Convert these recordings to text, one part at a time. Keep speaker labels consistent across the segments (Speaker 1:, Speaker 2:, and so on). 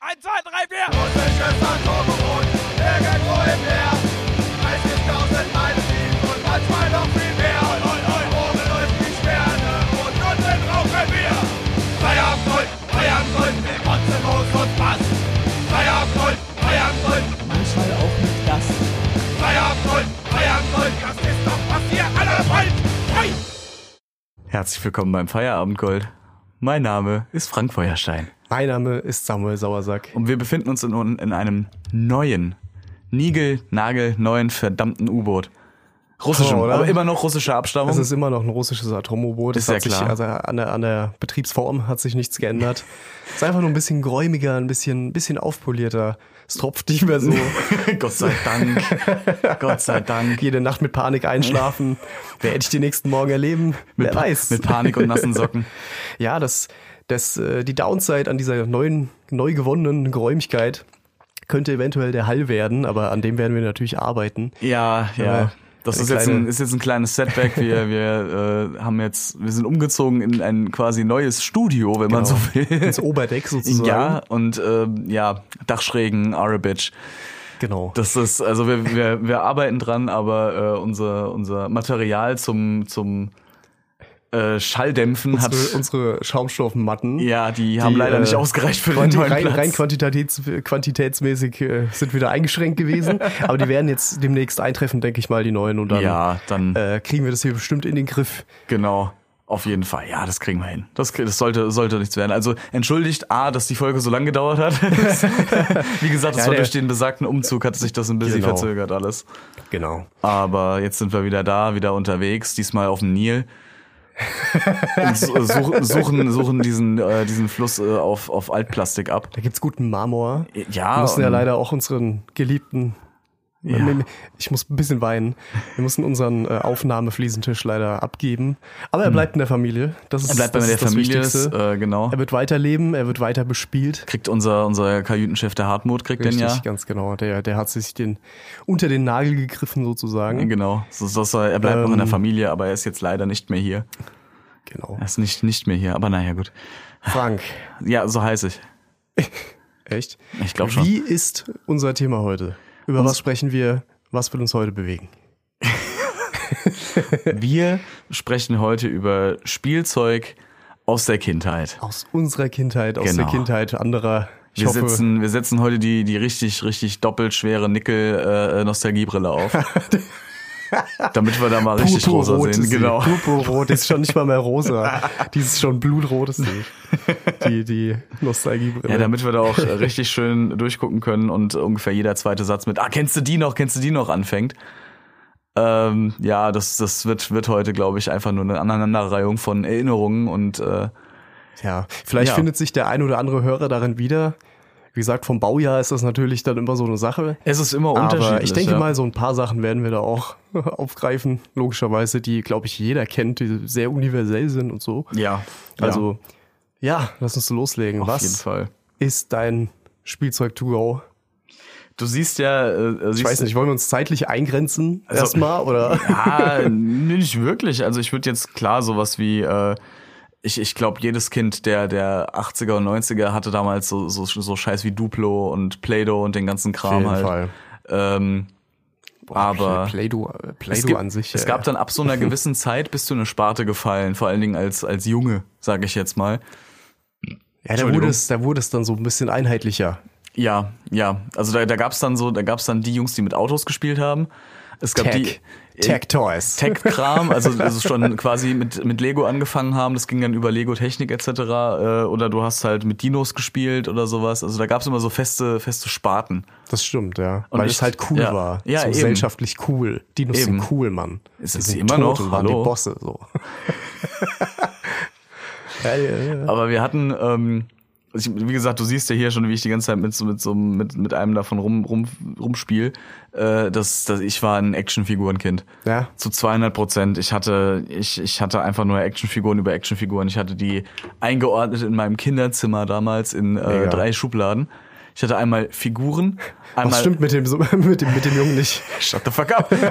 Speaker 1: 1, 2, 3, 4.
Speaker 2: Und ich öfter Turbo-Rot, irgendwo im Meer. 30.000 Meilen und manchmal noch viel mehr. Und oben läuft die Sterne und unten rauchen wir. Feierabendgold, Feierabendgold, wir kotzen los und Spaß. Feierabendgold, Feierabendgold,
Speaker 3: Manchmal auch nicht das.
Speaker 2: Feierabendgold, Feierabendgold, das ist doch was ihr alle wollt. Hey!
Speaker 4: Herzlich willkommen beim Feierabendgold. Mein Name ist Frank Feuerstein
Speaker 5: Mein Name ist Samuel Sauersack.
Speaker 4: und wir befinden uns in, in einem neuen, Nigel, Nagel, neuen verdammten U-Boot. Russischen,
Speaker 5: Oh, oder?
Speaker 4: aber immer noch russischer Abstammung.
Speaker 5: Es ist immer noch ein russisches Atom-U-Boot.
Speaker 4: Ist
Speaker 5: Es
Speaker 4: ja
Speaker 5: hat
Speaker 4: klar.
Speaker 5: Sich, also an der, an der Betriebsform hat sich nichts geändert. Es ist einfach nur ein bisschen gräumiger, ein bisschen, ein bisschen aufpolierter. Es tropft nicht mehr so.
Speaker 4: Gott sei Dank. Gott sei Dank.
Speaker 5: Jede Nacht mit Panik einschlafen. Werde ich den nächsten Morgen erleben? Wer weiß.
Speaker 4: Mit Panik und nassen Socken.
Speaker 5: ja, das, das, äh, die Downside an dieser neuen, neu gewonnenen Geräumigkeit könnte eventuell der Hall werden, aber an dem werden wir natürlich arbeiten.
Speaker 4: Ja, ja.
Speaker 5: Ja,
Speaker 4: Das
Speaker 5: eine
Speaker 4: ist jetzt, ein,
Speaker 5: kleine-
Speaker 4: ist jetzt ein kleines Setback. Wir, wir äh, haben jetzt, wir sind umgezogen in ein quasi neues Studio, wenn
Speaker 5: Genau.
Speaker 4: man so will.
Speaker 5: Ins Oberdeck sozusagen.
Speaker 4: Ja, und ähm, ja, Dachschrägen, Arabic.
Speaker 5: genau.
Speaker 4: Das ist, also wir, wir, wir arbeiten dran, aber äh, unser, unser Material zum, zum äh, Schalldämpfen hat.
Speaker 5: unsere, unsere Schaumstoffmatten.
Speaker 4: ja, die, haben leider
Speaker 5: äh,
Speaker 4: nicht ausgereicht für den
Speaker 5: Quanti
Speaker 4: neuen
Speaker 5: rein,
Speaker 4: Platz.
Speaker 5: rein quantitäts quantitätsmäßig äh, sind wir da eingeschränkt gewesen. Aber die werden jetzt demnächst eintreffen, denke ich mal, die neuen. Und dann
Speaker 4: ja, dann
Speaker 5: äh, kriegen wir das hier bestimmt in den Griff.
Speaker 4: Genau. Auf jeden Fall. Ja, das kriegen wir hin. Das, krie- das sollte, sollte nichts werden. Also entschuldigt A, dass die Folge so lang gedauert hat. Wie gesagt, das
Speaker 5: Ja,
Speaker 4: war
Speaker 5: der-
Speaker 4: durch den besagten Umzug hat sich das ein bisschen
Speaker 5: Genau.
Speaker 4: verzögert alles.
Speaker 5: Genau.
Speaker 4: Aber jetzt sind wir wieder da, wieder unterwegs, diesmal auf dem Nil. Und su- such, suchen, suchen diesen, äh, diesen Fluss äh, auf, auf Altplastik ab.
Speaker 5: Da gibt's guten Marmor.
Speaker 4: Ja,
Speaker 5: wir mussten ja
Speaker 4: und-
Speaker 5: leider auch unseren geliebten. äh, Ich muss ein bisschen weinen. Wir mussten unseren äh, Aufnahmefliesentisch leider abgeben. Aber er bleibt in der Familie. Das ist,
Speaker 4: Hm. Er bleibt bei
Speaker 5: das
Speaker 4: der
Speaker 5: ist das
Speaker 4: Familie,
Speaker 5: Wichtigste.
Speaker 4: äh, genau.
Speaker 5: Er wird weiterleben, er wird weiter bespielt.
Speaker 4: Kriegt unser, unser Kajütenchef, der Hartmut, kriegt
Speaker 5: Richtig,
Speaker 4: den ja.
Speaker 5: ganz genau. Der, der hat sich den unter den Nagel gegriffen sozusagen.
Speaker 4: Genau. So, so, so, er bleibt noch in der
Speaker 5: Ähm.
Speaker 4: Familie, aber er ist jetzt leider nicht mehr hier.
Speaker 5: Genau.
Speaker 4: Er ist nicht, nicht mehr hier, aber naja, gut.
Speaker 5: Frank.
Speaker 4: Ja, so heiß ich.
Speaker 5: Echt?
Speaker 4: Ich glaub schon.
Speaker 5: Wie ist unser Thema heute? Über was sprechen wir? Was wird uns heute bewegen?
Speaker 4: Wir sprechen heute über Spielzeug aus der Kindheit.
Speaker 5: Aus unserer Kindheit, aus
Speaker 4: Genau.
Speaker 5: der Kindheit anderer. Ich
Speaker 4: Wir
Speaker 5: hoffe,
Speaker 4: setzen, wir setzen heute die, die richtig, richtig doppelt schwere Nickel-Nostalgiebrille auf. Damit wir da mal richtig rosa
Speaker 5: purpurrot
Speaker 4: sehen.
Speaker 5: ist sie.
Speaker 4: Genau.
Speaker 5: Purpurrot ist schon nicht mal mehr rosa. die ist schon blutrot, ist sie. Die, die Nostalgiebrille.
Speaker 4: Ja, damit wir da auch äh, richtig schön durchgucken können und ungefähr jeder zweite Satz mit, ah, kennst du die noch, kennst du die noch anfängt. Ähm, ja, das, das wird, wird heute, glaube ich, einfach nur eine Aneinanderreihung von Erinnerungen und äh,
Speaker 5: Ja, vielleicht
Speaker 4: Ja.
Speaker 5: findet sich der ein oder andere Hörer darin wieder. Wie gesagt, vom Baujahr ist das natürlich dann immer so eine Sache.
Speaker 4: es ist immer
Speaker 5: Aber
Speaker 4: unterschiedlich.
Speaker 5: ich denke
Speaker 4: ja.
Speaker 5: mal, so ein paar Sachen werden wir da auch aufgreifen, logischerweise, die, glaube ich, jeder kennt, die sehr universell sind und so.
Speaker 4: Ja, also
Speaker 5: Also, ja, lass uns loslegen.
Speaker 4: auf jeden
Speaker 5: Was
Speaker 4: Fall.
Speaker 5: ist dein Spielzeug to go?
Speaker 4: Du siehst ja, äh, äh, siehst
Speaker 5: Ich weiß nicht, wollen wir uns zeitlich eingrenzen
Speaker 4: Also-
Speaker 5: erstmal oder?
Speaker 4: Ja, Ah, nicht wirklich. Also ich würde jetzt klar sowas wie, äh, ich, ich glaube, jedes Kind der, der 80er und 90er hatte damals so, so, so Scheiß wie Duplo und Play-Doh und den ganzen Kram halt. Ähm, aber
Speaker 5: Play-Doh,
Speaker 4: es,
Speaker 5: Play-Doh
Speaker 4: gibt,
Speaker 5: an sich. äh,
Speaker 4: es gab dann ab so einer gewissen Zeit bist du in eine Sparte gefallen, vor allen Dingen als, als Junge, sage ich jetzt mal.
Speaker 5: ja, da
Speaker 4: Entschuldigung.
Speaker 5: wurde, es, da wurde es dann so ein bisschen einheitlicher.
Speaker 4: Ja, ja. Also da, da gab's dann so, da gab's dann die Jungs, die mit Autos gespielt haben. Es gab
Speaker 5: Tag.
Speaker 4: die äh,
Speaker 5: Tag Toys.
Speaker 4: Tech-Kram, also das ist schon quasi mit, mit Lego angefangen haben, das ging dann über Lego-Technik etc. Äh, oder du hast halt mit Dinos gespielt oder sowas. Also da gab's immer so feste, feste Sparten.
Speaker 5: Das stimmt, ja.
Speaker 4: Und
Speaker 5: Weil
Speaker 4: ich-
Speaker 5: es halt cool
Speaker 4: ja.
Speaker 5: war.
Speaker 4: Ja,
Speaker 5: so
Speaker 4: eben.
Speaker 5: gesellschaftlich cool. Dinos
Speaker 4: Eben.
Speaker 5: sind cool, Mann.
Speaker 4: Ist
Speaker 5: Die
Speaker 4: es
Speaker 5: sind
Speaker 4: immer
Speaker 5: tot
Speaker 4: noch?
Speaker 5: Und waren
Speaker 4: Hallo?
Speaker 5: die Bosse so. ja, ja, ja.
Speaker 4: Aber wir hatten, ähm, ich, wie gesagt, du siehst ja hier schon, wie ich die ganze Zeit mit so mit so einem- mit, mit einem davon rum, rum rumspiel. Äh, das, das, ich war ein Actionfigurenkind.
Speaker 5: Ja.
Speaker 4: Zu 200 Prozent. Ich hatte, ich, ich hatte einfach nur Actionfiguren über Actionfiguren. Ich hatte die eingeordnet in meinem Kinderzimmer damals in äh,
Speaker 5: Mega.
Speaker 4: drei Schubladen. Ich hatte einmal Figuren, einmal
Speaker 5: Was stimmt mit dem, so- mit dem, mit dem Jungen nicht?
Speaker 4: Shut the fuck up.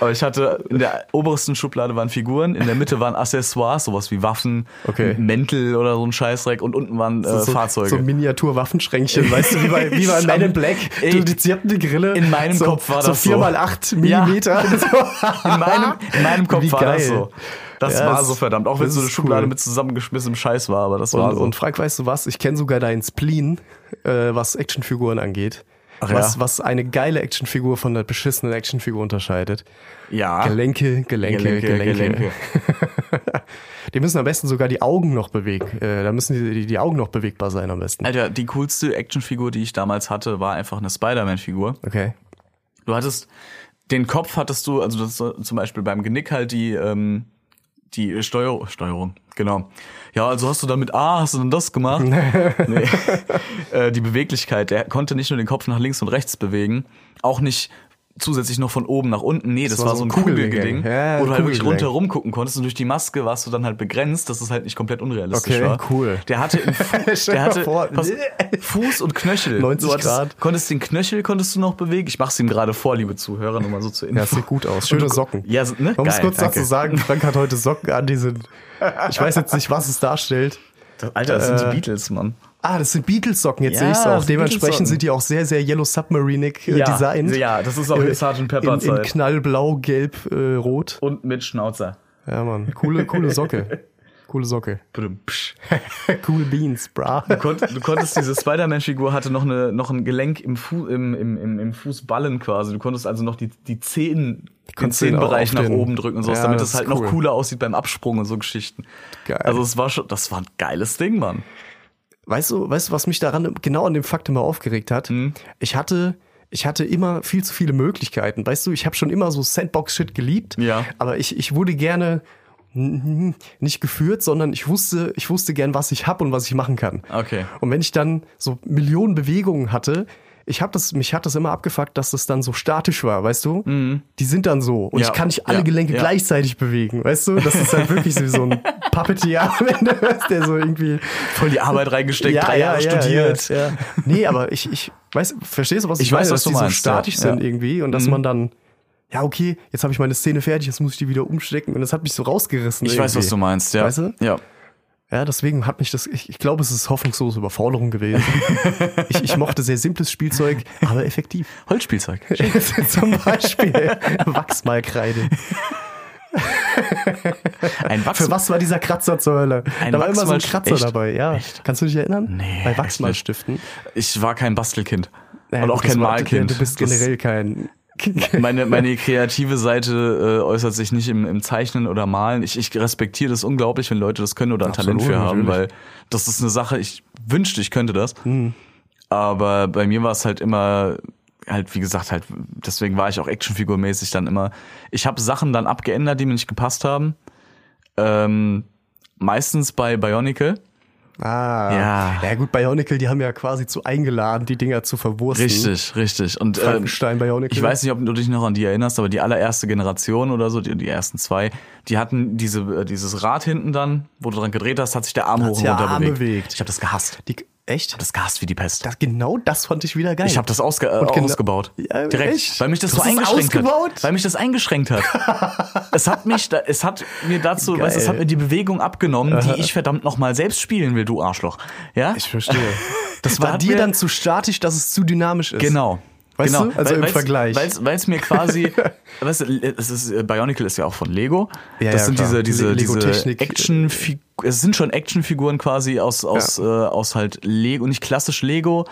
Speaker 4: Aber ich hatte in der obersten Schublade waren Figuren, in der Mitte waren Accessoires, sowas wie Waffen,
Speaker 5: Okay.
Speaker 4: Mäntel oder so ein Scheißdreck und unten waren äh,
Speaker 5: so,
Speaker 4: Fahrzeuge.
Speaker 5: So Miniatur-Waffenschränkchen, weißt du, wie bei, wie bei Men in Black.
Speaker 4: Ey.
Speaker 5: Du, die, sie hatten eine Grille.
Speaker 4: In meinem
Speaker 5: so,
Speaker 4: Kopf war
Speaker 5: so
Speaker 4: das so.
Speaker 5: 4x8
Speaker 4: Ja.
Speaker 5: Millimeter. So.
Speaker 4: in, meinem, in meinem Kopf
Speaker 5: Wie
Speaker 4: war das
Speaker 5: geil.
Speaker 4: so. Das
Speaker 5: Ja,
Speaker 4: war
Speaker 5: das-
Speaker 4: so verdammt, auch wenn
Speaker 5: das
Speaker 4: so eine
Speaker 5: ist
Speaker 4: Schublade
Speaker 5: cool.
Speaker 4: mit zusammengeschmissenem Scheiß war, aber das war
Speaker 5: Und,
Speaker 4: so.
Speaker 5: und Frank, weißt du was? Ich kenne sogar deinen Spleen, äh, was Actionfiguren angeht.
Speaker 4: Ach
Speaker 5: was,
Speaker 4: ja.
Speaker 5: was eine geile Actionfigur von der beschissenen Actionfigur unterscheidet.
Speaker 4: ja.
Speaker 5: Gelenke, Gelenke, Gelenke.
Speaker 4: Ah. Gelenke.
Speaker 5: Die müssen am besten sogar die Augen noch bewegen. Äh, da müssen die, die, die Augen noch bewegbar sein am besten.
Speaker 4: Alter, die coolste Actionfigur, die ich damals hatte, war einfach eine Spider-Man-Figur.
Speaker 5: Okay.
Speaker 4: Du hattest den Kopf hattest du, also das, ist zum Beispiel beim Genick halt die ähm, die Steuer Steuerung, genau. Ja, also hast du dann mit A, hast du dann das gemacht? nee. äh, die Beweglichkeit, der konnte nicht nur den Kopf nach links und rechts bewegen, auch nicht zusätzlich noch von oben nach unten. Nee, das, war, so ein Kugelgeding,
Speaker 5: Ja,
Speaker 4: wo du halt wirklich
Speaker 5: Kugelgelenk.
Speaker 4: rundherum gucken konntest und durch die Maske warst du dann halt begrenzt, dass es halt nicht komplett unrealistisch
Speaker 5: Okay,
Speaker 4: war.
Speaker 5: cool.
Speaker 4: Der hatte im Fu der
Speaker 5: Stell dir
Speaker 4: hatte
Speaker 5: vor,
Speaker 4: pass, Fuß und Knöchel.
Speaker 5: 90
Speaker 4: du hattest,
Speaker 5: Grad.
Speaker 4: Konntest den Knöchel konntest du noch bewegen? Ich mach's ihm gerade vor, liebe Zuhörer, nur mal so zur Info.
Speaker 5: Ja, sieht gut aus. Schöne Socken.
Speaker 4: Ja, so- ne?
Speaker 5: Man muss
Speaker 4: Geil,
Speaker 5: kurz
Speaker 4: danke.
Speaker 5: dazu sagen, Frank hat heute Socken an, die sind. Ich weiß jetzt nicht, was es darstellt.
Speaker 4: Alter, das sind
Speaker 5: Äh,
Speaker 4: die Beatles, Mann.
Speaker 5: Ah, das sind Beatles-Socken, jetzt
Speaker 4: Ja,
Speaker 5: sehe ich es
Speaker 4: das
Speaker 5: auch.
Speaker 4: sind Beatles-Socken.
Speaker 5: Dementsprechend sind die auch sehr, sehr Yellow Submarinic äh,
Speaker 4: Ja,
Speaker 5: designt.
Speaker 4: ja, das ist auch
Speaker 5: Äh,
Speaker 4: Sgt.
Speaker 5: in, in
Speaker 4: Pepper-Zeit.
Speaker 5: knallblau, gelb, äh, rot.
Speaker 4: Und mit Schnauzer.
Speaker 5: Ja, Mann. Coole, coole Socke. Coole Socke.
Speaker 4: Badum, psch.
Speaker 5: cool Beans, bra.
Speaker 4: Du konntest, du konntest diese Spider-Man-Figur hatte noch, eine, noch ein Gelenk im, Fu im, im, im, im Fußballen quasi. Du konntest also noch die, die Zehen, den
Speaker 5: konntest den
Speaker 4: Zehenbereich
Speaker 5: auch
Speaker 4: nach
Speaker 5: auf den-
Speaker 4: oben drücken und sowas,
Speaker 5: Ja,
Speaker 4: damit es
Speaker 5: das ist
Speaker 4: halt
Speaker 5: cool.
Speaker 4: noch cooler aussieht beim Absprung und so Geschichten.
Speaker 5: Geil.
Speaker 4: Also es war schon, das war ein geiles Ding, Mann.
Speaker 5: Weißt du, weißt du, was mich daran genau an dem Fakt immer aufgeregt hat?
Speaker 4: Mhm.
Speaker 5: Ich hatte ich hatte immer viel zu viele Möglichkeiten. Weißt du, ich habe schon immer so Sandbox-Shit geliebt,
Speaker 4: Ja.
Speaker 5: aber ich, ich wurde gerne mm, nicht geführt, sondern ich wusste, ich wusste gern, was ich hab und was ich machen kann.
Speaker 4: Okay.
Speaker 5: Und wenn ich dann so Millionen Bewegungen hatte, ich hab das, mich hat das immer abgefuckt, dass das dann so statisch war, weißt du? Die sind dann so. Und
Speaker 4: Mhm. Ja,
Speaker 5: ich kann nicht alle
Speaker 4: ja,
Speaker 5: Gelenke
Speaker 4: ja.
Speaker 5: gleichzeitig bewegen, weißt du? Das ist halt wirklich so wie so ein Puppetier am Ende, der so irgendwie
Speaker 4: Voll die Arbeit reingesteckt, drei Jahre studiert.
Speaker 5: ja, ja. Nee, aber ich, ich weiß, verstehst du, was ich,
Speaker 4: Ich weiß,
Speaker 5: meine,
Speaker 4: was du
Speaker 5: dass die
Speaker 4: meinst,
Speaker 5: so statisch
Speaker 4: ja, Mhm.
Speaker 5: sind
Speaker 4: ja.
Speaker 5: irgendwie und dass man dann, ja, okay, jetzt habe ich meine Szene fertig, jetzt muss ich die wieder umstecken und das hat mich so rausgerissen.
Speaker 4: Ich
Speaker 5: irgendwie.
Speaker 4: weiß, was du meinst, ja.
Speaker 5: Weißt du?
Speaker 4: Ja.
Speaker 5: Ja, deswegen hat mich das, ich, ich glaube, es ist hoffnungslose Überforderung gewesen. ich, ich mochte sehr simples Spielzeug, aber effektiv.
Speaker 4: Holzspielzeug.
Speaker 5: Zum Beispiel Wachsmalkreide.
Speaker 4: Ein Wachs.
Speaker 5: Für was war dieser Kratzer zur Hölle?
Speaker 4: Ein
Speaker 5: da war immer so ein
Speaker 4: Wachsmalst-
Speaker 5: Kratzer
Speaker 4: echt?
Speaker 5: dabei, ja. Kannst du dich erinnern?
Speaker 4: Nee,
Speaker 5: Bei
Speaker 4: echt
Speaker 5: Wachsmalstiften.
Speaker 4: Ich war kein Bastelkind.
Speaker 5: Ja,
Speaker 4: und
Speaker 5: gut,
Speaker 4: auch
Speaker 5: das
Speaker 4: kein
Speaker 5: war-
Speaker 4: Malkind.
Speaker 5: Du bist
Speaker 4: Das-
Speaker 5: generell kein.
Speaker 4: meine, meine kreative Seite äh, äußert sich nicht im, im Zeichnen oder Malen. Ich, ich respektiere das unglaublich, wenn Leute das können oder ein
Speaker 5: Absolut,
Speaker 4: Talent für haben, weil
Speaker 5: natürlich. Hm.
Speaker 4: das ist eine Sache, ich wünschte, ich könnte das. Aber bei mir war es halt immer halt wie gesagt halt deswegen war ich auch Actionfigurmäßig dann immer ich habe Sachen dann abgeändert die mir nicht gepasst haben ähm, meistens bei Bionicle
Speaker 5: Ah.
Speaker 4: Ja.
Speaker 5: Ja, gut, Bionicle, die haben ja quasi zu eingeladen, die Dinger zu verwursten.
Speaker 4: Richtig, richtig. Und ähm,
Speaker 5: Frankenstein, Bionicle.
Speaker 4: ich weiß nicht, ob du dich noch an die erinnerst, aber die allererste Generation oder so, die, die ersten zwei, die hatten diese, äh, dieses Rad hinten dann, wo du dran gedreht hast, hat sich der Arm hoch und
Speaker 5: der
Speaker 4: runter
Speaker 5: Arm
Speaker 4: bewegt.
Speaker 5: bewegt.
Speaker 4: Ich habe das gehasst.
Speaker 5: Die, echt?
Speaker 4: Das gehasst wie die Pest.
Speaker 5: Das, genau das fand ich wieder geil.
Speaker 4: ich habe das ausge äh,
Speaker 5: Und genau-
Speaker 4: ausgebaut.
Speaker 5: Ja,
Speaker 4: Direkt.
Speaker 5: echt?
Speaker 4: Weil mich das
Speaker 5: Du
Speaker 4: so
Speaker 5: hast es
Speaker 4: eingeschränkt
Speaker 5: ausgebaut?
Speaker 4: hat. Weil mich das eingeschränkt hat. es hat mich, da, es hat mir dazu, weißt, du, es
Speaker 5: Geil.
Speaker 4: hat mir die Bewegung abgenommen, die ich verdammt nochmal selbst spielen will, du Arschloch. Ja?
Speaker 5: Ich verstehe. Das
Speaker 4: Da
Speaker 5: war
Speaker 4: hat
Speaker 5: dir
Speaker 4: mir-
Speaker 5: dann zu statisch, dass es zu dynamisch ist.
Speaker 4: Genau.
Speaker 5: Weißt
Speaker 4: genau.
Speaker 5: du? Also im Vergleich.
Speaker 4: Weil es mir quasi, weißt du, es ist, äh, Bionicle ist ja auch von Lego.
Speaker 5: Ja,
Speaker 4: das
Speaker 5: ja,
Speaker 4: sind
Speaker 5: klar.
Speaker 4: diese, diese,
Speaker 5: Le-
Speaker 4: diese
Speaker 5: Lego-Technik.
Speaker 4: Action, es sind schon Actionfiguren quasi aus, aus, äh, aus halt Lego, nicht klassisch Lego,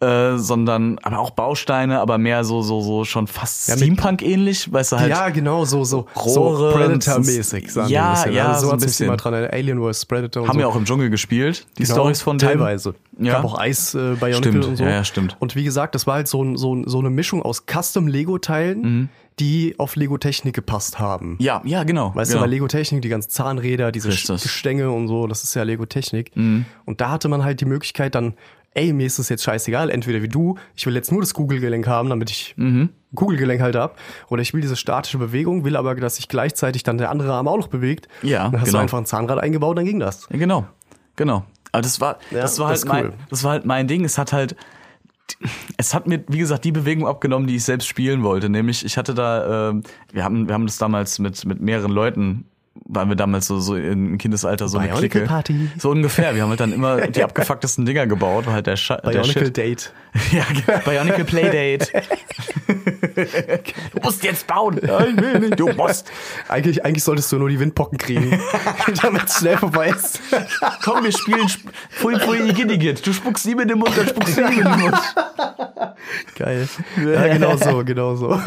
Speaker 4: äh, sondern aber auch Bausteine, aber mehr so, so, so schon fast
Speaker 5: Ja, mit-
Speaker 4: Steampunk-ähnlich, weißt du halt.
Speaker 5: ja, genau, so, so,
Speaker 4: Rohre
Speaker 5: so Predator-mäßig. sahen die
Speaker 4: Ja,
Speaker 5: ein bisschen.
Speaker 4: ja,
Speaker 5: also
Speaker 4: so
Speaker 5: so
Speaker 4: ein
Speaker 5: hat sich
Speaker 4: bisschen.
Speaker 5: immer dran erinnert. Alien vs. Predator. und
Speaker 4: haben
Speaker 5: so. Genau,
Speaker 4: wir auch im Dschungel gespielt, die Stories von denen.
Speaker 5: also Teilweise.
Speaker 4: Ja.
Speaker 5: Gab auch Eis äh, Bionicle
Speaker 4: Stimmt,
Speaker 5: und so.
Speaker 4: ja, ja, stimmt.
Speaker 5: Und wie gesagt, das war halt so, ein, so, ein, so eine Mischung aus Custom-Lego-Teilen,
Speaker 4: Mhm.
Speaker 5: die auf Lego-Technik gepasst haben.
Speaker 4: Ja, ja, genau.
Speaker 5: Weißt
Speaker 4: genau.
Speaker 5: du, bei Lego-Technik, die ganzen Zahnräder, diese
Speaker 4: Richtig. Mhm.
Speaker 5: Sch- Gestänge und so, das ist ja Lego-Technik. Und da hatte man halt die Möglichkeit dann, ey, mir ist es jetzt scheißegal, entweder wie du, ich will jetzt nur das Kugelgelenk haben, damit ich
Speaker 4: Mhm.
Speaker 5: ein Kugelgelenk halt hab, oder ich will diese statische Bewegung, will aber, dass sich gleichzeitig dann der andere Arm auch noch bewegt.
Speaker 4: Ja,
Speaker 5: Dann hast
Speaker 4: genau.
Speaker 5: du einfach ein Zahnrad eingebaut, dann ging das.
Speaker 4: Ja, Genau, genau. Aber das war, das war halt
Speaker 5: das ist
Speaker 4: mein,
Speaker 5: cool.
Speaker 4: das war halt mein Ding. Es hat halt Es hat mir, wie gesagt, die Bewegung abgenommen, die ich selbst spielen wollte. Nämlich, ich hatte da, äh, wir, haben, wir haben das damals mit, mit mehreren Leuten, waren wir damals so, so im Kindesalter so eine
Speaker 5: Bionicle
Speaker 4: Clique.
Speaker 5: Party.
Speaker 4: So ungefähr. Wir haben halt dann immer die abgefucktesten Dinger gebaut, war halt der, Scha der
Speaker 5: Bionicle
Speaker 4: Shit.
Speaker 5: Date.
Speaker 4: Ja, genau. Bionicle Playdate. du musst jetzt bauen. Nein, will nicht. Du musst.
Speaker 5: Eigentlich, eigentlich solltest du nur die Windpocken kriegen, damit es schnell vorbei ist.
Speaker 4: Komm, wir spielen Sp Pfui Pfui Igidigit. Du spuckst ihm in den Mund, dann spuckst du ihm in den Mund.
Speaker 5: Geil. Ja, genau so, genau so.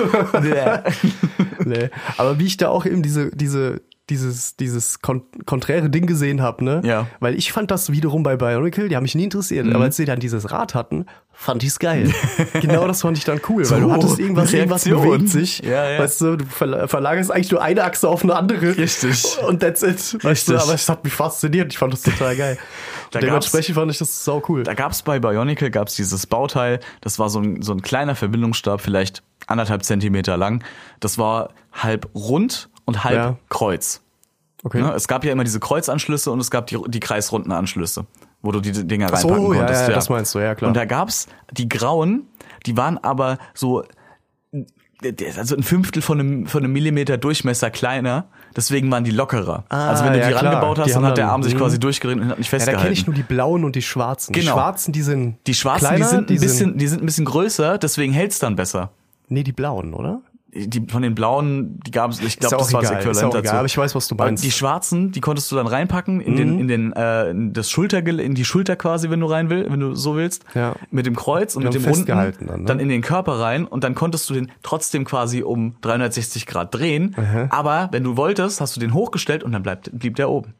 Speaker 5: nee. Aber wie ich da auch eben diese, diese, dieses, dieses kon konträre Ding gesehen habe, ne?
Speaker 4: Ja. Mhm.
Speaker 5: Weil ich fand das wiederum bei Bionicle, die haben mich nie interessiert, aber als sie dann dieses Rad hatten, fand ich's geil. genau das fand ich dann cool, weil du
Speaker 4: So,
Speaker 5: hattest irgendwas, irgendwas
Speaker 4: Reaktion.
Speaker 5: bewegt sich.
Speaker 4: Ja, ja.
Speaker 5: Weißt du, du verla- verlagerst eigentlich nur eine Achse auf eine andere.
Speaker 4: Richtig.
Speaker 5: Und that's it. Weißt du,
Speaker 4: Richtig.
Speaker 5: aber es hat mich fasziniert, ich fand das total geil.
Speaker 4: Da
Speaker 5: Dementsprechend fand ich das sau cool.
Speaker 4: Da gab's bei Bionicle gab's dieses Bauteil, das war so ein, so ein kleiner Verbindungsstab, vielleicht anderthalb Zentimeter lang. Das war halb rund und halb
Speaker 5: Ja.
Speaker 4: kreuz.
Speaker 5: Okay.
Speaker 4: Ne? Es gab ja immer diese Kreuzanschlüsse und es gab die, die kreisrunden Anschlüsse, wo du die Dinger
Speaker 5: so,
Speaker 4: reinpacken
Speaker 5: ja,
Speaker 4: konntest.
Speaker 5: ja, das meinst du, ja, klar.
Speaker 4: Und da gab's die grauen, die waren aber so also ein Fünftel von einem, von einem Millimeter Durchmesser kleiner, deswegen waren die lockerer.
Speaker 5: Ah,
Speaker 4: also wenn du
Speaker 5: ja,
Speaker 4: die
Speaker 5: klar.
Speaker 4: rangebaut hast,
Speaker 5: Die
Speaker 4: dann
Speaker 5: haben
Speaker 4: hat der
Speaker 5: dann-
Speaker 4: Arm sich
Speaker 5: mhm.
Speaker 4: quasi durchgerissen und hat nicht
Speaker 5: Ja, da
Speaker 4: festgehalten.
Speaker 5: kenne ich nur die blauen und die schwarzen. Die
Speaker 4: Genau.
Speaker 5: schwarzen, die sind
Speaker 4: Die schwarzen,
Speaker 5: kleiner,
Speaker 4: die sind ein bisschen,
Speaker 5: Sind,
Speaker 4: die sind ein bisschen größer, deswegen hält's dann besser.
Speaker 5: nee, die blauen, oder?
Speaker 4: Die, von den blauen, die gab's, ich
Speaker 5: Ist
Speaker 4: glaube,
Speaker 5: auch
Speaker 4: das war das
Speaker 5: egal, ist auch
Speaker 4: Äquivalent dazu.
Speaker 5: egal, aber ich weiß, was du
Speaker 4: Aber
Speaker 5: meinst. Mhm.
Speaker 4: Die schwarzen, die konntest du dann reinpacken in den, in den, äh, in das Schulter, in die Schulter quasi, wenn du rein willst, wenn du so willst.
Speaker 5: Ja.
Speaker 4: Mit dem Kreuz und mit
Speaker 5: haben
Speaker 4: dem Runden.
Speaker 5: festgehalten dann, ne?
Speaker 4: in den Körper rein und dann konntest du den trotzdem quasi um 360 Grad drehen. Aber wenn du wolltest, hast du den hochgestellt und dann bleibt, blieb der oben.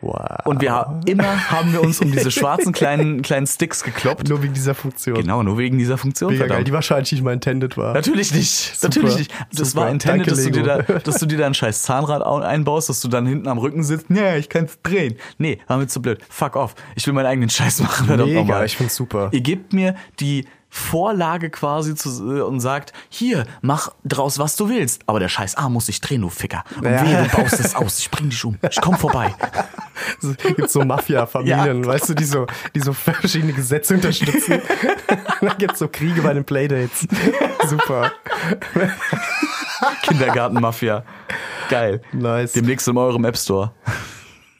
Speaker 5: Wow.
Speaker 4: Und wir ha- immer haben wir uns um diese schwarzen kleinen, kleinen Sticks gekloppt.
Speaker 5: nur wegen dieser Funktion.
Speaker 4: Genau, nur wegen dieser Funktion.
Speaker 5: Mega geil,
Speaker 4: verdammt.
Speaker 5: die wahrscheinlich nicht mal intended war.
Speaker 4: Natürlich nicht. Natürlich nicht. Das
Speaker 5: Super.
Speaker 4: war intended,
Speaker 5: Danke,
Speaker 4: dass du, dir da,
Speaker 5: Lego.
Speaker 4: dass du dir da ein scheiß Zahnrad au- einbaust, dass du dann hinten am Rücken sitzt. Nee, ich kann's drehen. Nee, war mir zu blöd. Fuck off. Ich will meinen eigenen Scheiß machen. verdammt
Speaker 5: Mega,
Speaker 4: nochmal.
Speaker 5: ich find's super.
Speaker 4: Ihr gebt mir die Vorlage quasi zu, äh, und sagt, hier, mach draus, was du willst. Aber der scheiß Arm muss sich drehen, du Ficker. Und
Speaker 5: Ja.
Speaker 4: wehe, du baust es aus. Ich bring dich um. Ich komm vorbei.
Speaker 5: Es gibt so Mafia-Familien,
Speaker 4: Ja.
Speaker 5: weißt du, die so, die so verschiedene Gesetze unterstützen. Dann gibt's so Kriege bei den Playdates. Super.
Speaker 4: Kindergartenmafia. Geil.
Speaker 5: Nice.
Speaker 4: Demnächst in eurem App Store.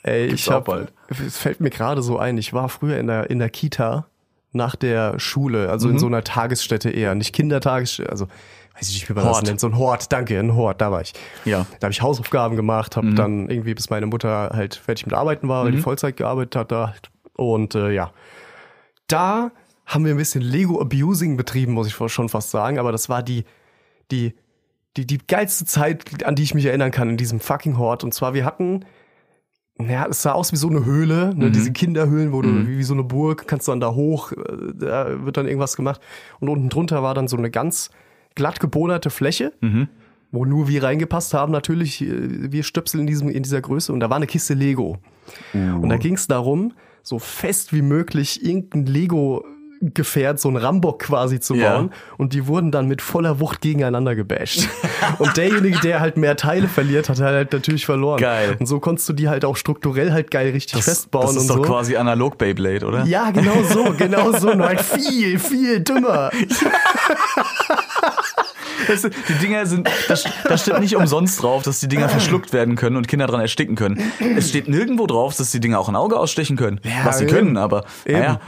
Speaker 5: Ey,
Speaker 4: auch
Speaker 5: ich hab,
Speaker 4: bald.
Speaker 5: es fällt mir gerade so ein, ich war früher in der, in der Kita nach der Schule, also
Speaker 4: Mhm.
Speaker 5: in so einer Tagesstätte eher, nicht Kindertagesstätte, also weiß ich nicht, wie man
Speaker 4: Hort.
Speaker 5: das nennt, so ein Hort, danke, ein Hort, da war ich.
Speaker 4: Ja. Mhm.
Speaker 5: Da habe ich Hausaufgaben gemacht, habe dann irgendwie, bis meine Mutter halt fertig mit Arbeiten war, weil die Vollzeit gearbeitet hat da und äh, ja. Da haben wir ein bisschen Lego-Abusing betrieben, muss ich schon fast sagen, aber das war die, die, die, die geilste Zeit, an die ich mich erinnern kann, in diesem fucking Hort. Und zwar, wir hatten, ja, es sah aus wie so eine Höhle, ne? diese Kinderhöhlen, wo du wie, wie so eine Burg, kannst dann da hoch, äh, da wird dann irgendwas gemacht. Und unten drunter war dann so eine ganz glatt gebonerte Fläche, wo nur wir reingepasst haben, natürlich, äh, wir Stöpsel in, diesem, in dieser Größe. Und da war eine Kiste Lego. Und da ging es darum, so fest wie möglich irgendein Lego Gefährt, so ein Rambock quasi zu
Speaker 4: Ja.
Speaker 5: bauen und die wurden dann mit voller Wucht gegeneinander gebasht. und derjenige, der halt mehr Teile verliert, hat halt natürlich verloren.
Speaker 4: Geil.
Speaker 5: Und so konntest du die halt auch strukturell halt geil richtig festbauen
Speaker 4: das ist
Speaker 5: und
Speaker 4: doch
Speaker 5: so.
Speaker 4: quasi analog Beyblade, oder?
Speaker 5: ja, genau so, genau so, nur halt viel, viel dümmer.
Speaker 4: Weißt du, die Dinger sind, da, st- da steht nicht umsonst drauf, dass die Dinger verschluckt werden können und Kinder dran ersticken können. Es steht nirgendwo drauf, dass die Dinger auch ein Auge ausstechen können.
Speaker 5: Ja,
Speaker 4: was sie
Speaker 5: eben.
Speaker 4: können, aber
Speaker 5: Eben.
Speaker 4: naja,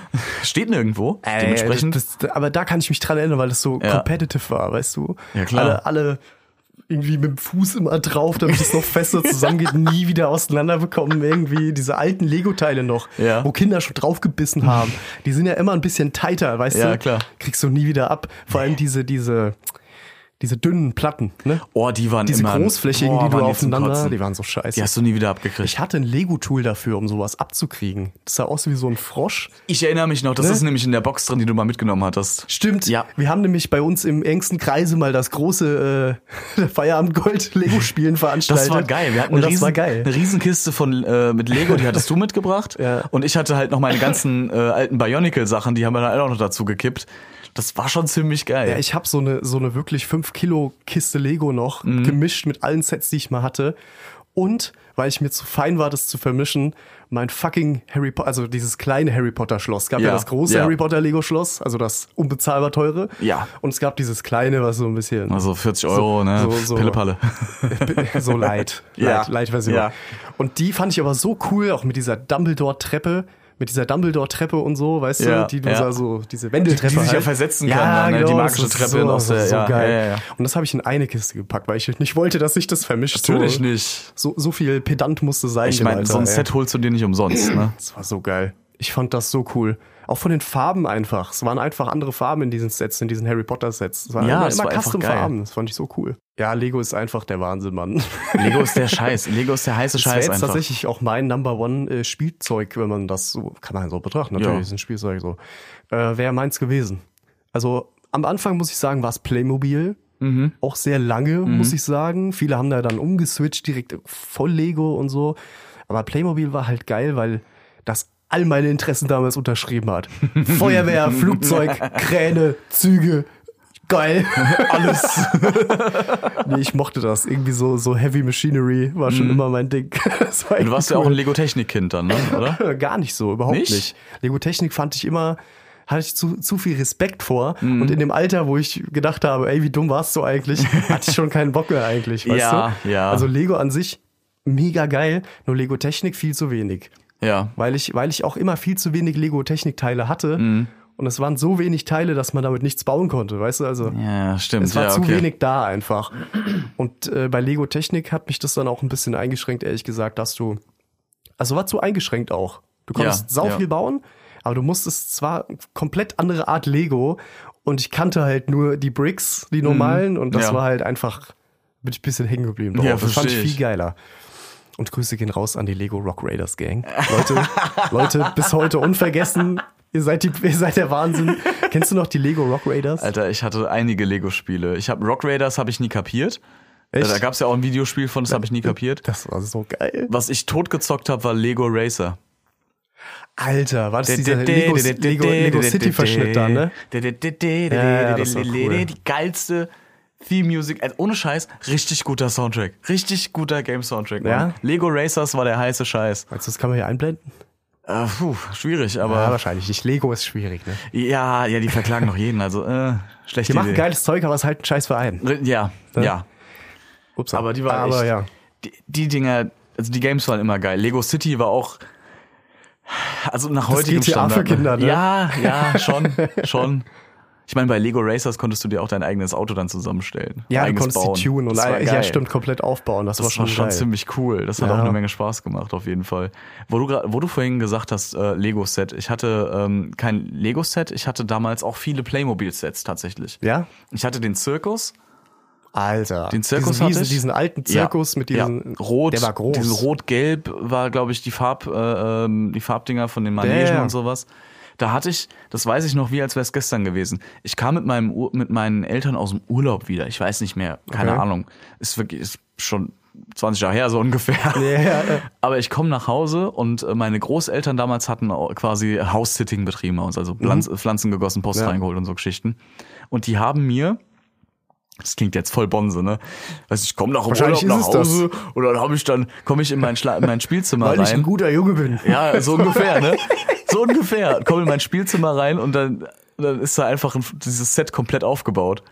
Speaker 4: steht nirgendwo. Dementsprechend.
Speaker 5: Äh, Das, das, aber da kann ich mich dran erinnern, weil das so
Speaker 4: Ja.
Speaker 5: competitive war, weißt du?
Speaker 4: Ja, klar.
Speaker 5: Alle, alle irgendwie mit dem Fuß immer drauf, damit es noch fester zusammengeht, nie wieder auseinanderbekommen, irgendwie diese alten Lego-Teile noch,
Speaker 4: Ja.
Speaker 5: wo Kinder schon draufgebissen haben. Die sind ja immer ein bisschen tighter, weißt du?
Speaker 4: Ja, klar.
Speaker 5: Kriegst du nie wieder ab. Vor allem diese, diese, diese dünnen Platten, ne?
Speaker 4: oh, die waren
Speaker 5: Diese
Speaker 4: immer.
Speaker 5: großflächigen,
Speaker 4: boah,
Speaker 5: die du
Speaker 4: waren zum
Speaker 5: aufeinander,
Speaker 4: Kotzen.
Speaker 5: die waren so scheiße.
Speaker 4: Die hast du nie wieder abgekriegt.
Speaker 5: ich hatte ein Lego-Tool dafür, um sowas abzukriegen. Das sah aus wie so ein Frosch.
Speaker 4: Ich erinnere mich noch, das
Speaker 5: Ne?
Speaker 4: ist nämlich in der Box drin, die du mal mitgenommen hattest.
Speaker 5: Stimmt.
Speaker 4: Ja.
Speaker 5: Wir haben nämlich bei uns im engsten Kreise mal das große äh, Feierabend Gold Lego Spielen veranstaltet.
Speaker 4: Das war geil. Wir hatten
Speaker 5: Und
Speaker 4: eine,
Speaker 5: das
Speaker 4: riesen,
Speaker 5: war geil.
Speaker 4: eine Riesenkiste von äh, mit Lego, die hattest du mitgebracht.
Speaker 5: Ja.
Speaker 4: Und ich hatte halt noch meine ganzen äh, alten Bionicle Sachen, die haben wir dann halt auch noch dazu gekippt. Das war schon ziemlich geil.
Speaker 5: Ja, ich habe so
Speaker 4: Mhm.
Speaker 5: eine so eine wirklich 5 Kilo Kiste Lego noch gemischt mit allen Sets, die ich mal hatte. und weil ich mir zu fein war, das zu vermischen, mein fucking Harry Potter, also dieses kleine Harry Potter Schloss. Es gab ja,
Speaker 4: Ja,
Speaker 5: das große
Speaker 4: ja.
Speaker 5: Harry Potter Lego Schloss, also das unbezahlbar teure.
Speaker 4: Ja.
Speaker 5: Und es gab dieses kleine, was so ein bisschen
Speaker 4: Also 40 Euro,
Speaker 5: So-
Speaker 4: ne?
Speaker 5: so- so-
Speaker 4: Pillepalle.
Speaker 5: so light, light,
Speaker 4: Ja.
Speaker 5: light Version.
Speaker 4: Ja.
Speaker 5: Und die fand ich aber so cool, auch mit dieser Dumbledore Treppe. Mit dieser Dumbledore-Treppe und so, weißt
Speaker 4: Ja,
Speaker 5: du, die du
Speaker 4: ja.
Speaker 5: da so, diese Wendeltreppe.
Speaker 4: Die- die sich ja
Speaker 5: halt.
Speaker 4: versetzen kann, ne? Die magische
Speaker 5: das ist
Speaker 4: Treppe
Speaker 5: so,
Speaker 4: aus der-
Speaker 5: das ist so
Speaker 4: ja,
Speaker 5: geil.
Speaker 4: ja, ja, ja.
Speaker 5: Und das habe ich in eine Kiste gepackt, weil ich nicht wollte, dass sich das vermischt. so,
Speaker 4: nicht.
Speaker 5: So, so viel Pedant musste sein.
Speaker 4: Ich
Speaker 5: dem
Speaker 4: meine,
Speaker 5: Alter,
Speaker 4: so ein
Speaker 5: ey.
Speaker 4: Set holst du dir nicht umsonst, ne?
Speaker 5: Das war so geil. Ich fand das so cool. Auch von den Farben einfach. Es waren einfach andere Farben in diesen Sets, in diesen Harry Potter Sets. Es waren
Speaker 4: Ja,
Speaker 5: immer,
Speaker 4: es
Speaker 5: immer
Speaker 4: war einfach
Speaker 5: Custom
Speaker 4: geil.
Speaker 5: Farben. Das fand ich so cool. Ja, Lego ist einfach der Wahnsinn, Mann.
Speaker 4: Lego ist der Scheiß. Lego ist der heiße
Speaker 5: Das wäre
Speaker 4: Scheiß
Speaker 5: jetzt
Speaker 4: einfach.
Speaker 5: tatsächlich auch mein Number One äh, Spielzeug, wenn man das so, kann man so betrachten, natürlich
Speaker 4: Ja.
Speaker 5: ist ein Spielzeug so. Äh, wäre meins gewesen. Also am Anfang muss ich sagen, war es Playmobil.
Speaker 4: Mhm.
Speaker 5: Auch sehr lange, muss ich sagen. Viele haben da dann umgeswitcht, direkt voll Lego und so. Aber Playmobil war halt geil, weil das all meine Interessen damals unterschrieben hat. Feuerwehr, Flugzeug, Kräne, Züge. Geil. Alles. nee, ich mochte das. Irgendwie so, so Heavy Machinery war schon immer mein Ding. Das war
Speaker 4: Mhm.
Speaker 5: Äh,
Speaker 4: Du warst ja auch ein Lego-Technik-Kind dann, ne? oder?
Speaker 5: Gar nicht so, überhaupt
Speaker 4: Nicht?
Speaker 5: nicht. Lego Technik fand ich immer, hatte ich zu, zu viel Respekt vor.
Speaker 4: Mhm.
Speaker 5: Und in dem Alter, wo ich gedacht habe, ey, wie dumm warst du eigentlich, hatte ich schon keinen Bock mehr eigentlich, weißt
Speaker 4: Ja,
Speaker 5: du?
Speaker 4: ja.
Speaker 5: Also Lego an sich mega geil, nur Lego Technik viel zu wenig.
Speaker 4: Ja.
Speaker 5: Weil ich, weil ich auch immer viel zu wenig Lego Technik Teile hatte.
Speaker 4: Mhm.
Speaker 5: Und es waren so wenig Teile, dass man damit nichts bauen konnte, weißt du? Also
Speaker 4: Ja, stimmt.
Speaker 5: es war
Speaker 4: ja,
Speaker 5: zu
Speaker 4: okay.
Speaker 5: wenig da einfach. Und äh, bei Lego Technik hat mich das dann auch ein bisschen eingeschränkt, ehrlich gesagt, dass du. Also war zu eingeschränkt auch. Du
Speaker 4: Ja,
Speaker 5: konntest sau
Speaker 4: ja.
Speaker 5: viel bauen, aber du musstest zwar komplett andere Art Lego und ich kannte halt nur die Bricks, die normalen, und das
Speaker 4: Mhm. ja.
Speaker 5: war halt einfach, bin ich ein bisschen hängen geblieben drauf.
Speaker 4: Ja,
Speaker 5: das fand ich
Speaker 4: versteh ich.
Speaker 5: viel geiler. Und Grüße gehen raus an die Lego Rock Raiders Gang. Leute, Leute, bis heute unvergessen. Ihr seid, die, ihr seid der Wahnsinn. Kennst du noch die Lego Rock Raiders?
Speaker 4: Alter, ich hatte einige Lego-Spiele. Ich habe Rock Raiders habe ich nie kapiert.
Speaker 5: Echt?
Speaker 4: Da gab es ja auch ein Videospiel von, das habe ich nie kapiert.
Speaker 5: Das war so geil.
Speaker 4: Was ich totgezockt habe, war Lego Racer.
Speaker 5: Alter, war das dieser Lego, Lego, Lego City-Verschnitt da, ne? ja, das war cool.
Speaker 4: Die geilste Theme Music, also ohne Scheiß, richtig guter Soundtrack. Richtig guter Game Soundtrack. Mann.
Speaker 5: Ja?
Speaker 4: Lego Racers war der heiße Scheiß.
Speaker 5: Meinst du, das kann man hier einblenden?
Speaker 4: Äh, puh, schwierig,
Speaker 5: Ja,
Speaker 4: aber
Speaker 5: wahrscheinlich nicht. Lego ist schwierig, ne?
Speaker 4: ja, ja, die verklagen noch jeden, also äh, schlechte
Speaker 5: Die machen
Speaker 4: Idee.
Speaker 5: geiles Zeug, aber es ist halt ein scheiß Verein.
Speaker 4: Ja, ja.
Speaker 5: Ups,
Speaker 4: Aber die waren
Speaker 5: aber
Speaker 4: echt-
Speaker 5: ja.
Speaker 4: Die, die Dinger, also die Games waren immer geil. Lego City war auch also nach heutigem
Speaker 5: GTA
Speaker 4: Standard.
Speaker 5: für Kinder, ne?
Speaker 4: Ja, ja, schon, schon. Ich meine, bei Lego Racers konntest du dir auch dein eigenes Auto dann zusammenstellen.
Speaker 5: Ja, du
Speaker 4: eigenes
Speaker 5: konntest die tun und
Speaker 4: das war
Speaker 5: all-
Speaker 4: geil.
Speaker 5: ja, stimmt, komplett aufbauen. Das, war
Speaker 4: Das war
Speaker 5: schon,
Speaker 4: schon
Speaker 5: geil.
Speaker 4: ziemlich cool. Das hat
Speaker 5: Ja.
Speaker 4: auch eine Menge Spaß gemacht, auf jeden Fall. Wo du, gra- wo du vorhin gesagt hast, äh, Lego-Set. Ich hatte ähm, kein Lego-Set, ich hatte damals auch viele Playmobil-Sets tatsächlich.
Speaker 5: Ja?
Speaker 4: Ich hatte den Zirkus,
Speaker 5: Alter.
Speaker 4: den Zirkus
Speaker 5: diesen,
Speaker 4: hatte
Speaker 5: riesen-
Speaker 4: ich.
Speaker 5: diesen alten Zirkus
Speaker 4: Ja,
Speaker 5: mit diesen.
Speaker 4: ja. rot,
Speaker 5: Der war groß.
Speaker 4: Diesen rot-gelb war, glaube ich, die Farb, äh, ähm, die Farbdinger von den Manegen
Speaker 5: ja.
Speaker 4: und sowas. Da hatte ich, das weiß ich noch wie, als wäre es gestern gewesen. Ich kam mit meinem Ur mit meinen Eltern aus dem Urlaub wieder. Ich weiß nicht mehr, keine
Speaker 5: Okay.
Speaker 4: Ahnung. Ist wirklich ist schon 20 Jahre her so ungefähr.
Speaker 5: Ja, ja.
Speaker 4: Aber ich komme nach Hause und äh, meine Großeltern damals hatten au- quasi House-Sitting betrieben bei uns, also Pflanz Pflanzen gegossen, Post
Speaker 5: Mhm. Ja.
Speaker 4: reingeholt und so Geschichten. Und die haben mir, das klingt jetzt voll Bonse, ne? Weißt du, ich komme nach dem
Speaker 5: Wahrscheinlich
Speaker 4: Urlaub nach
Speaker 5: ist es das.
Speaker 4: Hause und dann habe ich dann, komme ich in mein, Schla in mein Spielzimmer
Speaker 5: Weil
Speaker 4: rein.
Speaker 5: ich ein guter Junge bin.
Speaker 4: Ja, so ungefähr, ne? So ungefähr. Komm in mein Spielzimmer rein und dann, dann ist da einfach ein, dieses Set komplett aufgebaut.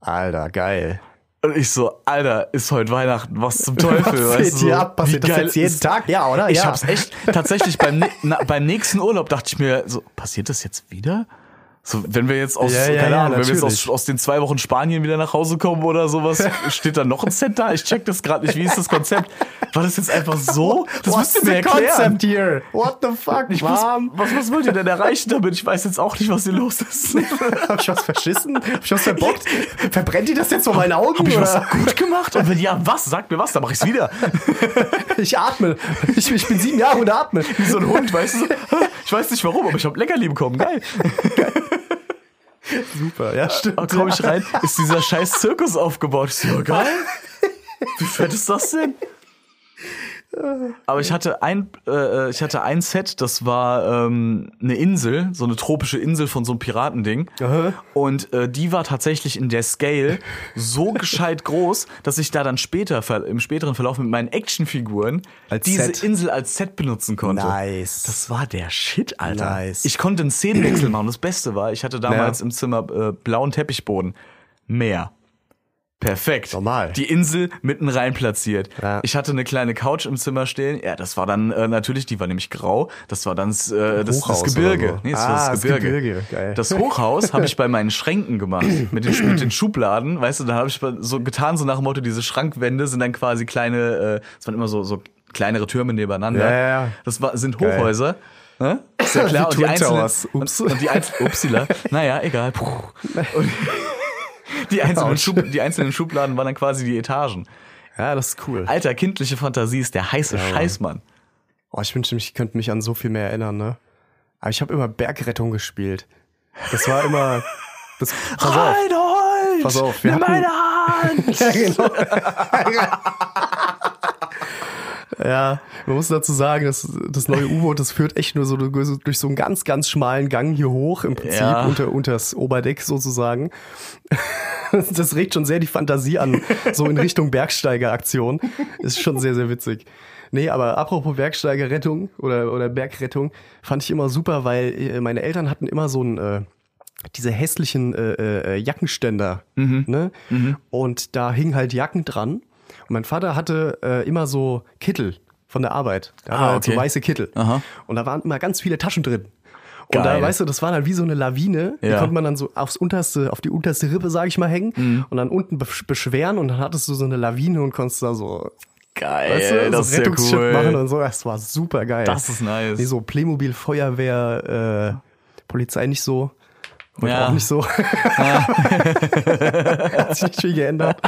Speaker 5: Alter, geil.
Speaker 4: Und ich so, Alter, ist heute Weihnachten, was zum Teufel, weißt du?
Speaker 5: Was geht
Speaker 4: So,
Speaker 5: hier ab?
Speaker 4: wie
Speaker 5: Passiert das
Speaker 4: geil
Speaker 5: jetzt jeden
Speaker 4: ist-
Speaker 5: Tag? Ja, oder?
Speaker 4: Ich
Speaker 5: ja.
Speaker 4: hab's echt tatsächlich beim, ni- na, beim nächsten Urlaub dachte ich mir, so, passiert das jetzt wieder? So, wenn wir jetzt aus,
Speaker 5: Ja, ja,
Speaker 4: keine
Speaker 5: ja,
Speaker 4: Ahnung, wenn wir jetzt aus,
Speaker 5: natürlich.
Speaker 4: aus den zwei Wochen Spanien wieder nach Hause kommen oder sowas, steht da noch ein Set da? Ich check das gerade nicht. Wie ist das Konzept? War das jetzt einfach so? Das
Speaker 5: What's
Speaker 4: müsst ihr mir
Speaker 5: the
Speaker 4: erklären.
Speaker 5: concept here? What the fuck?
Speaker 4: Ich muss, was, was wollt ihr denn erreichen damit? Ich weiß jetzt auch nicht, was hier los ist.
Speaker 5: Hab ich was verschissen? Hab ich was verbockt? Verbrennt die das jetzt vor meinen Augen?
Speaker 4: Hab ich
Speaker 5: oder?
Speaker 4: was gut gemacht? Und wenn ja, was? Sagt mir was, dann mach ich's wieder.
Speaker 5: Ich atme. Ich, ich bin sieben Jahre und atme.
Speaker 4: Wie so ein Hund, weißt du? so. Ich weiß nicht warum, aber ich hab Leckerli bekommen. Geil.
Speaker 5: Super, ja, stimmt.
Speaker 4: Da komme ich rein, ist dieser scheiß Zirkus aufgebaut. Ich so, ja, geil. Wie fett ist das denn? Aber ich hatte ein, äh, ich hatte ein Set, das war ähm, eine Insel, so eine tropische Insel von so einem Piratending.
Speaker 5: Aha.
Speaker 4: Und äh, die war tatsächlich in der Scale so gescheit groß, dass ich da dann später ver- im späteren Verlauf mit meinen Actionfiguren
Speaker 5: Als
Speaker 4: diese
Speaker 5: Set.
Speaker 4: Insel als Set benutzen konnte.
Speaker 5: Nice.
Speaker 4: Das war der Shit, Alter.
Speaker 5: Nice.
Speaker 4: Ich konnte einen Szenenwechsel machen. Das Beste war, ich hatte damals
Speaker 5: Ja.
Speaker 4: im Zimmer äh, blauen Teppichboden. Meer. Perfekt.
Speaker 5: Normal.
Speaker 4: Die Insel mitten rein platziert.
Speaker 5: Ja.
Speaker 4: Ich hatte eine kleine Couch im Zimmer stehen. Ja, das war dann äh, natürlich, die war nämlich grau. Das war dann das, äh, das, das
Speaker 5: Hochhaus
Speaker 4: Gebirge.
Speaker 5: oder so.
Speaker 4: Nee, das,
Speaker 5: Ah,
Speaker 4: war das
Speaker 5: das
Speaker 4: Gebirge.
Speaker 5: Gebirge, geil.
Speaker 4: Das Hochhaus habe ich bei meinen Schränken gemacht. Mit den, mit den Schubladen. Weißt du, da habe ich so getan, so nach dem Motto, diese Schrankwände sind dann quasi kleine, äh, das waren immer so, so kleinere Türme nebeneinander.
Speaker 5: Ja, ja, ja.
Speaker 4: Das war, sind Hochhäuser. Ne? Ist ja klar. und
Speaker 5: Die
Speaker 4: die
Speaker 5: Twin
Speaker 4: einzelnen,
Speaker 5: Towers. Ups.
Speaker 4: Und, und die einzelnen, upsila. Naja, egal. Puh. Und die, einzelnen Schub, die einzelnen Schubladen waren dann quasi die Etagen.
Speaker 5: Ja, das ist cool.
Speaker 4: Alter, kindliche Fantasie ist der heiße Scheiß, Mann.
Speaker 5: Oh, ich wünschte, ich könnte mich an so viel mehr erinnern, ne? Aber ich habe immer Bergrettung gespielt. Das war immer. Das, pass auf.
Speaker 4: Reinhold!
Speaker 5: Pass auf, wir
Speaker 4: Halt, nimm
Speaker 5: hatten-
Speaker 4: meine Hand!
Speaker 5: Ja, genau. ja, man muss dazu sagen, das, das neue U-Boot, das führt echt nur so durch durch so einen ganz, ganz schmalen Gang hier hoch, im Prinzip,
Speaker 4: Ja.
Speaker 5: unter, unters Oberdeck sozusagen. Das regt schon sehr die Fantasie an, so in Richtung Bergsteigeraktion. Ist schon sehr, sehr witzig. Nee, aber apropos Bergsteigerrettung oder, oder Bergrettung, fand ich immer super, weil äh, meine Eltern hatten immer so ein, äh, diese hässlichen äh, äh, Jackenständer.
Speaker 4: Mhm.
Speaker 5: Ne? Und da hingen halt Jacken dran. Und mein Vater hatte äh, immer so Kittel von der Arbeit. Da
Speaker 4: Ah,
Speaker 5: hatte er halt
Speaker 4: okay.
Speaker 5: so weiße Kittel.
Speaker 4: Aha.
Speaker 5: Und da waren immer ganz viele Taschen drin. Und
Speaker 4: Geil.
Speaker 5: da, weißt du, das war dann wie so eine Lawine. Die
Speaker 4: Ja.
Speaker 5: konnte man dann so aufs unterste, auf die unterste Rippe, sag ich mal, hängen
Speaker 4: Mhm.
Speaker 5: und dann unten besch- beschweren und dann hattest du so eine Lawine und konntest da so,
Speaker 4: Geil,
Speaker 5: weißt
Speaker 4: das
Speaker 5: du, so
Speaker 4: ist ja
Speaker 5: Rettungsschirm
Speaker 4: cool.
Speaker 5: machen und so. Das war super geil.
Speaker 4: Das ist nice.
Speaker 5: Nee, so Playmobil, Feuerwehr, äh, Polizei nicht so. Und
Speaker 4: Ja.
Speaker 5: auch nicht so. Hat sich nicht viel geändert.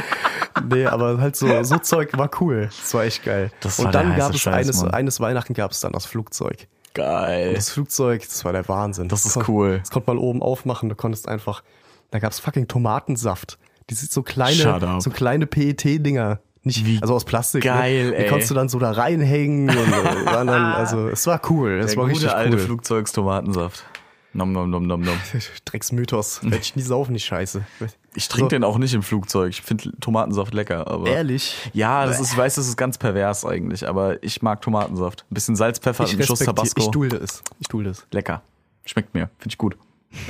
Speaker 5: Nee, aber halt so, so Zeug war cool. Das war echt geil.
Speaker 4: Das war
Speaker 5: und
Speaker 4: der
Speaker 5: dann
Speaker 4: heiße
Speaker 5: gab es
Speaker 4: Scheiß,
Speaker 5: eines,
Speaker 4: Mann.
Speaker 5: eines Weihnachten gab es dann das Flugzeug.
Speaker 4: Geil.
Speaker 5: Das Flugzeug, das war der Wahnsinn.
Speaker 4: Das ist
Speaker 5: kon-
Speaker 4: cool.
Speaker 5: Das konnte man oben aufmachen. Du konntest einfach, da gab's fucking Tomatensaft. Die sind so
Speaker 4: Shut
Speaker 5: kleine,
Speaker 4: up.
Speaker 5: so kleine PET-Dinger. Nicht,
Speaker 4: Wie
Speaker 5: also aus Plastik.
Speaker 4: geil,
Speaker 5: ne? Die
Speaker 4: ey.
Speaker 5: konntest du dann so da reinhängen und äh, waren dann, also es war cool. Es
Speaker 4: Der
Speaker 5: war
Speaker 4: gute
Speaker 5: richtig
Speaker 4: alte
Speaker 5: cool.
Speaker 4: Flugzeugstomatensaft. Nom nom nom nom nom.
Speaker 5: Drecksmythos. Werd ich nie saufen, die Scheiße.
Speaker 4: Ich trinke
Speaker 5: So.
Speaker 4: den auch nicht im Flugzeug. Ich finde Tomatensaft lecker, aber.
Speaker 5: Ehrlich?
Speaker 4: Ja, das ist, ich weiß, das ist ganz pervers eigentlich, aber ich mag Tomatensaft. Ein bisschen Salz, Pfeffer und
Speaker 5: Ich
Speaker 4: einen Schuss
Speaker 5: respektiere,
Speaker 4: Tabasco.
Speaker 5: ich dulde es. Ich dulde es.
Speaker 4: lecker. Schmeckt mir, finde ich gut.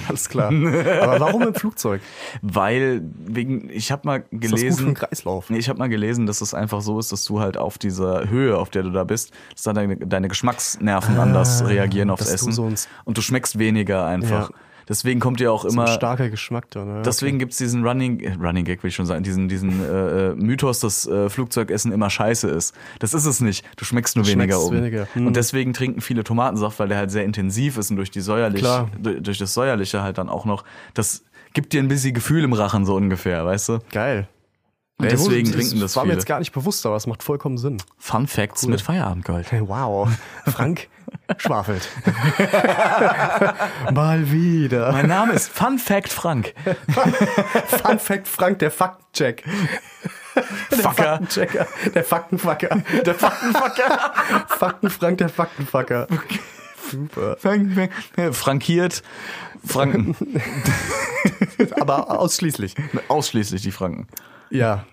Speaker 5: Alles klar. Aber warum im Flugzeug?
Speaker 4: Weil wegen ich habe mal
Speaker 5: Ist das gut für
Speaker 4: gelesen,
Speaker 5: einen Kreislauf?
Speaker 4: Nee, ich habe mal gelesen, dass es einfach so ist, dass du halt auf dieser Höhe, auf der du da bist, dass dann deine, deine Geschmacksnerven anders reagieren aufs
Speaker 5: Ah, dass du
Speaker 4: Essen
Speaker 5: so ein s-
Speaker 4: und du schmeckst weniger einfach.
Speaker 5: Ja.
Speaker 4: Deswegen kommt dir auch
Speaker 5: Ein
Speaker 4: immer
Speaker 5: starker Geschmack da. Ne?
Speaker 4: Deswegen gibt's diesen Running, äh, Running Gag, will ich schon sagen, diesen, diesen äh, äh, Mythos, dass äh, Flugzeugessen immer scheiße ist. Das ist es nicht. Du schmeckst nur
Speaker 5: Du
Speaker 4: weniger
Speaker 5: schmeckst
Speaker 4: um.
Speaker 5: weniger. Hm.
Speaker 4: Und deswegen trinken viele Tomatensaft, weil der halt sehr intensiv ist und durch die säuerlich,
Speaker 5: Klar.
Speaker 4: du- durch das säuerliche halt dann auch noch. Das gibt dir ein bisschen Gefühl im Rachen so ungefähr, weißt du?
Speaker 5: Geil.
Speaker 4: Und deswegen
Speaker 5: das
Speaker 4: trinken das
Speaker 5: war mir
Speaker 4: viele.
Speaker 5: jetzt gar nicht bewusst, aber es macht vollkommen Sinn.
Speaker 4: Fun Facts mit Feierabendgold.
Speaker 5: Wow, Frank schwafelt. Mal wieder.
Speaker 4: Mein Name ist Fun Fact Frank.
Speaker 5: Fun Fact Frank, der Faktencheck. Der
Speaker 4: Fucker.
Speaker 5: Faktenchecker. Der Faktenfucker. Der Faktenfucker. Fakten Frank, der Faktenfucker. Super.
Speaker 4: äh, Frankiert Franken.
Speaker 5: Aber ausschließlich.
Speaker 4: Ausschließlich die Franken.
Speaker 5: Ja.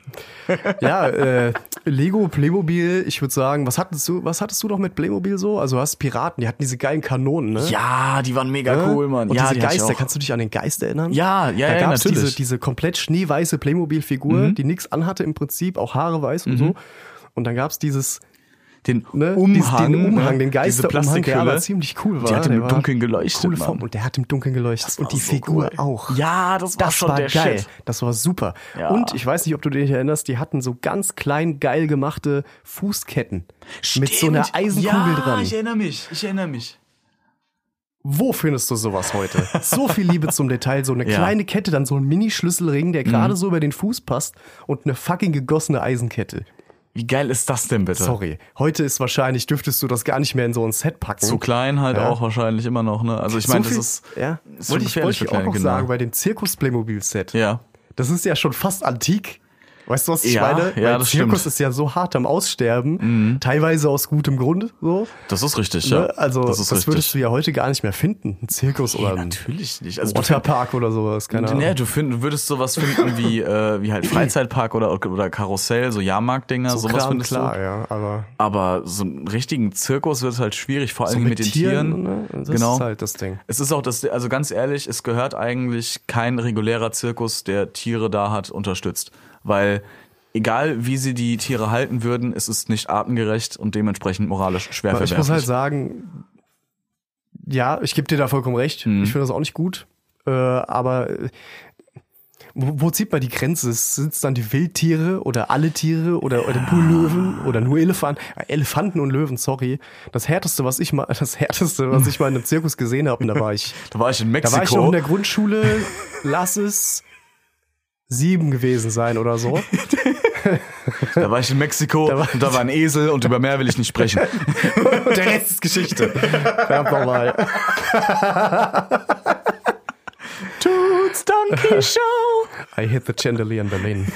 Speaker 5: Ja, äh, Lego, Playmobil, ich würde sagen, was hattest du, was hattest du noch mit Playmobil so? Also du hast Piraten, die hatten diese geilen Kanonen, ne?
Speaker 4: Ja, die waren mega cool, Mann.
Speaker 5: Und
Speaker 4: ja,
Speaker 5: diese
Speaker 4: die hatte ich
Speaker 5: Geister,
Speaker 4: auch.
Speaker 5: kannst du dich an den Geist erinnern?
Speaker 4: Ja, ja,
Speaker 5: da
Speaker 4: ja,
Speaker 5: gab's
Speaker 4: natürlich. Mhm.
Speaker 5: Diese, diese komplett schneeweiße Playmobil-Figur, die nichts anhatte im Prinzip, auch Haare weiß und so. Und dann gab's dieses,
Speaker 4: den
Speaker 5: ne,
Speaker 4: Umhang,
Speaker 5: dies, den Umhang,
Speaker 4: ne?
Speaker 5: den Geisterumhang, der aber
Speaker 4: Plastikhülle.
Speaker 5: ziemlich cool war.
Speaker 4: Die hatte
Speaker 5: der
Speaker 4: im
Speaker 5: war
Speaker 4: Dunkeln geleuchtet,
Speaker 5: Coole
Speaker 4: Mann.
Speaker 5: Form und der hat im Dunkeln geleuchtet.
Speaker 4: war
Speaker 5: und die
Speaker 4: so
Speaker 5: Figur
Speaker 4: cool.
Speaker 5: auch.
Speaker 4: Ja, das war schon der
Speaker 5: geil.
Speaker 4: Shit.
Speaker 5: Das war super.
Speaker 4: Ja.
Speaker 5: Und ich weiß nicht, ob du dich erinnerst, die hatten so ganz klein geil gemachte Fußketten mit so einer
Speaker 4: Stimmt.
Speaker 5: Eisenkugel
Speaker 4: ja,
Speaker 5: dran.
Speaker 4: Ich erinnere mich, ich erinnere mich.
Speaker 5: Wo findest du sowas heute? So viel Liebe zum Detail, so eine
Speaker 4: Ja. Mhm.
Speaker 5: kleine Kette, dann so ein Mini-Schlüsselring, der gerade so über den Fuß passt und eine fucking gegossene Eisenkette.
Speaker 4: Wie geil ist das denn bitte?
Speaker 5: Sorry. Heute ist wahrscheinlich, dürftest du das gar nicht mehr in so ein Set packen.
Speaker 4: Zu klein halt
Speaker 5: Ja.
Speaker 4: auch wahrscheinlich immer noch, ne? Also ich genau. meine,
Speaker 5: so
Speaker 4: das
Speaker 5: viel,
Speaker 4: ist,
Speaker 5: ja.
Speaker 4: ist schon
Speaker 5: wollte
Speaker 4: gefährlich
Speaker 5: ich, wollte
Speaker 4: für
Speaker 5: ich auch
Speaker 4: kleine
Speaker 5: noch
Speaker 4: Kinder.
Speaker 5: sagen, bei dem Zirkus-Playmobil-Set.
Speaker 4: Ja.
Speaker 5: Das ist ja schon fast antik. Weißt du, was ich
Speaker 4: Ja,
Speaker 5: meine?
Speaker 4: ja,
Speaker 5: Weil
Speaker 4: das
Speaker 5: Zirkus
Speaker 4: stimmt. Mhm.
Speaker 5: ist ja so hart am Aussterben, teilweise aus gutem Grund so.
Speaker 4: Das ist richtig, ja.
Speaker 5: ne? Also
Speaker 4: das
Speaker 5: das,
Speaker 4: ist
Speaker 5: würdest
Speaker 4: richtig.
Speaker 5: du ja heute gar nicht mehr finden. Ein Zirkus oder ein
Speaker 4: Natürlich nicht. Also du
Speaker 5: Waterpark oder sowas, keine Ahnung.
Speaker 4: Nee, du, find, du würdest sowas finden wie, äh, wie halt Freizeitpark oder, oder Karussell, so Jahrmarktdinger,
Speaker 5: So
Speaker 4: sowas
Speaker 5: Kram,
Speaker 4: findest
Speaker 5: klar,
Speaker 4: du.
Speaker 5: ja, aber
Speaker 4: Aber so einen richtigen Zirkus wird halt schwierig, vor allem
Speaker 5: so
Speaker 4: mit, den Tieren.
Speaker 5: ne? das
Speaker 4: genau.
Speaker 5: ist halt das Ding.
Speaker 4: Es ist auch das, also ganz ehrlich, es gehört eigentlich kein regulärer Zirkus, der Tiere da hat, unterstützt. Weil egal wie sie die Tiere halten würden, es ist nicht artengerecht und dementsprechend moralisch schwer
Speaker 5: Aber ich muss halt
Speaker 4: verwerflich.
Speaker 5: sagen, ja, ich gebe dir da vollkommen recht.
Speaker 4: Mhm.
Speaker 5: Ich finde das auch nicht gut. Äh, aber äh, wo, wo zieht man die Grenze? Sind es dann die Wildtiere oder alle Tiere oder, oder nur Löwen oder nur Elefanten? äh, Elefanten und Löwen, sorry. Das härteste, was ich mal, das härteste, was ich mal in einem Zirkus gesehen habe, und da war ich,
Speaker 4: Da war ich in
Speaker 5: da
Speaker 4: Mexiko.
Speaker 5: war ich um noch in der Grundschule, lass es sieben gewesen sein oder so.
Speaker 4: Da war ich in Mexiko
Speaker 5: Da war-
Speaker 4: und da war ein Esel und über mehr will ich nicht sprechen.
Speaker 5: Und der Rest ist Geschichte. Verdammt nochmal.
Speaker 4: Tut's Donkey Show.
Speaker 5: I hit the chandelier in Berlin.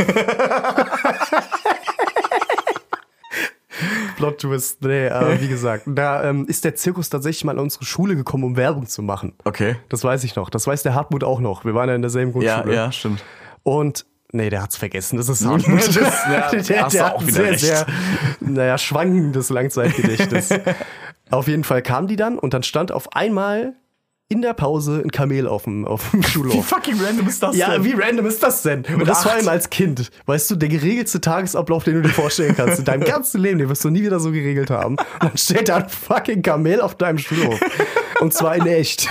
Speaker 5: Plot Twist, nee, äh, wie gesagt, da ähm, ist der Zirkus tatsächlich mal an unsere Schule gekommen, um Werbung zu machen.
Speaker 4: Okay.
Speaker 5: Das weiß ich noch, das weiß der Hartmut auch noch. Wir waren ja in derselben
Speaker 4: Ja,
Speaker 5: Grundschule.
Speaker 4: ja, stimmt.
Speaker 5: Und nee, der hat's vergessen, das ist Hartmut.
Speaker 4: Das- ja, hast du
Speaker 5: hat
Speaker 4: auch
Speaker 5: ein
Speaker 4: wieder
Speaker 5: sehr,
Speaker 4: recht.
Speaker 5: sehr, naja, schwankendes Langzeitgedächtnis. auf jeden Fall kamen die dann und dann stand auf einmal in der Pause ein Kamel auf dem, auf dem Schulhof.
Speaker 4: fucking random ist das
Speaker 5: Ja, wie random ist das denn? Und das vor
Speaker 4: acht.
Speaker 5: allem als Kind. Weißt du, der geregelste Tagesablauf, den du dir vorstellen kannst, in deinem ganzen Leben, den wirst du nie wieder so geregelt haben. Und dann steht da ein fucking Kamel auf deinem Schulhof. Und zwar in echt.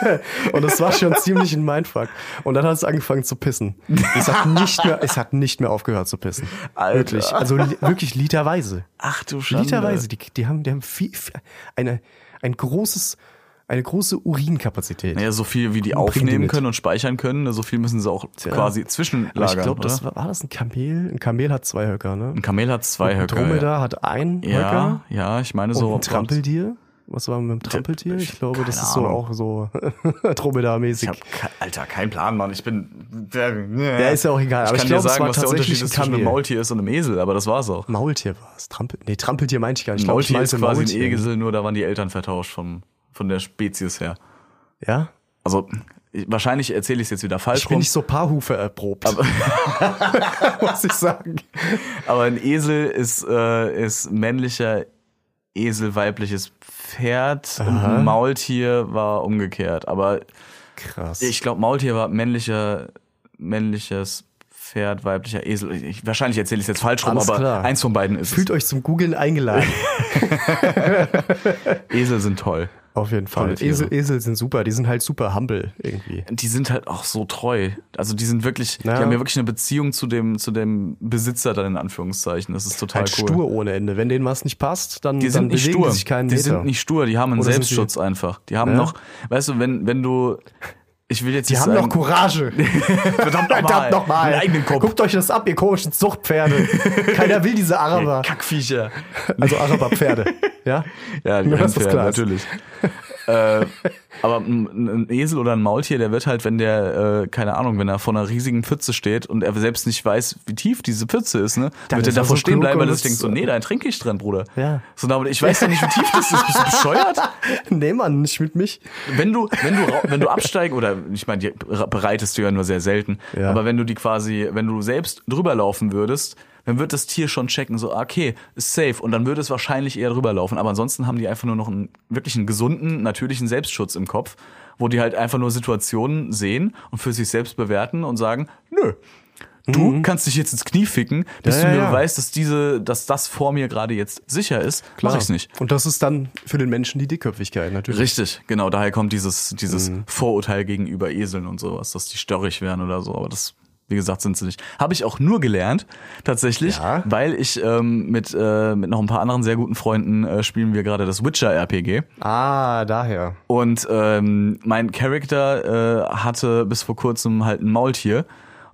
Speaker 5: Und das war schon ziemlich ein Mindfuck. Und dann hat es angefangen zu pissen. Es hat nicht mehr, es hat nicht mehr aufgehört zu pissen.
Speaker 4: Alter.
Speaker 5: Wirklich. Also li wirklich literweise.
Speaker 4: Ach du Schande.
Speaker 5: Literweise. Die, die haben, die haben viel, viel eine, ein großes, eine große Urinkapazität.
Speaker 4: Naja, so viel wie die
Speaker 5: bringen die
Speaker 4: aufnehmen
Speaker 5: mit.
Speaker 4: können und speichern können, ne, so viel müssen sie auch quasi zwischenlagern.
Speaker 5: Aber ich glaube, das
Speaker 4: oder?
Speaker 5: war, war das ein Kamel. Ein Kamel hat zwei Höcker, ne?
Speaker 4: Ein Kamel hat zwei
Speaker 5: Ein
Speaker 4: Höcker.
Speaker 5: Dromedar hat einen
Speaker 4: Ja,
Speaker 5: Höcker.
Speaker 4: ja, ich meine
Speaker 5: Und
Speaker 4: so.
Speaker 5: ein Trampeltier. Was war mit dem Trampeltier? Ich glaube, das
Speaker 4: keine
Speaker 5: ist so
Speaker 4: Ahnung.
Speaker 5: auch so
Speaker 4: Ich
Speaker 5: Dromedar-mäßig.
Speaker 4: hab, ke- Alter, kein Plan, Mann. Ich bin. Der,
Speaker 5: Ja, ist ja auch egal.
Speaker 4: Ich
Speaker 5: Aber ich
Speaker 4: kann
Speaker 5: glaube,
Speaker 4: dir
Speaker 5: es
Speaker 4: sagen,
Speaker 5: war
Speaker 4: was der Unterschied
Speaker 5: tatsächlich ein
Speaker 4: ist zwischen einem
Speaker 5: Kamel.
Speaker 4: Maultier ist und einem Esel, aber das war's auch.
Speaker 5: Maultier war es. Trampel nee, Trampeltier meinte ich gar nicht. Ich glaub, ich
Speaker 4: Maultier
Speaker 5: meinte
Speaker 4: ist quasi ein
Speaker 5: Maultier.
Speaker 4: Esel, nur da waren die Eltern vertauscht vom, von der Spezies her.
Speaker 5: Ja?
Speaker 4: Also, ich- wahrscheinlich erzähle ich es jetzt wieder falsch
Speaker 5: Ich bin
Speaker 4: rum,
Speaker 5: nicht so Paarhufe erprobt. muss ich sagen.
Speaker 4: aber ein Esel ist, äh, ist männlicher Esel, weibliches Pferd und ein Maultier war umgekehrt. Aber
Speaker 5: Krass.
Speaker 4: ich glaube, Maultier war männlicher, männliches Pferd, weiblicher Esel. Ich- Ich, wahrscheinlich erzähle ich es jetzt falsch rum,
Speaker 5: Alles
Speaker 4: aber
Speaker 5: klar.
Speaker 4: eins von beiden ist
Speaker 5: Fühlt euch zum Googeln eingeladen.
Speaker 4: es. Esel sind toll.
Speaker 5: Auf jeden Fall.
Speaker 4: Tolle Tiere.
Speaker 5: Esel, Esel sind super. Die sind halt super humble irgendwie.
Speaker 4: die sind halt auch so treu. Also die sind wirklich,
Speaker 5: Ja.
Speaker 4: die haben ja wirklich eine Beziehung zu dem, zu dem Besitzer dann in Anführungszeichen. Das ist total
Speaker 5: halt
Speaker 4: cool.
Speaker 5: stur ohne Ende. Wenn denen was nicht passt, dann,
Speaker 4: Die
Speaker 5: dann
Speaker 4: sind nicht
Speaker 5: bewegen
Speaker 4: stur.
Speaker 5: die sich keinen
Speaker 4: die
Speaker 5: Meter.
Speaker 4: sind nicht stur, die haben einen
Speaker 5: Oder sind
Speaker 4: Selbstschutz einfach. Die haben
Speaker 5: Ja.
Speaker 4: noch, weißt du, wenn, wenn du, ich will jetzt
Speaker 5: die
Speaker 4: nicht
Speaker 5: haben
Speaker 4: sagen,
Speaker 5: noch Courage.
Speaker 4: verdammt nochmal,
Speaker 5: Verdammt nochmal.
Speaker 4: einen eigenen Kopf,
Speaker 5: Guckt euch das ab, ihr komischen Zuchtpferde. Keiner will diese Araber.
Speaker 4: Kackviecher.
Speaker 5: Also Araberpferde. Ja?
Speaker 4: Ja, die
Speaker 5: Nur, dass Ne, das
Speaker 4: Rennpferde,
Speaker 5: klar ist.
Speaker 4: natürlich. äh, aber ein, ein Esel oder ein Maultier, der wird halt, wenn der, äh, keine Ahnung, wenn er vor einer riesigen Pfütze steht und er selbst nicht weiß, wie tief diese Pfütze ist, ne,
Speaker 5: Dann
Speaker 4: wird
Speaker 5: ist
Speaker 4: er
Speaker 5: er
Speaker 4: davor
Speaker 5: so
Speaker 4: stehen
Speaker 5: klug
Speaker 4: bleiben, weil
Speaker 5: und
Speaker 4: er sich denkt,
Speaker 5: ist-
Speaker 4: so, nee, da trinke ich drin, Bruder.
Speaker 5: Ja.
Speaker 4: So, na, aber ich weiß doch nicht, wie tief das ist. Bist du bescheuert?
Speaker 5: Nee, Mann, nicht mit mich.
Speaker 4: Wenn du, wenn du, rau- wenn du absteigst, oder ich meine, die bereitest du ja nur sehr selten,
Speaker 5: Ja.
Speaker 4: aber wenn du die quasi, wenn du selbst drüber laufen würdest, dann wird das Tier schon checken, so, ah, okay, ist safe. Und dann würde es wahrscheinlich eher drüber laufen. Aber ansonsten haben die einfach nur noch einen wirklich einen gesunden, natürlichen Selbstschutz im Kopf, wo die halt einfach nur Situationen sehen und für sich selbst bewerten und sagen, nö. Du kannst dich jetzt ins Knie ficken, bis
Speaker 5: Mhm. Ja,
Speaker 4: du
Speaker 5: ja,
Speaker 4: mir
Speaker 5: ja.
Speaker 4: beweist, dass diese, dass das vor mir gerade jetzt sicher ist. Mach ich's nicht.
Speaker 5: Und das ist dann für den Menschen die Dickköpfigkeit natürlich.
Speaker 4: Richtig, genau. Daher kommt dieses, dieses
Speaker 5: Mhm.
Speaker 4: Vorurteil gegenüber Eseln und sowas, dass die störrig wären oder so. Aber das, wie gesagt, sind sie nicht. Habe ich auch nur gelernt, tatsächlich,
Speaker 5: Ja.
Speaker 4: weil ich ähm, mit, äh, mit noch ein paar anderen sehr guten Freunden äh, spielen wir gerade das Witcher-RPG.
Speaker 5: Ah, daher.
Speaker 4: Und ähm, mein Charakter äh, hatte bis vor kurzem halt ein Maultier.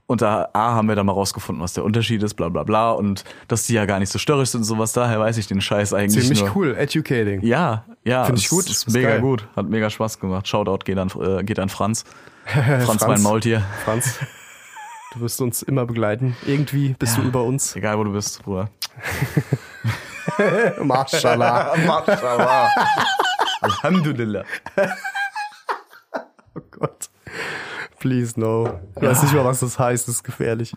Speaker 4: Und da A, haben wir dann mal rausgefunden, was der Unterschied ist, bla bla bla. Und dass die ja gar nicht so störrisch sind und sowas. Daher weiß ich den Scheiß eigentlich
Speaker 5: Ziemlich
Speaker 4: nur.
Speaker 5: cool, educating.
Speaker 4: Ja, ja.
Speaker 5: Find ich
Speaker 4: es
Speaker 5: gut,
Speaker 4: Ist
Speaker 5: ist
Speaker 4: mega
Speaker 5: geil.
Speaker 4: gut. Hat mega Spaß gemacht. Shoutout geht an, äh, geht an Franz. Franz, mein Maultier.
Speaker 5: Franz. Du wirst uns immer begleiten. Irgendwie bist du über uns.
Speaker 4: Egal, wo du bist, Bruder.
Speaker 5: Maschallah.
Speaker 4: Mashallah. Alhamdulillah.
Speaker 5: Oh Gott. Please no. Ich weiß nicht mal, was das heißt. Das ist gefährlich.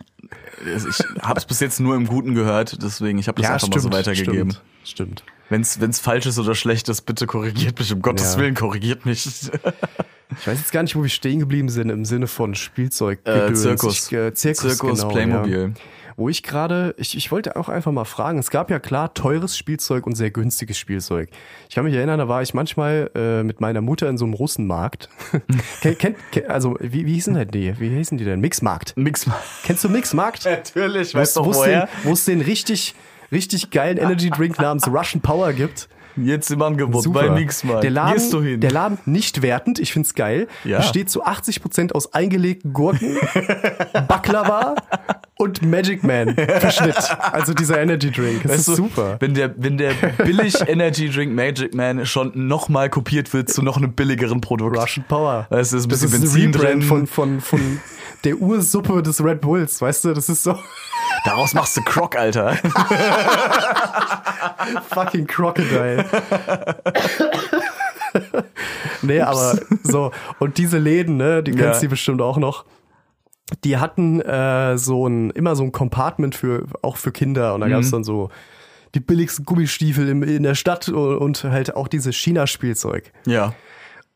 Speaker 4: Ich hab's bis jetzt nur im Guten gehört, deswegen ich habe das einfach mal so weitergegeben.
Speaker 5: Stimmt. stimmt.
Speaker 4: Wenn's wenn's falsch ist oder schlecht ist, bitte korrigiert mich. Um Gottes
Speaker 5: Ja.
Speaker 4: Willen, korrigiert mich.
Speaker 5: Ich weiß jetzt gar nicht, wo wir stehen geblieben sind im Sinne von Spielzeug.
Speaker 4: Äh, Zirkus.
Speaker 5: Ich, äh, Zirkus,
Speaker 4: Zirkus,
Speaker 5: genau,
Speaker 4: Playmobil.
Speaker 5: Ja. Wo ich gerade, ich, ich wollte auch einfach mal fragen, es gab ja klar teures Spielzeug und sehr günstiges Spielzeug. Ich kann mich erinnern, da war ich manchmal äh, mit meiner Mutter in so einem Russenmarkt. kennt, kennt, kennt- also, wie, wie hießen denn die? Wie hießen die denn? Mixmarkt.
Speaker 4: Nix mal.
Speaker 5: Kennst du Mixmarkt?
Speaker 4: Natürlich,
Speaker 5: Wo es- wo es den, wo es den richtig, richtig geilen Energy Drink namens Russian Power gibt.
Speaker 4: Jetzt im Angebot
Speaker 5: Super.
Speaker 4: bei Nix mal.
Speaker 5: Der Laden,
Speaker 4: Gehst du hin?
Speaker 5: Der Laden nicht wertend, ich find's geil.
Speaker 4: Ja.
Speaker 5: Besteht zu 80% aus eingelegten Gurken, Baklava und Magic Man Verschnitt. Also dieser Energy Drink. Das
Speaker 4: Weißt
Speaker 5: ist
Speaker 4: du,
Speaker 5: super.
Speaker 4: Wenn der, wenn der billig Energy Drink Magic Man schon nochmal kopiert wird zu noch einem billigeren Produkt.
Speaker 5: Russian Power.
Speaker 4: Weißt du, ist ein bisschen
Speaker 5: das ist
Speaker 4: Benzin
Speaker 5: ein Rebrand
Speaker 4: drin.
Speaker 5: Von, von, von der Ursuppe des Red Bulls, weißt du? Das ist so
Speaker 4: Daraus machst du Croc, Alter.
Speaker 5: fucking Crocodile. nee, aber so. Und diese Läden, ne, die kennst
Speaker 4: Ja.
Speaker 5: du bestimmt auch noch. Die hatten äh, so ein, immer so ein Compartment für, auch für Kinder. Und da
Speaker 4: Mhm.
Speaker 5: gab's dann so die billigsten Gummistiefel im, in der Stadt und, und halt auch dieses China-Spielzeug.
Speaker 4: Ja.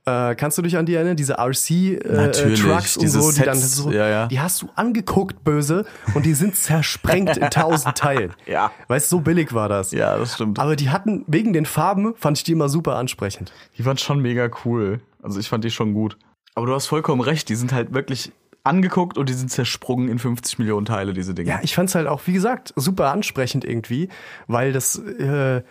Speaker 5: Äh, kannst du dich an die erinnern? Diese
Speaker 4: Natürlich,
Speaker 5: RC-Trucks und
Speaker 4: diese
Speaker 5: so, die dann
Speaker 4: Sets,
Speaker 5: so,
Speaker 4: ja, ja.
Speaker 5: die hast du angeguckt, böse, und die sind zersprengt in tausend Teilen.
Speaker 4: Ja.
Speaker 5: Weißt du, so billig war das.
Speaker 4: Ja, das stimmt.
Speaker 5: Aber die hatten, wegen den Farben, fand ich die immer super ansprechend.
Speaker 4: Die waren schon mega cool. Also ich fand die schon gut. Aber du hast vollkommen recht, die sind halt wirklich angeguckt und die sind zersprungen in 50 Millionen Teile, diese Dinge.
Speaker 5: Ja, ich fand's halt auch, wie gesagt, super ansprechend irgendwie, weil das äh,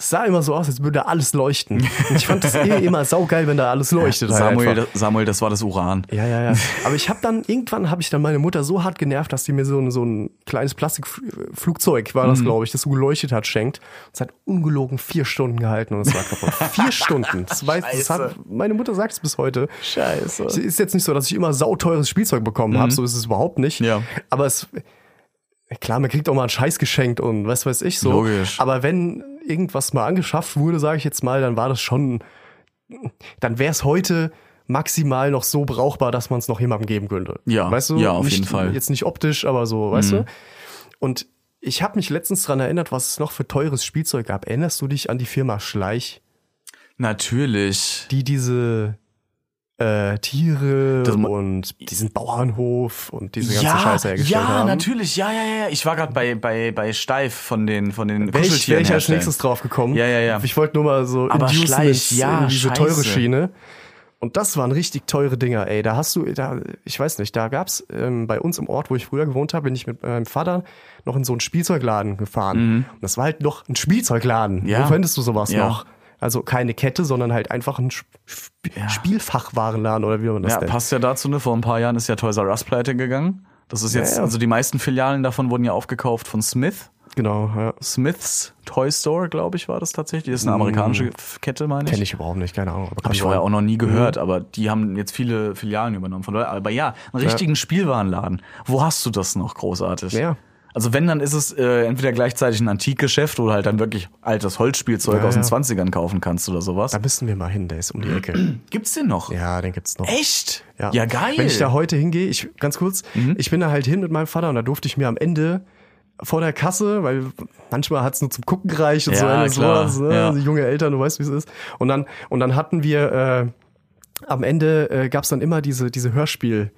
Speaker 5: es sah immer so aus, als würde da alles leuchten. Und ich fand das eh immer saugeil, wenn da alles leuchtet. halt
Speaker 4: Oh, Samuel,
Speaker 5: einfach.
Speaker 4: das, Samuel, das war das Uran.
Speaker 5: Ja, ja, ja. Aber ich habe dann irgendwann habe ich dann meine Mutter so hart genervt, dass sie mir so ein so ein kleines Plastikflugzeug war
Speaker 4: Mhm.
Speaker 5: das, glaube ich, das so geleuchtet hat, schenkt. Es hat ungelogen vier Stunden gehalten und es war kaputt. vier Stunden. Das weiß, das hat,
Speaker 4: Scheiße.
Speaker 5: meine Mutter sagt es bis heute.
Speaker 4: Scheiße. Mhm.
Speaker 5: Es ist jetzt nicht so, dass ich immer sauteures Spielzeug bekommen hab, habe, so ist es überhaupt nicht.
Speaker 4: Ja.
Speaker 5: Aber es klar, man kriegt auch mal einen Scheiß geschenkt und was weiß ich so.
Speaker 4: Logisch.
Speaker 5: Aber wenn irgendwas mal angeschafft wurde, sage ich jetzt mal, dann war das schon dann wäre es heute maximal noch so brauchbar, dass man es noch jemandem geben könnte.
Speaker 4: Ja,
Speaker 5: weißt du?
Speaker 4: ja, auf
Speaker 5: nicht,
Speaker 4: jeden Fall. Mhm.
Speaker 5: Jetzt nicht optisch, aber so, weißt du? Und ich habe mich letztens dran erinnert, was es noch für teures Spielzeug gab. Erinnerst du dich an die Firma Schleich,
Speaker 4: Natürlich.
Speaker 5: die diese äh, Tiere
Speaker 4: Das-
Speaker 5: und diesen Bauernhof und diese ganze Scheiße hergestellt
Speaker 4: ja,
Speaker 5: haben?
Speaker 4: natürlich, ja, ja, ja. Ich war gerade bei, bei, bei Steif von den, von den
Speaker 5: Welch,
Speaker 4: Kuscheltieren
Speaker 5: wäre ich als
Speaker 4: herstellen.
Speaker 5: nächstes drauf gekommen?
Speaker 4: Ja, ja, ja.
Speaker 5: Ich wollte nur mal so
Speaker 4: Aber
Speaker 5: inducen
Speaker 4: Schleich,
Speaker 5: ins-
Speaker 4: ja,
Speaker 5: in diese
Speaker 4: scheiße.
Speaker 5: teure Schiene. Und das waren richtig teure Dinger, ey. Da hast du, da, ich weiß nicht, da gab's ähm, bei uns im Ort, wo ich früher gewohnt habe, bin ich mit meinem Vater noch in so einen Spielzeugladen gefahren. Und das war halt noch ein Spielzeugladen.
Speaker 4: Mhm. Ja.
Speaker 5: Wo findest du sowas
Speaker 4: Ja.
Speaker 5: noch? Also keine Kette, sondern halt einfach ein Sp Spielfachwarenladen oder wie man das
Speaker 4: Ja,
Speaker 5: nennt.
Speaker 4: passt ja dazu, ne? Vor ein paar Jahren ist ja Toys R Us pleite gegangen. Das ist jetzt,
Speaker 5: Ja, ja.
Speaker 4: also die meisten Filialen davon wurden ja aufgekauft von Smith.
Speaker 5: Genau, ja.
Speaker 4: Smith's Toy Store, glaube ich, war das tatsächlich. Das ist eine amerikanische Kette, meine ich.
Speaker 5: Kenne Mm. ich überhaupt nicht, Mm. keine Ahnung. aber
Speaker 4: Habe
Speaker 5: kann
Speaker 4: ich
Speaker 5: sein.
Speaker 4: vorher auch noch nie gehört, aber die haben jetzt viele Filialen übernommen von Leuten. Aber ja, einen richtigen Spielwarenladen. Wo hast du das noch großartig?
Speaker 5: Ja.
Speaker 4: Also wenn, dann ist es äh, entweder gleichzeitig ein Antikgeschäft oder halt dann wirklich altes Holzspielzeug
Speaker 5: Ja,
Speaker 4: aus den
Speaker 5: ja.
Speaker 4: 20ern kaufen kannst oder sowas.
Speaker 5: Da müssen wir mal hin, der ist um die Ecke.
Speaker 4: Gibt's den noch?
Speaker 5: ja, den gibt's noch.
Speaker 4: Echt? ja geil. Mhm.
Speaker 5: Wenn ich da heute hingehe, ich ganz kurz, ich bin da halt hin mit meinem Vater und da durfte ich mir am Ende vor der Kasse, weil manchmal hat's nur zum Gucken gereicht und so
Speaker 4: Ja,
Speaker 5: eines
Speaker 4: klar,
Speaker 5: Sowas, ne?
Speaker 4: ja.
Speaker 5: junge Eltern, du weißt, wie es ist. Und dann und dann hatten wir äh, am Ende äh, gab's dann immer diese diese Hörspiel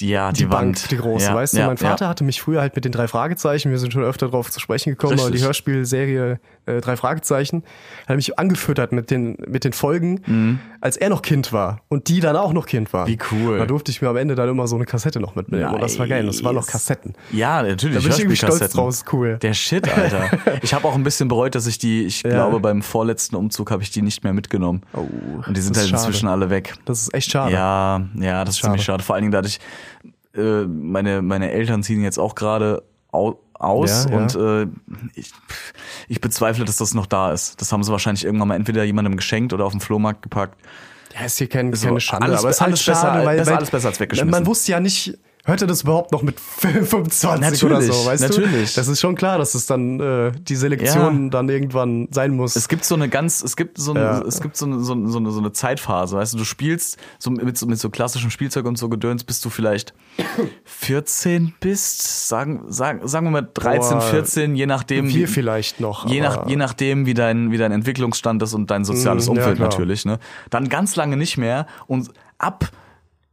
Speaker 4: die, ja, die,
Speaker 5: die Bank,
Speaker 4: Wand.
Speaker 5: die große,
Speaker 4: ja,
Speaker 5: weißt du,
Speaker 4: ja,
Speaker 5: mein Vater
Speaker 4: Ja.
Speaker 5: hatte mich früher halt mit den drei Fragezeichen, wir sind schon öfter drauf zu sprechen gekommen, aber
Speaker 4: Richtig.
Speaker 5: die Hörspielserie äh, drei Fragezeichen hat er mich angefüttert mit den mit den Folgen, als er noch Kind war und die dann auch noch Kind waren.
Speaker 4: Mhm. Wie cool.
Speaker 5: Da durfte ich mir am Ende dann immer so eine Kassette noch mitnehmen und das war geil, das waren noch
Speaker 4: Nice.
Speaker 5: Kassetten.
Speaker 4: Ja, natürlich.
Speaker 5: Da bin ich irgendwie stolz
Speaker 4: Hörspielkassetten.
Speaker 5: drauf, ist cool.
Speaker 4: Der Shit, Alter. Ich habe auch ein bisschen bereut, dass ich die, ich glaube, beim vorletzten Umzug habe ich die nicht mehr mitgenommen. Oh, Und die sind
Speaker 5: das
Speaker 4: halt
Speaker 5: ist
Speaker 4: inzwischen alle weg.
Speaker 5: das ist echt schade.
Speaker 4: Ja, ja, das ist ziemlich
Speaker 5: Schade.
Speaker 4: schade. Vor allen Dingen dadurch, äh, meine, meine Eltern ziehen jetzt auch gerade au aus
Speaker 5: Ja, ja.
Speaker 4: und äh, ich, ich bezweifle, dass das noch da ist. Das haben sie wahrscheinlich irgendwann mal entweder jemandem geschenkt oder auf dem Flohmarkt gepackt.
Speaker 5: Ja, ist hier kein,
Speaker 4: so
Speaker 5: keine Schande,
Speaker 4: alles-
Speaker 5: aber es ist halt
Speaker 4: alles besser-
Speaker 5: schade, weil,
Speaker 4: besser-
Speaker 5: weil
Speaker 4: alles besser als weggeschmissen.
Speaker 5: Man wusste ja nicht, hört er das überhaupt noch mit 25 oder
Speaker 4: Natürlich,
Speaker 5: so, weißt du?
Speaker 4: natürlich.
Speaker 5: Das ist schon klar, dass es dann äh, die Selektion
Speaker 4: Ja.
Speaker 5: dann irgendwann sein muss.
Speaker 4: Es gibt so eine ganz, es gibt so eine,
Speaker 5: Ja.
Speaker 4: es gibt so eine, so, eine, so, eine, so eine Zeitphase, weißt du, du spielst so mit, so- mit so klassischem Spielzeug und so Gedöns, bis du vielleicht 14 bist, sagen, sagen, sagen wir mal 13,
Speaker 5: Boah,
Speaker 4: 14, je nachdem.
Speaker 5: wir vielleicht noch.
Speaker 4: Je,
Speaker 5: aber-
Speaker 4: nach, je nachdem, wie dein, wie dein Entwicklungsstand ist und dein soziales
Speaker 5: Mm, ja,
Speaker 4: Umfeld
Speaker 5: klar.
Speaker 4: natürlich. Ne? Dann ganz lange nicht mehr und ab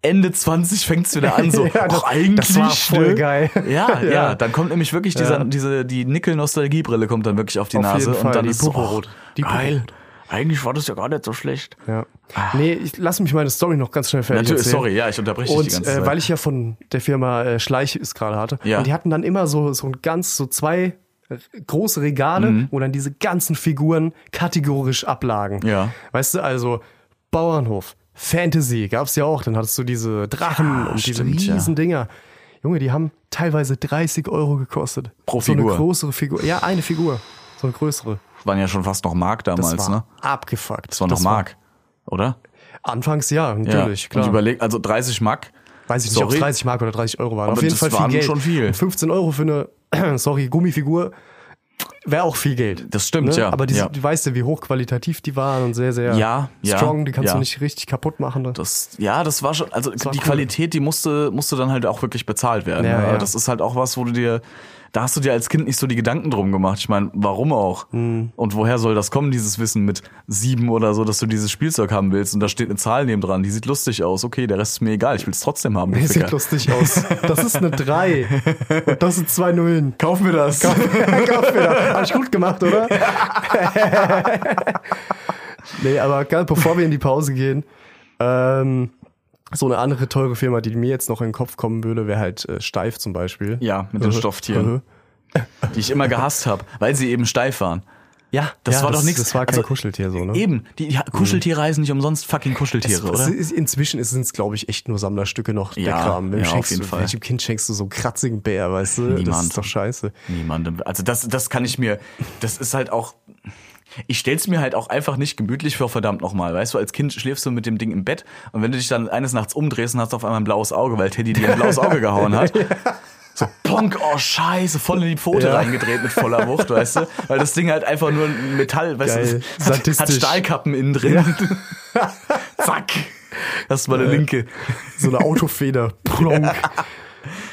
Speaker 4: Ende 20 fängt's wieder an, so,
Speaker 5: Ja,
Speaker 4: ach,
Speaker 5: das-
Speaker 4: eigentlich.
Speaker 5: das war voll
Speaker 4: ne?
Speaker 5: geil.
Speaker 4: Ja, ja,
Speaker 5: Ja.
Speaker 4: dann kommt nämlich wirklich dieser, diese, die Nickel-Nostalgie-Brille kommt dann wirklich auf die
Speaker 5: Auf
Speaker 4: Nase.
Speaker 5: jeden Fall,
Speaker 4: und dann
Speaker 5: die
Speaker 4: ist so,
Speaker 5: Purpurrot.
Speaker 4: ach,
Speaker 5: Die
Speaker 4: geil. Eigentlich war das ja gar nicht so schlecht.
Speaker 5: Ja. Nee, ich lass mich meine Story noch ganz schnell fertig
Speaker 4: Ah. Natürlich,
Speaker 5: erzählen.
Speaker 4: sorry, ja, ich unterbreche dich die
Speaker 5: Und
Speaker 4: ganze Zeit.
Speaker 5: äh, weil ich ja von der Firma äh, Schleich es gerade hatte,
Speaker 4: Ja.
Speaker 5: und die hatten dann immer so, so ein ganz, so zwei äh, große Regale,
Speaker 4: Mhm.
Speaker 5: wo dann diese ganzen Figuren kategorisch ablagen.
Speaker 4: Ja.
Speaker 5: Weißt du, also Bauernhof, Fantasy gab's ja auch, dann hattest du diese
Speaker 4: Ja,
Speaker 5: Drachen und diese
Speaker 4: stimmt, ja.
Speaker 5: riesen Dinger. Junge, die haben teilweise 30 Euro gekostet.
Speaker 4: Pro
Speaker 5: so
Speaker 4: Figur.
Speaker 5: eine größere Figur. Ja, eine Figur. So eine größere.
Speaker 4: Waren ja schon fast noch Mark
Speaker 5: Das
Speaker 4: damals,
Speaker 5: war
Speaker 4: ne?
Speaker 5: abgefuckt.
Speaker 4: Das war noch Mark, oder?
Speaker 5: Anfangs ja, natürlich,
Speaker 4: ja.
Speaker 5: klar.
Speaker 4: Und überleg, also 30 Mark.
Speaker 5: Weiß ich nicht, ob
Speaker 4: Sorry.
Speaker 5: 30 Mark oder 30 Euro waren.
Speaker 4: Aber
Speaker 5: Auf jeden
Speaker 4: das
Speaker 5: Fall viel
Speaker 4: waren
Speaker 5: Geld.
Speaker 4: schon viel.
Speaker 5: Und 15 Euro für eine, sorry, Gummifigur wäre auch viel Geld. ne?
Speaker 4: Das stimmt, ja,
Speaker 5: Aber die,
Speaker 4: ja.
Speaker 5: du weißt ja, wie hochqualitativ die waren und sehr, sehr
Speaker 4: Ja, ja,
Speaker 5: strong. die kannst
Speaker 4: ja.
Speaker 5: du nicht richtig kaputt machen. ne?
Speaker 4: Das, ja, das war schon, also
Speaker 5: war
Speaker 4: die
Speaker 5: cool.
Speaker 4: Qualität, die musste, musste dann halt auch wirklich bezahlt werden.
Speaker 5: Ja,
Speaker 4: ne?
Speaker 5: ja.
Speaker 4: Das ist halt auch was, wo du dir, da hast du dir als Kind nicht so die Gedanken drum gemacht. Ich meine, warum auch?
Speaker 5: Hm.
Speaker 4: Und woher soll das kommen, dieses Wissen mit sieben oder so, dass du dieses Spielzeug haben willst und da steht eine Zahl neben dran, die sieht lustig aus. Okay, der Rest ist mir egal, ich will es trotzdem haben. du
Speaker 5: Nee,
Speaker 4: Ficker.
Speaker 5: sieht lustig aus. Das ist eine 3. Und das sind zwei Nullen.
Speaker 4: Kauf mir das.
Speaker 5: Kauf wieder. Hab ich gut gemacht, oder? nee, aber ganz bevor wir in die Pause gehen, ähm, so eine andere teure Firma, die mir jetzt noch in den Kopf kommen würde, wäre halt äh, Steif zum Beispiel. Äh,
Speaker 4: Ja, mit den Stofftieren, die ich immer gehasst habe, weil sie eben steif waren.
Speaker 5: Ja,
Speaker 4: Das war doch nichts.
Speaker 5: Das war kein
Speaker 4: Also,
Speaker 5: Kuscheltier so, ne?
Speaker 4: Eben, die, die Kuscheltiere heißen nicht umsonst fucking
Speaker 5: Es,
Speaker 4: Kuscheltiere,
Speaker 5: es
Speaker 4: oder?
Speaker 5: ist, inzwischen sind es, glaube ich, echt nur Sammlerstücke noch der
Speaker 4: Ja,
Speaker 5: Kram. Wem
Speaker 4: ja, auf
Speaker 5: schenkst
Speaker 4: jeden
Speaker 5: du,
Speaker 4: Fall.
Speaker 5: Welchem Kind schenkst du so einen kratzigen Bär, weißt du? Das
Speaker 4: Niemand.
Speaker 5: ist doch scheiße.
Speaker 4: Niemandem. Also das, das kann ich mir, das ist halt auch, ich stell's mir halt auch einfach nicht gemütlich vor, verdammt nochmal. Weißt du, als Kind schläfst du mit dem Ding im Bett und wenn du dich dann eines Nachts umdrehst und hast auf einmal ein blaues Auge, weil Teddy dir ein blaues Auge gehauen hat. So, bonk, oh scheiße, voll in die Pfote
Speaker 5: Ja.
Speaker 4: reingedreht mit voller Wucht, weißt du? Weil das Ding halt einfach nur ein Metall, weißt
Speaker 5: Geil.
Speaker 4: du, hat, hat
Speaker 5: Sadistisch.
Speaker 4: Stahlkappen innen drin. Zack. Das ist meine Linke.
Speaker 5: So eine Autofeder. Plonk.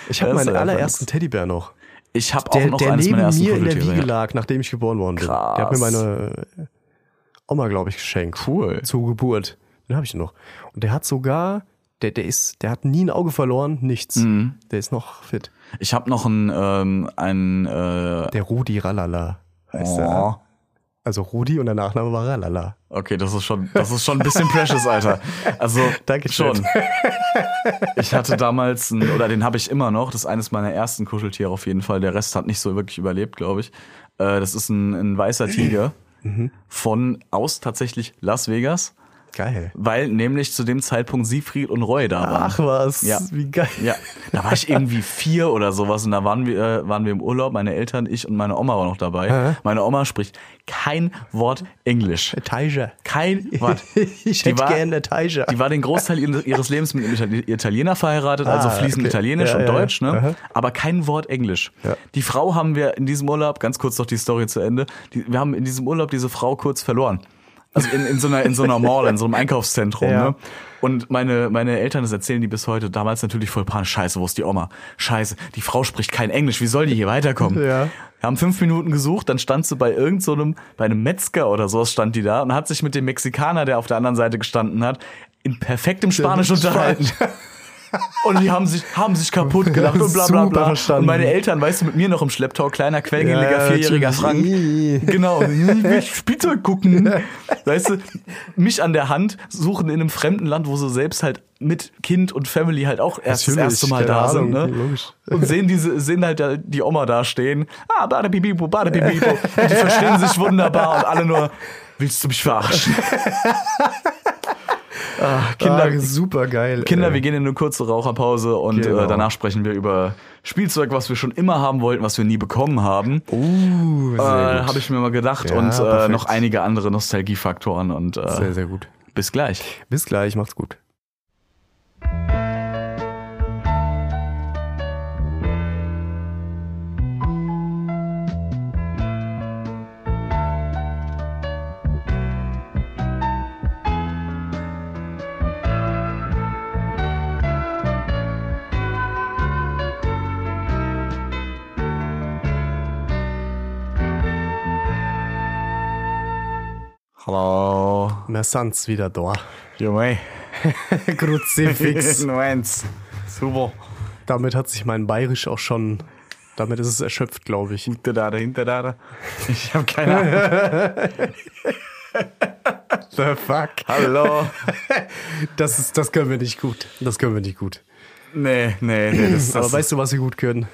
Speaker 5: Ich habe
Speaker 4: Das ist
Speaker 5: meinen
Speaker 4: ja
Speaker 5: allerersten Teddybär noch.
Speaker 4: Ich habe auch
Speaker 5: der,
Speaker 4: noch
Speaker 5: der
Speaker 4: eines
Speaker 5: neben
Speaker 4: meiner ersten
Speaker 5: mir in der
Speaker 4: Kuscheltiere,
Speaker 5: Wiege
Speaker 4: ja.
Speaker 5: lag, nachdem ich geboren worden bin.
Speaker 4: Krass.
Speaker 5: Der hat mir meine äh, Oma, glaube ich, geschenkt.
Speaker 4: Cool.
Speaker 5: Zur Geburt. Den habe ich noch. Und der hat sogar, der, der ist, der hat nie ein Auge verloren, nichts.
Speaker 4: Mhm.
Speaker 5: Der ist noch fit.
Speaker 4: Ich habe noch einen, ähm, einen äh,
Speaker 5: Der Rudi Ralala heißt
Speaker 4: oh.
Speaker 5: er. ne? Also Rudi und der Nachname war Ralala.
Speaker 4: Okay, das ist schon, das ist schon ein bisschen precious, Alter. Also
Speaker 5: Dankeschön.
Speaker 4: schon. Ich hatte damals, einen, oder den habe ich immer noch. Das ist eines meiner ersten Kuscheltiere auf jeden Fall. Der Rest hat nicht so wirklich überlebt, glaube ich. Äh, das ist ein, ein weißer Tiger
Speaker 5: Mhm.
Speaker 4: von aus tatsächlich Las Vegas,
Speaker 5: Geil.
Speaker 4: weil nämlich zu dem Zeitpunkt Siegfried und Roy da waren.
Speaker 5: Ach was,
Speaker 4: Ja.
Speaker 5: wie geil.
Speaker 4: Ja, da war ich irgendwie vier oder sowas und da waren wir, äh, waren wir im Urlaub, meine Eltern, ich und meine Oma war noch dabei.
Speaker 5: Hä?
Speaker 4: Meine Oma spricht kein Wort Englisch.
Speaker 5: Tiger.
Speaker 4: Kein Wort.
Speaker 5: Ich
Speaker 4: Die
Speaker 5: hätte
Speaker 4: war-
Speaker 5: gerne eine Tiger.
Speaker 4: Die war den Großteil ihres ihres Lebens mit einem Itali- Italiener verheiratet, also
Speaker 5: Ah,
Speaker 4: fließend
Speaker 5: okay.
Speaker 4: Italienisch
Speaker 5: Ja,
Speaker 4: und
Speaker 5: ja, ja.
Speaker 4: Deutsch, ne?
Speaker 5: Aha.
Speaker 4: aber kein Wort Englisch.
Speaker 5: Ja.
Speaker 4: Die Frau haben wir in diesem Urlaub, ganz kurz noch die Story zu Ende, die, wir haben in diesem Urlaub diese Frau kurz verloren. Also in, in, so einer, in so einer Mall, in so einem Einkaufszentrum.
Speaker 5: Ja.
Speaker 4: Ne? Und meine, meine Eltern, das erzählen die bis heute, damals natürlich voll Pan, scheiße, wo ist die Oma? Scheiße, die Frau spricht kein Englisch, wie soll die hier weiterkommen?
Speaker 5: Ja.
Speaker 4: Wir haben fünf Minuten gesucht, dann stand sie bei irgendeinem, so einem- bei einem Metzger oder sowas stand die da und hat sich mit dem Mexikaner, der auf der anderen Seite gestanden hat, in perfektem Spanisch unterhalten. Und die haben sich, haben sich kaputt gelacht und bla bla
Speaker 5: Super
Speaker 4: blau.
Speaker 5: verstanden.
Speaker 4: Und meine Eltern, weißt du, mit mir noch im Schlepptau, kleiner, quengeliger,
Speaker 5: Ja,
Speaker 4: vierjähriger Frank.
Speaker 5: natürlich.
Speaker 4: Genau, ich will Spielzeug gucken. Weißt du, mich an der Hand suchen in einem fremden Land, wo sie selbst halt mit Kind und Family halt auch erst das
Speaker 5: Natürlich,
Speaker 4: erste Mal
Speaker 5: keine
Speaker 4: da sind. Ne?
Speaker 5: Ahnung, logisch.
Speaker 4: Und sehen diese, sehen halt da die Oma da stehen. Ah, badabibibo, badabibibo. Und die verstehen sich wunderbar und alle nur, willst du mich verarschen? Ah, Kinder,
Speaker 5: ah, super geil.
Speaker 4: Kinder, wir gehen in eine kurze Raucherpause und
Speaker 5: Genau.
Speaker 4: äh, danach sprechen wir über Spielzeug, was wir schon immer haben wollten, was wir nie bekommen haben.
Speaker 5: Uh,
Speaker 4: äh,
Speaker 5: sehr gut.
Speaker 4: Habe ich mir mal gedacht
Speaker 5: Ja,
Speaker 4: und äh,
Speaker 5: perfekt.
Speaker 4: noch einige andere Nostalgiefaktoren und äh,
Speaker 5: Sehr, sehr gut.
Speaker 4: bis gleich.
Speaker 5: Bis gleich, macht's gut.
Speaker 4: Frau.
Speaker 5: Na, Sans wieder da.
Speaker 4: Junge. Genau.
Speaker 5: Kruzifix.
Speaker 4: Meins. Super.
Speaker 5: damit hat sich mein Bayerisch auch schon. Damit ist es erschöpft, glaube ich.
Speaker 4: Hinter da, hinter da. Ich habe keine Ahnung.
Speaker 5: The fuck?
Speaker 4: Hallo.
Speaker 5: Das, ist, das können wir nicht gut. Das können wir nicht gut.
Speaker 4: Nee, nee, nee. Das, das
Speaker 5: Aber weißt du, was wir gut können?
Speaker 4: ist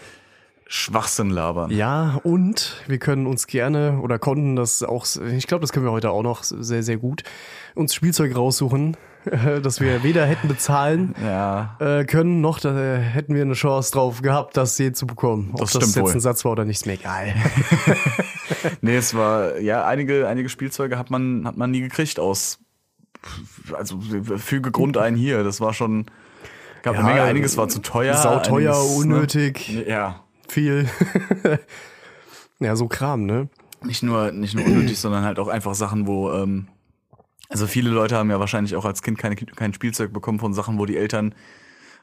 Speaker 4: Schwachsinn labern.
Speaker 5: Ja, und wir können uns gerne oder konnten das auch, ich glaube, das können wir heute auch noch sehr, sehr gut, uns Spielzeug raussuchen, äh, das wir weder hätten bezahlen
Speaker 4: Ja.
Speaker 5: äh, können, noch da äh, hätten wir eine Chance drauf gehabt, das je zu bekommen. Ob
Speaker 4: Das
Speaker 5: das,
Speaker 4: stimmt
Speaker 5: jetzt
Speaker 4: wohl.
Speaker 5: ein Satz war oder nicht, ist mir egal.
Speaker 4: Nee, es war, ja, einige, einige Spielzeuge hat man, hat man nie gekriegt aus, also füge Grund ein hier. Das war schon, gab eine
Speaker 5: Ja, äh,
Speaker 4: Menge, einiges war zu teuer.
Speaker 5: sauteuer,
Speaker 4: einiges, ne?
Speaker 5: unnötig.
Speaker 4: Ja,
Speaker 5: Viel. ja, so Kram, ne?
Speaker 4: nicht nur, nicht nur unnötig, sondern halt auch einfach Sachen, wo, ähm, also viele Leute haben ja wahrscheinlich auch als Kind keine, kein Spielzeug bekommen von Sachen, wo die Eltern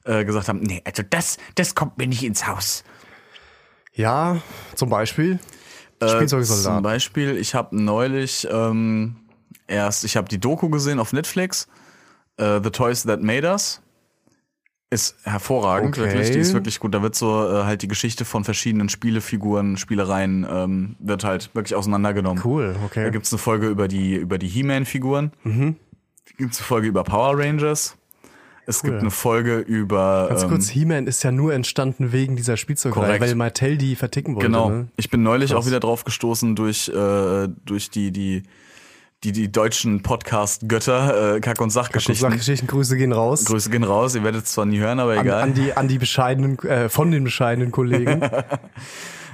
Speaker 4: äh, gesagt haben, nee, also das, das kommt mir nicht ins Haus.
Speaker 5: Ja, zum Beispiel.
Speaker 4: Äh, Zum
Speaker 5: Spielzeugsoldat.
Speaker 4: Beispiel, ich habe neulich ähm, erst, ich habe die Doku gesehen auf Netflix, äh, The Toys That Made Us. Ist hervorragend,
Speaker 5: Okay.
Speaker 4: wirklich. Die ist wirklich gut. Da wird so äh, halt die Geschichte von verschiedenen Spielefiguren, Spielereien, ähm, wird halt wirklich auseinandergenommen.
Speaker 5: Cool,
Speaker 4: Da
Speaker 5: okay.
Speaker 4: gibt's eine Folge über die, über die He-Man-Figuren. Mhm. Gibt's eine Folge über Power Rangers. Es gibt eine Folge über.
Speaker 5: Ganz
Speaker 4: ähm,
Speaker 5: kurz, He-Man ist ja nur entstanden wegen dieser Spielzeugreihe,
Speaker 4: Korrekt.
Speaker 5: weil Mattel die verticken wollte.
Speaker 4: Genau.
Speaker 5: Ne?
Speaker 4: Ich bin neulich auch wieder drauf gestoßen durch, äh, durch die, die, die, die deutschen Podcast-Götter, äh, Kack- und Sachgeschichten.
Speaker 5: Sachgeschichten, Grüße gehen raus.
Speaker 4: Grüße gehen raus, ihr werdet es zwar nie hören, aber
Speaker 5: an,
Speaker 4: egal.
Speaker 5: an, die, an die bescheidenen, äh, von den bescheidenen Kollegen.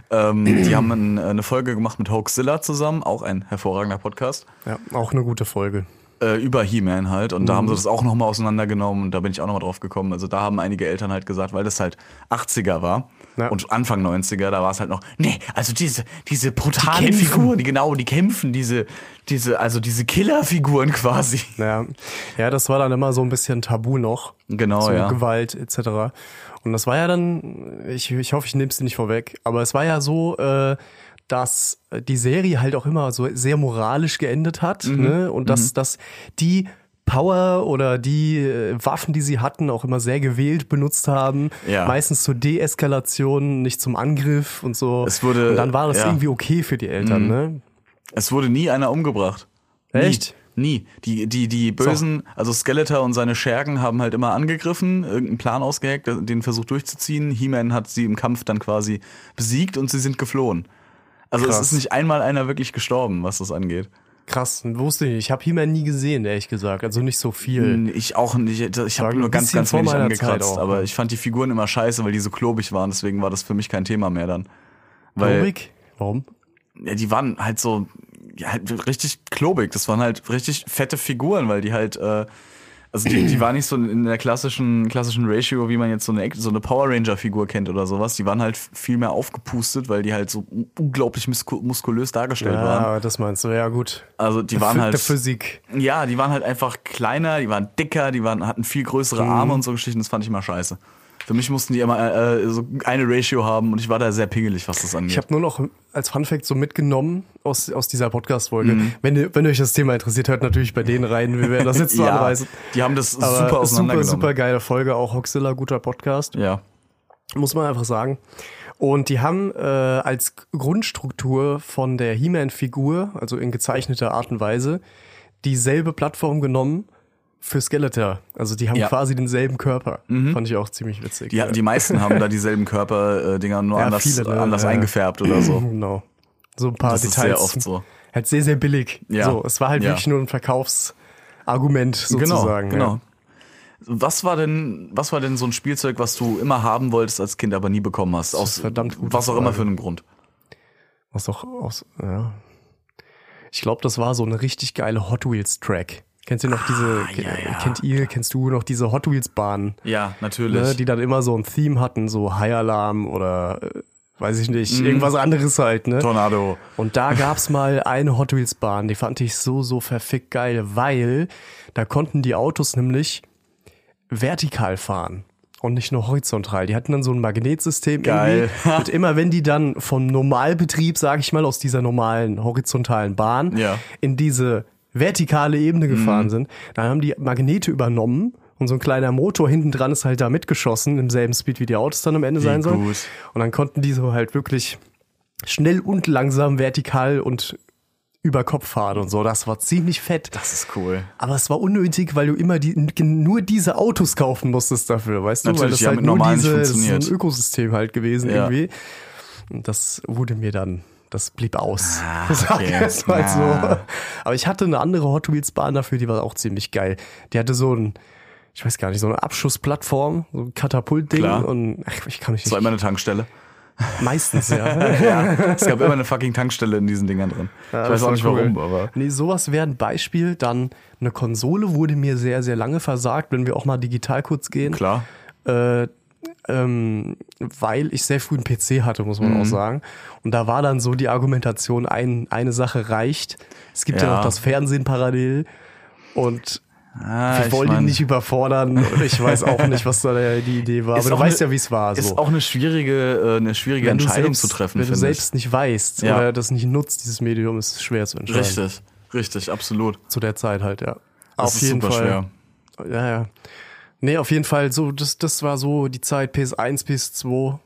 Speaker 4: ähm, die haben ein, eine Folge gemacht mit Hoaxilla zusammen, auch ein hervorragender Podcast,
Speaker 5: ja, auch eine gute Folge.
Speaker 4: äh, über He-Man halt. Und da
Speaker 5: Mhm.
Speaker 4: haben sie das auch nochmal auseinandergenommen und da bin ich auch nochmal drauf gekommen. Also da haben einige Eltern halt gesagt, weil das halt 80er war
Speaker 5: Ja.
Speaker 4: und Anfang 90er, da war es halt noch, nee, also diese, diese brutalen
Speaker 5: kämpfen.
Speaker 4: Figuren, die genau, die kämpfen, diese, diese, also diese Killerfiguren quasi.
Speaker 5: Ja. ja, das war dann immer so ein bisschen tabu noch.
Speaker 4: Genau,
Speaker 5: so
Speaker 4: ja.
Speaker 5: Gewalt etc. Und das war ja dann, ich, ich hoffe, ich nehme es dir nicht vorweg, aber es war ja so, äh, dass die Serie halt auch immer so sehr moralisch geendet hat
Speaker 4: Mhm.
Speaker 5: ne? und dass, dass die Power oder die äh, Waffen, die sie hatten, auch immer sehr gewählt benutzt haben.
Speaker 4: Ja.
Speaker 5: Meistens zur Deeskalation, nicht zum Angriff und so.
Speaker 4: Es wurde-
Speaker 5: und dann war das
Speaker 4: ja. Mhm.
Speaker 5: irgendwie okay für die Eltern, ne?
Speaker 4: Es wurde nie einer umgebracht.
Speaker 5: Echt?
Speaker 4: Nie. nie. Die, die, die Bösen, also Skeletor und seine Schergen haben halt immer angegriffen, irgendeinen Plan ausgeheckt, den Versuch durchzuziehen. He-Man hat sie im Kampf dann quasi besiegt und sie sind geflohen. Also
Speaker 5: Krass.
Speaker 4: es ist nicht einmal einer wirklich gestorben, was das angeht.
Speaker 5: Krass, wusste ich nicht. Ich habe He-Man nie gesehen, ehrlich gesagt. Also nicht so viel.
Speaker 4: Ich auch nicht. Ich
Speaker 5: War
Speaker 4: habe nur
Speaker 5: ein
Speaker 4: ganz,
Speaker 5: bisschen
Speaker 4: ganz
Speaker 5: vor
Speaker 4: wenig
Speaker 5: meiner Zeit
Speaker 4: angekratzt.
Speaker 5: auch,
Speaker 4: aber
Speaker 5: ne?
Speaker 4: ich fand die Figuren immer scheiße, weil die so klobig waren. Deswegen war das für mich kein Thema mehr dann. Weil
Speaker 5: Logik? Warum?
Speaker 4: ja, die waren halt so ja, halt richtig klobig. Das waren halt richtig fette Figuren, weil die halt äh, also die, die waren nicht so in der klassischen klassischen Ratio, wie man jetzt so eine Act- so eine Power Ranger Figur kennt oder sowas. Die waren halt viel mehr aufgepustet, weil die halt so u- unglaublich musku- muskulös dargestellt waren.
Speaker 5: Ja, Ah, das meinst du, ja gut.
Speaker 4: Also die waren
Speaker 5: Für-
Speaker 4: halt
Speaker 5: Der Physik.
Speaker 4: ja, die waren halt einfach kleiner, die waren dicker, die waren hatten viel
Speaker 5: Mhm.
Speaker 4: größere Arme und so Geschichten. Das fand ich immer scheiße. Für mich mussten die immer äh, äh, so eine Ratio haben und ich war da sehr pingelig, was das angeht.
Speaker 5: Ich habe nur noch als Funfact so mitgenommen aus, aus dieser Podcast-Folge.
Speaker 4: Mhm.
Speaker 5: Wenn, ihr- wenn euch das Thema interessiert, hört natürlich bei denen rein. Wir werden das jetzt so anreißen.
Speaker 4: die haben das
Speaker 5: Aber
Speaker 4: super
Speaker 5: super,
Speaker 4: auseinandergenommen.
Speaker 5: super geile Folge. Auch Hoxilla, guter Podcast.
Speaker 4: Ja.
Speaker 5: muss man einfach sagen. Und die haben äh, als Grundstruktur von der He-Man-Figur, also in gezeichneter Art und Weise, dieselbe Plattform genommen für Skeletor. Also die haben
Speaker 4: Ja. Mhm.
Speaker 5: quasi denselben Körper. Fand ich auch ziemlich witzig.
Speaker 4: Die, die meisten haben da dieselben Körperdinger äh, nur
Speaker 5: Ja,
Speaker 4: anders,
Speaker 5: viele, ne?
Speaker 4: anders
Speaker 5: Ja.
Speaker 4: eingefärbt oder so.
Speaker 5: Genau. So ein paar
Speaker 4: Das ist
Speaker 5: Details.
Speaker 4: sehr oft so.
Speaker 5: Halt sehr, sehr billig.
Speaker 4: Ja.
Speaker 5: So, es war halt
Speaker 4: Ja.
Speaker 5: wirklich nur ein Verkaufsargument sozusagen.
Speaker 4: genau, genau. Was war denn, was war denn so ein Spielzeug, was du immer haben wolltest als Kind, aber nie bekommen hast?
Speaker 5: Das ist
Speaker 4: Aus
Speaker 5: eine verdammt gute
Speaker 4: was auch immer
Speaker 5: Frage.
Speaker 4: für einen Grund.
Speaker 5: Ja. Was doch aus, ja. Ich glaube, das war so eine richtig geile Hot Wheels Track. Kennst du noch diese,
Speaker 4: Ah, ja, ja.
Speaker 5: kennt ihr, kennst du noch diese Hot Wheels Bahnen?
Speaker 4: Ja, natürlich.
Speaker 5: ne, die dann immer so ein Theme hatten, so High Alarm oder äh, weiß ich nicht,
Speaker 4: Mhm.
Speaker 5: irgendwas anderes halt, ne?
Speaker 4: Tornado.
Speaker 5: Und da gab's mal eine Hot Wheels Bahn, die fand ich so, so verfickt geil, weil da konnten die Autos nämlich vertikal fahren und nicht nur horizontal. Die hatten dann so ein Magnetsystem
Speaker 4: Geil.
Speaker 5: irgendwie. Und immer wenn die dann vom Normalbetrieb, sag ich mal, aus dieser normalen horizontalen Bahn
Speaker 4: Ja. Mhm.
Speaker 5: in diese vertikale Ebene gefahren sind. Dann haben die Magnete übernommen und so ein kleiner Motor hinten dran ist halt da mitgeschossen, im selben Speed wie die Autos dann am Ende
Speaker 4: Wie
Speaker 5: sein sollen.
Speaker 4: gut.
Speaker 5: Und dann konnten die so halt wirklich schnell und langsam vertikal und über Kopf fahren und so. Das war ziemlich fett.
Speaker 4: Das ist cool.
Speaker 5: Aber es war unnötig, weil du immer die, nur diese Autos kaufen musstest dafür, weißt du? weil
Speaker 4: Natürlich,
Speaker 5: das halt
Speaker 4: ja, mit normal nicht
Speaker 5: das ist so ein
Speaker 4: funktioniert.
Speaker 5: Ökosystem halt gewesen
Speaker 4: Ja.
Speaker 5: irgendwie. Und das wurde mir dann, das blieb aus.
Speaker 4: Ah,
Speaker 5: Sag
Speaker 4: okay.
Speaker 5: jetzt mal so.
Speaker 4: Ah.
Speaker 5: Aber ich hatte eine andere Hot Wheels Bahn dafür, die war auch ziemlich geil. Die hatte so ein, ich weiß gar nicht, so eine Abschussplattform, so ein Katapultding
Speaker 4: Klar.
Speaker 5: und ach, ich kann mich
Speaker 4: Das war
Speaker 5: nicht.
Speaker 4: immer eine Tankstelle.
Speaker 5: Meistens, ja.
Speaker 4: Es gab immer eine fucking Tankstelle in diesen Dingern drin. ich weiß
Speaker 5: das
Speaker 4: auch
Speaker 5: war
Speaker 4: nicht
Speaker 5: cool.
Speaker 4: warum, aber.
Speaker 5: Nee, sowas wäre ein Beispiel. Dann eine Konsole wurde mir sehr, sehr lange versagt, wenn wir auch mal digital kurz gehen.
Speaker 4: Klar.
Speaker 5: äh, ähm, weil ich sehr früh einen PC hatte, muss
Speaker 4: Mhm.
Speaker 5: man auch sagen. Und da war dann so die Argumentation, ein, eine Sache reicht. Es gibt ja.
Speaker 4: Ja.
Speaker 5: noch das Fernsehen parallel und
Speaker 4: Ah,
Speaker 5: ich wollte ihn nicht überfordern und ich weiß auch nicht, was da der- die Idee war. Aber du weißt ja, wie es war. So.
Speaker 4: Ist auch eine schwierige, äh, eine schwierige
Speaker 5: Wenn du
Speaker 4: Entscheidung
Speaker 5: selbst-
Speaker 4: zu treffen,
Speaker 5: Wenn du
Speaker 4: finde
Speaker 5: selbst nicht weißt
Speaker 4: Ja.
Speaker 5: oder das nicht nutzt, dieses Medium, ist es schwer zu
Speaker 4: ich.
Speaker 5: entscheiden.
Speaker 4: Richtig, richtig, absolut.
Speaker 5: Zu der Zeit halt, ja.
Speaker 4: Das ist super schwer.
Speaker 5: Ja, ja. Nee, auf jeden Fall, so, das, das war so die Zeit PS1, PS2,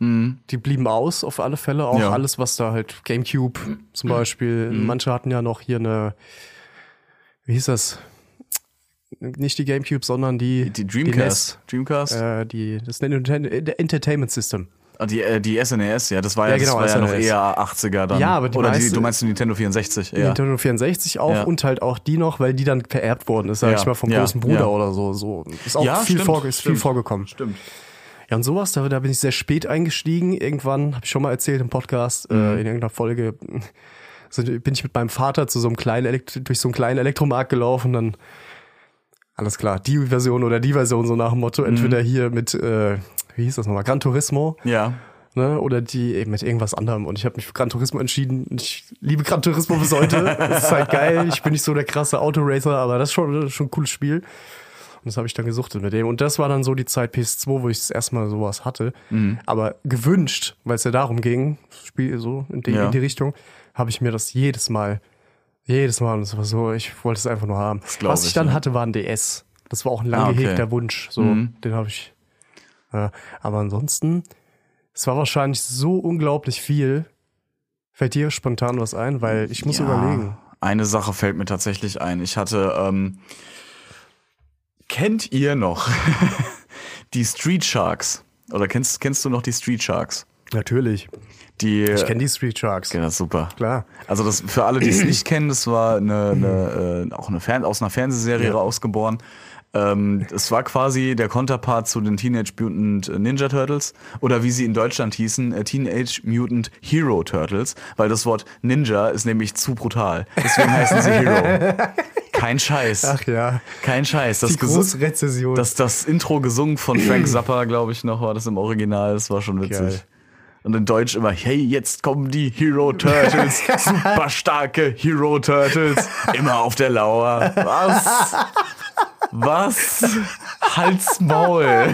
Speaker 5: die blieben aus auf alle Fälle. Auch
Speaker 4: Mhm. Ja. Mhm.
Speaker 5: alles, was da halt, GameCube zum Beispiel. Manche hatten ja noch hier eine, wie hieß das? Nicht die GameCube, sondern die, E
Speaker 4: Die Dreamcast. Dreamcast?
Speaker 5: Die NES, äh, die, das Nintendo- Entertainment System.
Speaker 4: Ah, die, äh, die SNES, ja, das war ja,
Speaker 5: Ja, genau,
Speaker 4: das war ja noch
Speaker 5: SNES.
Speaker 4: eher 80er dann.
Speaker 5: Ja, aber die
Speaker 4: Oder die,
Speaker 5: meisten-
Speaker 4: du meinst die Nintendo 64, ja.
Speaker 5: Nintendo 64 auch
Speaker 4: Ja.
Speaker 5: und halt auch die noch, weil die dann vererbt worden ist, sag
Speaker 4: Ja.
Speaker 5: ich mal, vom
Speaker 4: Ja.
Speaker 5: großen Bruder
Speaker 4: Ja.
Speaker 5: oder so. so. Ist auch
Speaker 4: Ja,
Speaker 5: viel,
Speaker 4: stimmt,
Speaker 5: vor, ist viel
Speaker 4: stimmt.
Speaker 5: vorgekommen.
Speaker 4: Stimmt.
Speaker 5: Ja, und sowas, da, da bin ich sehr spät eingestiegen. Irgendwann, habe ich schon mal erzählt im Podcast, äh, in irgendeiner Folge, sind, bin ich mit meinem Vater zu so einem kleinen Elekt durch so einen kleinen Elektromarkt gelaufen, dann alles klar, die Version oder die Version, so nach dem Motto, entweder hier mit, äh, wie hieß das nochmal, Gran Turismo,
Speaker 4: Ja.
Speaker 5: ne, oder die eben mit irgendwas anderem. Und ich habe mich für Gran Turismo entschieden. Ich liebe Gran Turismo bis heute. Es ist halt geil. Ich bin nicht so der krasse Autoracer, aber das ist schon, das ist schon ein cooles Spiel. Und das habe ich dann gesuchtet mit dem. Und das war dann so die Zeit PS2, wo ich das erste Mal sowas hatte.
Speaker 4: Mhm.
Speaker 5: Aber gewünscht, weil es ja darum ging, das Spiel so in die,
Speaker 4: Ja.
Speaker 5: in die Richtung, habe ich mir das jedes Mal, jedes Mal, und es war so, ich wollte es einfach nur haben.
Speaker 4: glaub
Speaker 5: Was ich
Speaker 4: ich,
Speaker 5: dann
Speaker 4: ja.
Speaker 5: hatte, war ein DS. Das war auch ein lang
Speaker 4: Ah, okay. Mhm.
Speaker 5: gehegter Wunsch. So, den habe ich. Ja, aber ansonsten, es war wahrscheinlich so unglaublich viel. Fällt dir spontan was ein? Weil ich muss
Speaker 4: ja.
Speaker 5: überlegen.
Speaker 4: Eine Sache fällt mir tatsächlich ein. Ich hatte, ähm, kennt ihr noch die Street Sharks? Oder kennst, kennst du noch die Street Sharks?
Speaker 5: Natürlich.
Speaker 4: Die,
Speaker 5: Ich kenne die Street Sharks.
Speaker 4: Ja, Genau, super.
Speaker 5: Klar.
Speaker 4: Also das für alle, die es nicht kennen, das war eine, eine, äh, auch eine Fern aus einer Fernsehserie rausgeboren. Ähm, es war quasi der Konterpart zu den Teenage Mutant Ninja Turtles oder wie sie in Deutschland hießen, äh, Teenage Mutant Hero Turtles, weil das Wort Ninja ist nämlich zu brutal. Deswegen heißen sie Hero. Kein Scheiß.
Speaker 5: Ach ja.
Speaker 4: Kein Scheiß. Das
Speaker 5: Die
Speaker 4: Gesu-
Speaker 5: Großrezession.
Speaker 4: das, das Intro gesungen von Frank Zappa, glaube ich, noch war das im Original. Das war schon witzig.
Speaker 5: Geil.
Speaker 4: Und in Deutsch immer, hey, jetzt kommen die Hero Turtles, super starke Hero Turtles, immer auf der Lauer. Was? Was? Halt's Maul.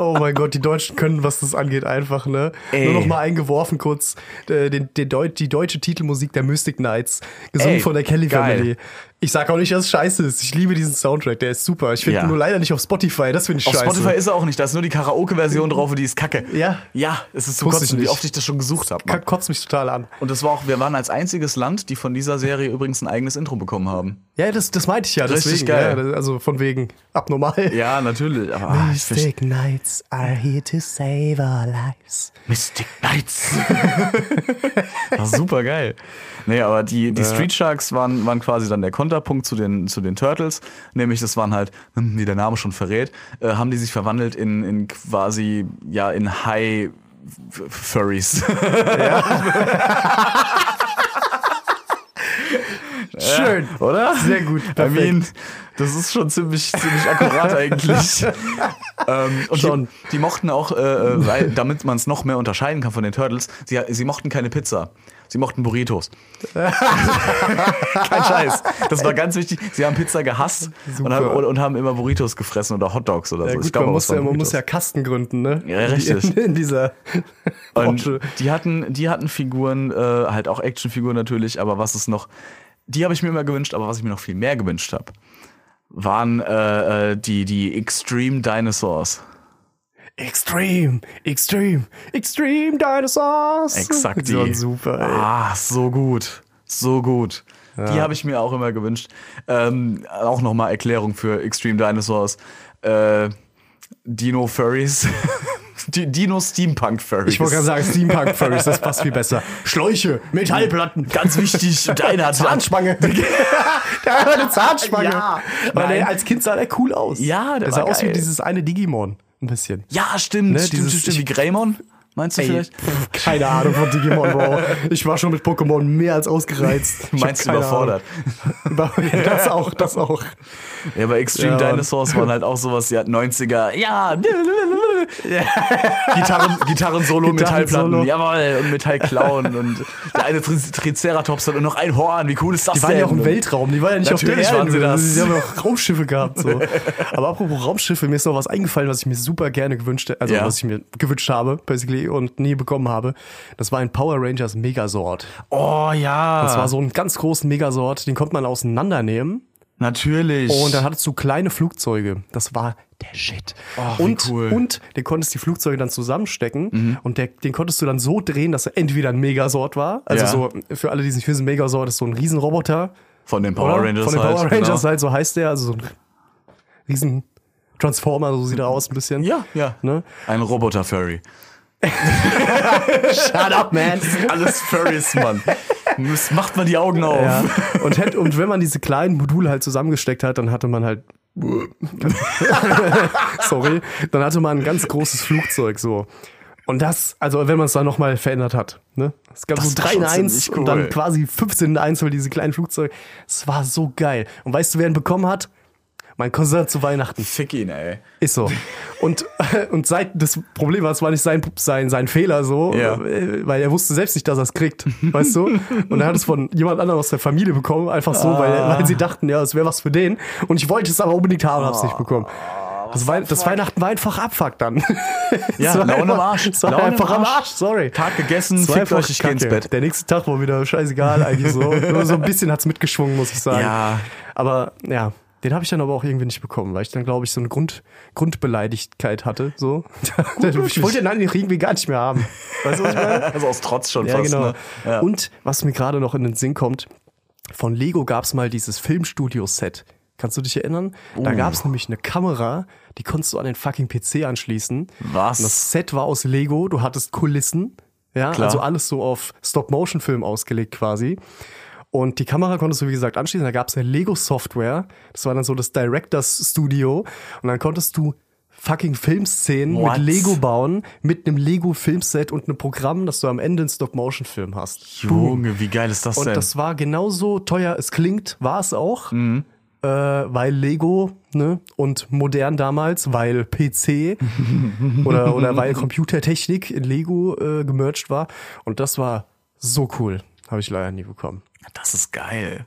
Speaker 5: Oh mein Gott, die Deutschen können, was das angeht, einfach, ne?
Speaker 4: Ey.
Speaker 5: Nur noch mal eingeworfen kurz, äh, den, den Deu die deutsche Titelmusik der Mystic Knights, gesungen
Speaker 4: Ey,
Speaker 5: von der Kelly
Speaker 4: geil.
Speaker 5: Family. Ich sag auch nicht, dass es scheiße ist. Ich liebe diesen Soundtrack, der ist super. Ich finde
Speaker 4: Ja.
Speaker 5: ihn nur leider nicht auf Spotify, das finde ich
Speaker 4: Auf
Speaker 5: scheiße.
Speaker 4: Spotify ist er auch nicht, da ist nur die Karaoke-Version drauf und die ist kacke.
Speaker 5: Ja.
Speaker 4: Ja, es ist zu
Speaker 5: Wusste
Speaker 4: kotzen,
Speaker 5: ich
Speaker 4: wie
Speaker 5: nicht.
Speaker 4: oft ich das schon gesucht habe.
Speaker 5: Ka- kotzt mich total an.
Speaker 4: Und das war auch, wir waren als einziges Land, die von dieser Serie übrigens ein eigenes Intro bekommen haben.
Speaker 5: Ja, das, das meinte ich ja.
Speaker 4: Richtig
Speaker 5: deswegen,
Speaker 4: geil.
Speaker 5: Ja, das, also von wegen abnormal.
Speaker 4: Ja, natürlich, aber ah, ich verstehe.
Speaker 5: Mystic Knights are here to save our lives.
Speaker 4: Mystic Knights. War super geil. Nee, aber die, die Street Sharks waren, waren quasi dann der Konterpunkt zu den, zu den Turtles. Nämlich, das waren halt, hm, wie der Name schon verrät, äh, haben die sich verwandelt in, in quasi, ja, in High F- Furries.
Speaker 5: Schön.
Speaker 4: Oder?
Speaker 5: Sehr gut,
Speaker 4: I
Speaker 5: perfekt.
Speaker 4: mean, das ist schon ziemlich, ziemlich akkurat eigentlich. ähm, und
Speaker 5: Schon.
Speaker 4: Die, die mochten auch, äh, äh, weil, damit man es noch mehr unterscheiden kann von den Turtles, sie, sie mochten keine Pizza. Sie mochten Burritos. Kein Scheiß. Das war ganz wichtig. Sie haben Pizza gehasst und
Speaker 5: Super.
Speaker 4: haben, und, und haben immer Burritos gefressen oder Hotdogs oder so.
Speaker 5: Ja,
Speaker 4: ich
Speaker 5: gut,
Speaker 4: glaube,
Speaker 5: man,
Speaker 4: auch
Speaker 5: muss
Speaker 4: es waren
Speaker 5: ja, man muss ja
Speaker 4: Burritos.
Speaker 5: Kasten gründen, ne?
Speaker 4: Ja, richtig.
Speaker 5: In, in dieser Branche.
Speaker 4: Und die hatten, die hatten Figuren, äh, halt auch Actionfiguren natürlich, aber was es noch die habe ich mir immer gewünscht, aber was ich mir noch viel mehr gewünscht habe, waren äh, äh, die, die Extreme Dinosaurs.
Speaker 5: Extreme, extreme, extreme Dinosaurs.
Speaker 4: Exakt
Speaker 5: Die
Speaker 4: die.
Speaker 5: waren super, ey.
Speaker 4: Ah, so gut. So gut. Die habe ich mir auch immer gewünscht. Ähm, auch nochmal Erklärung für Extreme Dinosaurs. Äh, Dino Furries. Di- Dino Steampunk Furries.
Speaker 5: Ich wollte gerade sagen, Steampunk Furries, das passt viel besser. Schläuche, Metallplatten,
Speaker 4: Ganz wichtig, deiner Zahn.
Speaker 5: Zahnspange. der hat eine Zahnspange.
Speaker 4: Ja.
Speaker 5: Weil
Speaker 4: Nein.
Speaker 5: der, als Kind sah der cool aus.
Speaker 4: Ja, der
Speaker 5: der
Speaker 4: war
Speaker 5: sah aus
Speaker 4: geil.
Speaker 5: wie dieses eine Digimon. Ein bisschen.
Speaker 4: Ja, stimmt.
Speaker 5: Ne,
Speaker 4: stimmt,
Speaker 5: dieses-
Speaker 4: stimmt, stimmt. Wie Greymon? Meinst du vielleicht?
Speaker 5: Pff, keine Ahnung von Digimon, Bro. Ich war schon mit Pokémon mehr als ausgereizt. Ich
Speaker 4: Meinst du
Speaker 5: hab keine
Speaker 4: überfordert?
Speaker 5: Ahnung. Das auch, das auch.
Speaker 4: Ja, aber Extreme
Speaker 5: Ja.
Speaker 4: Dinosaurs waren halt auch sowas, ja, 90er, ja, ne. Gitarren, Gitarren-Solo,
Speaker 5: Gitarren-Solo.
Speaker 4: Metallplatten, jawohl, und Metallklauen und der eine Tri- Triceratops hat nur noch ein Horn, wie cool ist das
Speaker 5: Die waren
Speaker 4: denn?
Speaker 5: ja auch im Weltraum, die waren ja nicht
Speaker 4: Natürlich
Speaker 5: auf der Erde.
Speaker 4: waren sie das.
Speaker 5: Die haben ja auch Raumschiffe gehabt. So. Aber apropos Raumschiffe, mir ist noch was eingefallen, was ich mir super gerne gewünscht hätte, also
Speaker 4: Ja.
Speaker 5: was ich mir gewünscht habe, basically, und nie bekommen habe. Das war ein Power Rangers Megasort.
Speaker 4: Oh ja,
Speaker 5: Das war so ein ganz großen Megasort, den konnte man auseinandernehmen.
Speaker 4: natürlich.
Speaker 5: Oh, Und dann hattest du kleine Flugzeuge. Das war der Shit.
Speaker 4: wie
Speaker 5: und,
Speaker 4: cool. Mhm.
Speaker 5: und den konntest die Flugzeuge dann zusammenstecken und der, den konntest du dann so drehen, dass er entweder ein Megasort war. Also
Speaker 4: Ja.
Speaker 5: so, für alle, die es nicht wissen, Megasort ist so ein Riesenroboter.
Speaker 4: von den Power
Speaker 5: oder?
Speaker 4: Rangers
Speaker 5: Von den
Speaker 4: halt,
Speaker 5: Power Rangers
Speaker 4: genau.
Speaker 5: halt, so heißt der. Also so ein riesen Transformer, so sieht er aus ein bisschen.
Speaker 4: Ja, ja.
Speaker 5: Ne?
Speaker 4: Ein Roboter-Furry.
Speaker 5: Shut up, man!
Speaker 4: Alles Furries, Mann. Müsst- Macht mal die Augen auf.
Speaker 5: Ja. Und, hätte, und wenn man diese kleinen Module halt zusammengesteckt hat, dann hatte man halt. Sorry. Dann hatte man ein ganz großes Flugzeug so. Und das, also wenn man es dann nochmal verändert hat, ne? Es gab
Speaker 4: Das
Speaker 5: so
Speaker 4: war
Speaker 5: 3 in
Speaker 4: schon
Speaker 5: 1
Speaker 4: ziemlich
Speaker 5: und dann
Speaker 4: cool.
Speaker 5: quasi 15 in 1 für diese kleinen Flugzeuge. Es war so geil. Und weißt du, wer ihn bekommen hat? Mein Cousin zu Weihnachten.
Speaker 4: Fick ihn, ey.
Speaker 5: Ist so. Und, und seit das Problem war, es war nicht sein, sein, sein Fehler so,
Speaker 4: Ja.
Speaker 5: äh, weil er wusste selbst nicht, dass er es kriegt, weißt du? Und er hat es von jemand anderem aus der Familie bekommen, einfach so, weil,
Speaker 4: Ah.
Speaker 5: weil sie dachten, ja, es wäre was für den. Und ich wollte es aber unbedingt haben, hab's
Speaker 4: Ah,
Speaker 5: nicht bekommen. Das, Wei das Weihnachten war einfach Abfuck dann.
Speaker 4: Ja,
Speaker 5: Es war
Speaker 4: Laune am
Speaker 5: einfach-
Speaker 4: Arsch.
Speaker 5: es war
Speaker 4: Laune am
Speaker 5: einfach am
Speaker 4: Arsch.
Speaker 5: Arsch, sorry.
Speaker 4: Tag gegessen,
Speaker 5: Es war
Speaker 4: fickt
Speaker 5: einfach
Speaker 4: euch, ich geh ins
Speaker 5: Kacke.
Speaker 4: Bett.
Speaker 5: Der nächste Tag war wieder scheißegal eigentlich so. Nur so ein bisschen hat's mitgeschwungen, muss ich sagen.
Speaker 4: Ja.
Speaker 5: Aber ja, den habe ich dann aber auch irgendwie nicht bekommen, weil ich dann, glaube ich, so eine Grund, Grundbeleidigkeit hatte. So. ich wollte den eigentlich irgendwie gar nicht mehr haben. Weißt du, was ich meine?
Speaker 4: Also aus Trotz schon
Speaker 5: ja,
Speaker 4: fast,
Speaker 5: genau.
Speaker 4: ne? Ja.
Speaker 5: Und was mir gerade noch in den Sinn kommt, von Lego gab es mal dieses Filmstudio-Set. Kannst du dich erinnern?
Speaker 4: Uh.
Speaker 5: Da gab es nämlich eine Kamera, die konntest du an den fucking PC anschließen.
Speaker 4: Was?
Speaker 5: Und das Set war aus Lego, du hattest Kulissen. Ja,
Speaker 4: Klar.
Speaker 5: also alles so auf Stop-Motion-Film ausgelegt quasi. Und die Kamera konntest du, wie gesagt, anschließen. Da gab es eine Lego-Software. Das war dann so das Directors Studio. Und dann konntest du fucking Filmszenen
Speaker 4: What?
Speaker 5: mit Lego bauen, mit einem Lego-Filmset und einem Programm, dass du am Ende einen Stop-Motion-Film hast.
Speaker 4: Junge, wie geil ist das
Speaker 5: Und
Speaker 4: denn?
Speaker 5: das war genauso teuer, es klingt, war es auch.
Speaker 4: Mhm.
Speaker 5: Äh, weil Lego, ne, und modern damals, weil PC oder, oder weil Computertechnik in Lego äh, gemerged war. Und das war so cool. Habe ich leider nie bekommen.
Speaker 4: das ist geil.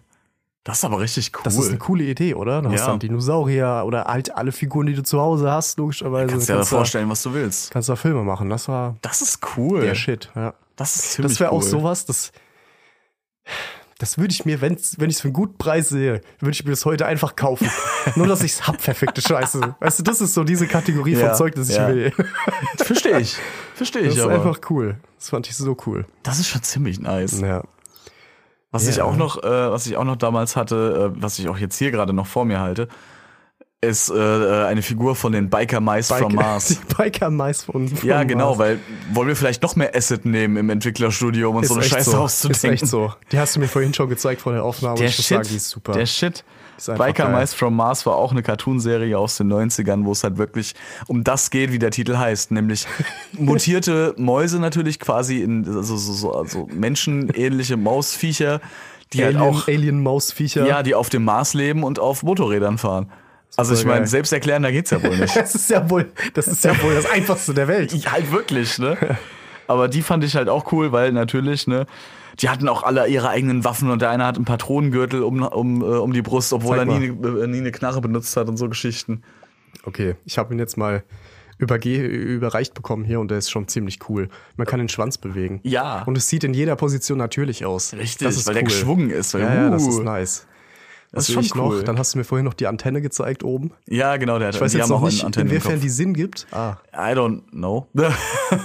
Speaker 4: Das ist aber richtig cool.
Speaker 5: Das ist eine coole Idee, oder? Du hast
Speaker 4: Ja.
Speaker 5: dann Dinosaurier oder halt alle Figuren, die du zu Hause hast, logischerweise.
Speaker 4: Kannst dir ja
Speaker 5: da-
Speaker 4: vorstellen, was du willst.
Speaker 5: kannst da Filme machen. Das war
Speaker 4: Das ist cool.
Speaker 5: der Shit, ja.
Speaker 4: Das ist ziemlich
Speaker 5: Das wäre auch
Speaker 4: cool.
Speaker 5: sowas, das. Das würde ich mir, wenn's, wenn ich es für einen guten Preis sehe, würde ich mir das heute einfach kaufen. Nur, dass ich es hab, verfickte Scheiße. Weißt du, das ist so diese Kategorie
Speaker 4: Ja,
Speaker 5: von Zeug, das ich
Speaker 4: ja.
Speaker 5: will.
Speaker 4: Verstehe ich. Verstehe
Speaker 5: Das
Speaker 4: ich
Speaker 5: ist
Speaker 4: aber.
Speaker 5: einfach cool. Das fand ich so cool.
Speaker 4: das ist schon ziemlich nice.
Speaker 5: Ja.
Speaker 4: Was ich
Speaker 5: Ja.
Speaker 4: auch noch, äh, was ich auch noch damals hatte, äh, was ich auch jetzt hier gerade noch vor mir halte, ist äh, eine Figur von den Biker Mice from Mars.
Speaker 5: Die Biker Mais von, von
Speaker 4: Ja, genau,
Speaker 5: Mars.
Speaker 4: weil wollen wir vielleicht noch mehr Acid nehmen im Entwicklerstudio, um uns
Speaker 5: Ist
Speaker 4: so eine
Speaker 5: echt
Speaker 4: Scheiße
Speaker 5: so. Ist
Speaker 4: auszudenken.
Speaker 5: echt so. Die hast du mir vorhin schon gezeigt vor der Aufnahme.
Speaker 4: Der
Speaker 5: ich muss
Speaker 4: Shit,
Speaker 5: sagen, die ist super.
Speaker 4: der Shit.
Speaker 5: Ist einfach
Speaker 4: Biker
Speaker 5: geil.
Speaker 4: Mice from Mars war auch eine Cartoonserie aus den 90ern, wo es halt wirklich um das geht, wie der Titel heißt, nämlich mutierte Mäuse natürlich quasi in also, so, so, also menschenähnliche Mausviecher, die
Speaker 5: Alien,
Speaker 4: halt auch
Speaker 5: Alien Mausviecher.
Speaker 4: ja, die auf dem Mars leben und auf Motorrädern fahren. Also ich
Speaker 5: geil.
Speaker 4: meine, selbst erklären, da geht's ja wohl nicht.
Speaker 5: Das ist ja wohl, das ist ja wohl das einfachste der Welt.
Speaker 4: Ja, halt wirklich, ne? Aber die fand ich halt auch cool, weil natürlich, ne, die hatten auch alle ihre eigenen Waffen und der eine hat einen Patronengürtel um, um, äh, um die Brust, obwohl
Speaker 5: Zeig
Speaker 4: er nie, eine- äh, nie eine Knarre benutzt hat und so Geschichten.
Speaker 5: Okay, ich habe ihn jetzt mal überge überreicht bekommen hier und der ist schon ziemlich cool. Man kann den Schwanz bewegen.
Speaker 4: Ja.
Speaker 5: Und es sieht in jeder Position natürlich aus.
Speaker 4: Richtig,
Speaker 5: das ist
Speaker 4: weil
Speaker 5: cool.
Speaker 4: der geschwungen ist. Weil,
Speaker 5: Ja, ja, das ist
Speaker 4: uh,
Speaker 5: nice.
Speaker 4: Das ist
Speaker 5: Was will
Speaker 4: schon
Speaker 5: ich
Speaker 4: cool.
Speaker 5: noch? Dann hast du mir vorhin noch die Antenne gezeigt oben.
Speaker 4: ja, genau, der hat
Speaker 5: Ich weiß
Speaker 4: die
Speaker 5: jetzt
Speaker 4: haben
Speaker 5: noch
Speaker 4: auch
Speaker 5: nicht,
Speaker 4: eine Antenne im
Speaker 5: inwiefern
Speaker 4: Kopf.
Speaker 5: die Sinn gibt. Ah.
Speaker 4: I don't know.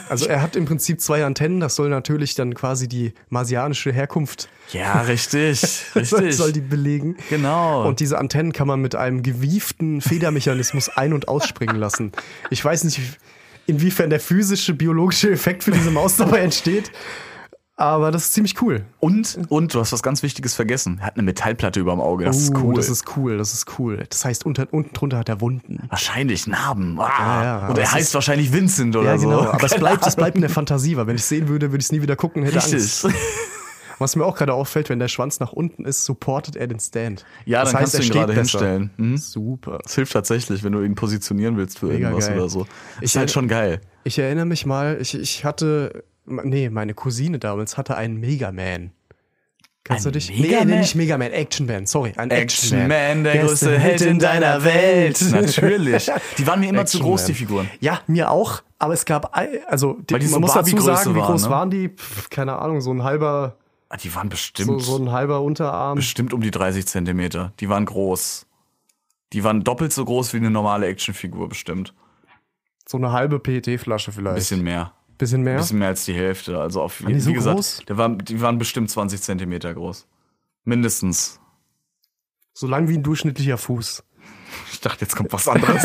Speaker 5: Also er hat im Prinzip zwei Antennen. Das soll natürlich dann quasi die marsianische Herkunft
Speaker 4: ja, richtig,
Speaker 5: soll,
Speaker 4: richtig.
Speaker 5: soll die belegen.
Speaker 4: Genau.
Speaker 5: Und diese Antennen kann man mit einem gewieften Federmechanismus ein- und ausspringen lassen. Ich weiß nicht, inwiefern der physische, biologische Effekt für diese Maus dabei entsteht, aber das ist ziemlich cool.
Speaker 4: und, und du hast was ganz Wichtiges vergessen. Er hat eine Metallplatte über dem Auge. Das ist
Speaker 5: Uh,
Speaker 4: cool.
Speaker 5: Das ist cool, das ist cool. Das heißt, unter, unten drunter hat er Wunden.
Speaker 4: wahrscheinlich Narben. Ah.
Speaker 5: Ja, ja,
Speaker 4: und
Speaker 5: aber
Speaker 4: er
Speaker 5: es
Speaker 4: heißt
Speaker 5: ist-
Speaker 4: wahrscheinlich Vincent oder
Speaker 5: Ja, genau.
Speaker 4: so.
Speaker 5: Aber es bleibt, es bleibt in der Fantasie, weil wenn ich sehen würde, würde ich es nie wieder gucken, hätte Angst.
Speaker 4: Richtig.
Speaker 5: Was mir auch gerade auffällt, wenn der Schwanz nach unten ist, supportet er den Stand.
Speaker 4: Ja,
Speaker 5: das
Speaker 4: dann
Speaker 5: heißt,
Speaker 4: kannst du
Speaker 5: er
Speaker 4: ihn
Speaker 5: steht
Speaker 4: gerade
Speaker 5: besser.
Speaker 4: hinstellen. Mhm.
Speaker 5: Super.
Speaker 4: Das hilft tatsächlich, wenn du ihn positionieren willst für
Speaker 5: Mega
Speaker 4: irgendwas
Speaker 5: geil.
Speaker 4: oder so. Ist
Speaker 5: Ich-
Speaker 4: halt schon geil.
Speaker 5: Ich erinnere mich mal, ich, ich hatte, nee, meine Cousine damals hatte einen Mega Man. Kannst
Speaker 4: Ein
Speaker 5: du dich?
Speaker 4: Mega
Speaker 5: nee, nee,
Speaker 4: Man?
Speaker 5: nicht Mega Man, Action Man, sorry. Ein Action,
Speaker 4: Action Man, der größte Held in deiner Welt. Natürlich. Die waren mir immer zu
Speaker 5: Action
Speaker 4: groß,
Speaker 5: Man.
Speaker 4: die Figuren.
Speaker 5: Ja, mir auch, aber es gab, all- also, die,
Speaker 4: Weil die so
Speaker 5: man muss dazu
Speaker 4: Barbie-Größe
Speaker 5: sagen, wie
Speaker 4: waren,
Speaker 5: groß
Speaker 4: ne?
Speaker 5: waren die? Pff, keine Ahnung, so ein halber,
Speaker 4: Ah, Die waren
Speaker 5: so,
Speaker 4: bestimmt,
Speaker 5: so ein halber Unterarm.
Speaker 4: bestimmt um die 30 Zentimeter. Die waren groß. Die waren doppelt so groß wie eine normale Actionfigur bestimmt.
Speaker 5: So eine halbe PET-Flasche vielleicht.
Speaker 4: Bisschen mehr.
Speaker 5: Bisschen mehr?
Speaker 4: Bisschen mehr als die Hälfte. Also auf
Speaker 5: die
Speaker 4: jeden
Speaker 5: so
Speaker 4: Wie gesagt,
Speaker 5: groß?
Speaker 4: Der war, die waren bestimmt 20 Zentimeter groß. Mindestens.
Speaker 5: So lang wie ein durchschnittlicher Fuß.
Speaker 4: Ich dachte, jetzt kommt was anderes.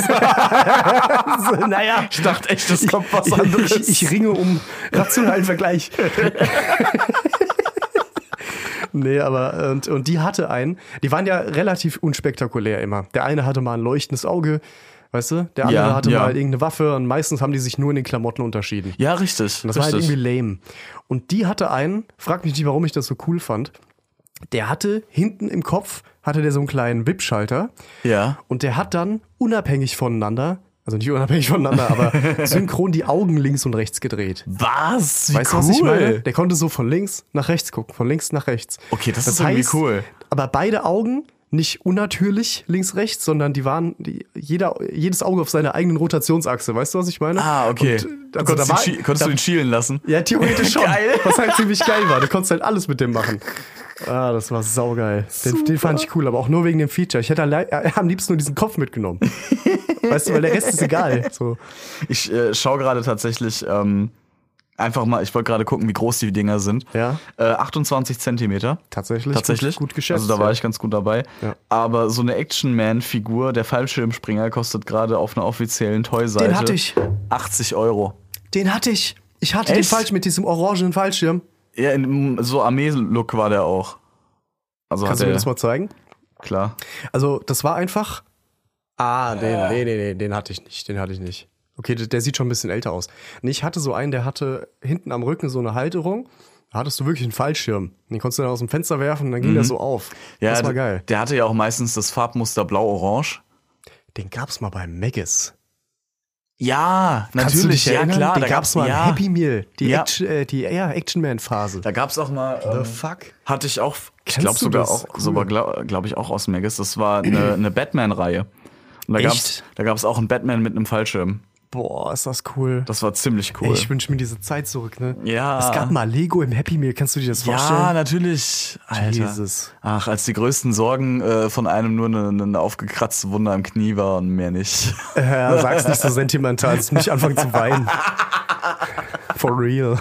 Speaker 5: naja.
Speaker 4: Ich dachte echt, es kommt was
Speaker 5: Ich,
Speaker 4: anderes.
Speaker 5: ich, ich ringe um rationalen Vergleich. nee, aber und, und die hatte einen. Die waren ja relativ unspektakulär immer. Der eine hatte mal ein leuchtendes Auge, weißt du? Der andere
Speaker 4: Ja,
Speaker 5: hatte
Speaker 4: ja.
Speaker 5: mal irgendeine Waffe und meistens haben die sich nur in den Klamotten unterschieden.
Speaker 4: ja, richtig.
Speaker 5: Und das war halt
Speaker 4: richtig.
Speaker 5: irgendwie lame. Und die hatte einen, frag mich nicht, warum ich das so cool fand. Der hatte hinten im Kopf, hatte der so einen kleinen Wip-Schalter.
Speaker 4: ja.
Speaker 5: Und der hat dann unabhängig voneinander, also nicht unabhängig voneinander, aber synchron die Augen links und rechts gedreht.
Speaker 4: Was? Wie
Speaker 5: Weißt du, was ich meine? Der konnte so von links nach rechts gucken, von links nach rechts.
Speaker 4: Okay, das ist irgendwie cool.
Speaker 5: Aber beide Augen nicht unnatürlich links rechts, sondern die waren die, jeder jedes Auge auf seiner eigenen Rotationsachse. Weißt du, was ich meine?
Speaker 4: Ah, okay.
Speaker 5: Und,
Speaker 4: du
Speaker 5: also,
Speaker 4: konntest,
Speaker 5: da war,
Speaker 4: ihn, schie- konntest du ihn schielen lassen?
Speaker 5: ja, theoretisch schon.
Speaker 4: Geil.
Speaker 5: Was halt ziemlich geil war. Du konntest halt alles mit dem machen. Ah, das war saugeil. Den, den fand ich cool, aber auch nur wegen dem Feature. Ich hätte alle- äh, am liebsten nur diesen Kopf mitgenommen. weißt du, weil der Rest ist egal. So.
Speaker 4: Ich äh, schaue gerade tatsächlich ähm, einfach mal, ich wollte gerade gucken, wie groß die Dinger sind.
Speaker 5: Ja.
Speaker 4: Äh, 28 Zentimeter.
Speaker 5: Tatsächlich.
Speaker 4: Tatsächlich.
Speaker 5: Gut, gut geschätzt.
Speaker 4: Also da war
Speaker 5: ja.
Speaker 4: ich ganz gut dabei.
Speaker 5: Ja.
Speaker 4: Aber so eine Action-Man-Figur, der Fallschirmspringer, kostet gerade auf einer offiziellen Toy-Seite
Speaker 5: Den hatte ich.
Speaker 4: 80 Euro.
Speaker 5: Den hatte ich. Ich hatte den
Speaker 4: Echt?
Speaker 5: falsch mit diesem orangenen Fallschirm.
Speaker 4: Ja, in, so Armee-Look war der auch. Also
Speaker 5: Kannst du
Speaker 4: hat er,
Speaker 5: mir das mal zeigen?
Speaker 4: klar.
Speaker 5: Also, das war einfach. Ah, den, nee, nee, nee, den hatte ich nicht. Den hatte ich nicht. Okay, der, der sieht schon ein bisschen älter aus. Nee, ich hatte so einen, der hatte hinten am Rücken so eine Halterung. Da hattest du wirklich einen Fallschirm. Den konntest du dann aus dem Fenster werfen, dann ging der so auf.
Speaker 4: Mhm. Ja,
Speaker 5: das war
Speaker 4: d-
Speaker 5: geil.
Speaker 4: Der hatte ja auch meistens das Farbmuster blau-orange.
Speaker 5: Den gab's mal bei Maggis.
Speaker 4: Ja,
Speaker 5: Kannst du
Speaker 4: natürlich,
Speaker 5: dich
Speaker 4: ja
Speaker 5: erinnern?
Speaker 4: klar.
Speaker 5: Den
Speaker 4: da
Speaker 5: gab's mal
Speaker 4: ja,
Speaker 5: im Happy Meal. Die
Speaker 4: Ja.
Speaker 5: Action, äh, die ja, Action Man Phase.
Speaker 4: Da gab's auch mal. Ähm,
Speaker 5: fuck?
Speaker 4: Hatte ich auch, ich
Speaker 5: Kennst
Speaker 4: glaube
Speaker 5: du
Speaker 4: sogar
Speaker 5: das?
Speaker 4: auch,
Speaker 5: Cool.
Speaker 4: sogar glaube glaub ich auch aus Magus. Das war eine, eine Batman-Reihe. Und da
Speaker 5: Echt?
Speaker 4: gab's, da gab's auch einen Batman mit einem Fallschirm.
Speaker 5: Boah, ist das cool.
Speaker 4: Das war ziemlich cool.
Speaker 5: Ey, ich wünsche mir diese Zeit zurück, ne?
Speaker 4: Ja.
Speaker 5: Es gab mal Lego im Happy Meal. Kannst du dir das vorstellen?
Speaker 4: ja, natürlich. Alter.
Speaker 5: Jesus.
Speaker 4: Ach, als die größten Sorgen äh, von einem nur eine, eine aufgekratzte Wunde am Knie war und mehr nicht.
Speaker 5: Ja, sag's nicht so sentimental, dass ich mich anfangen zu weinen. For real.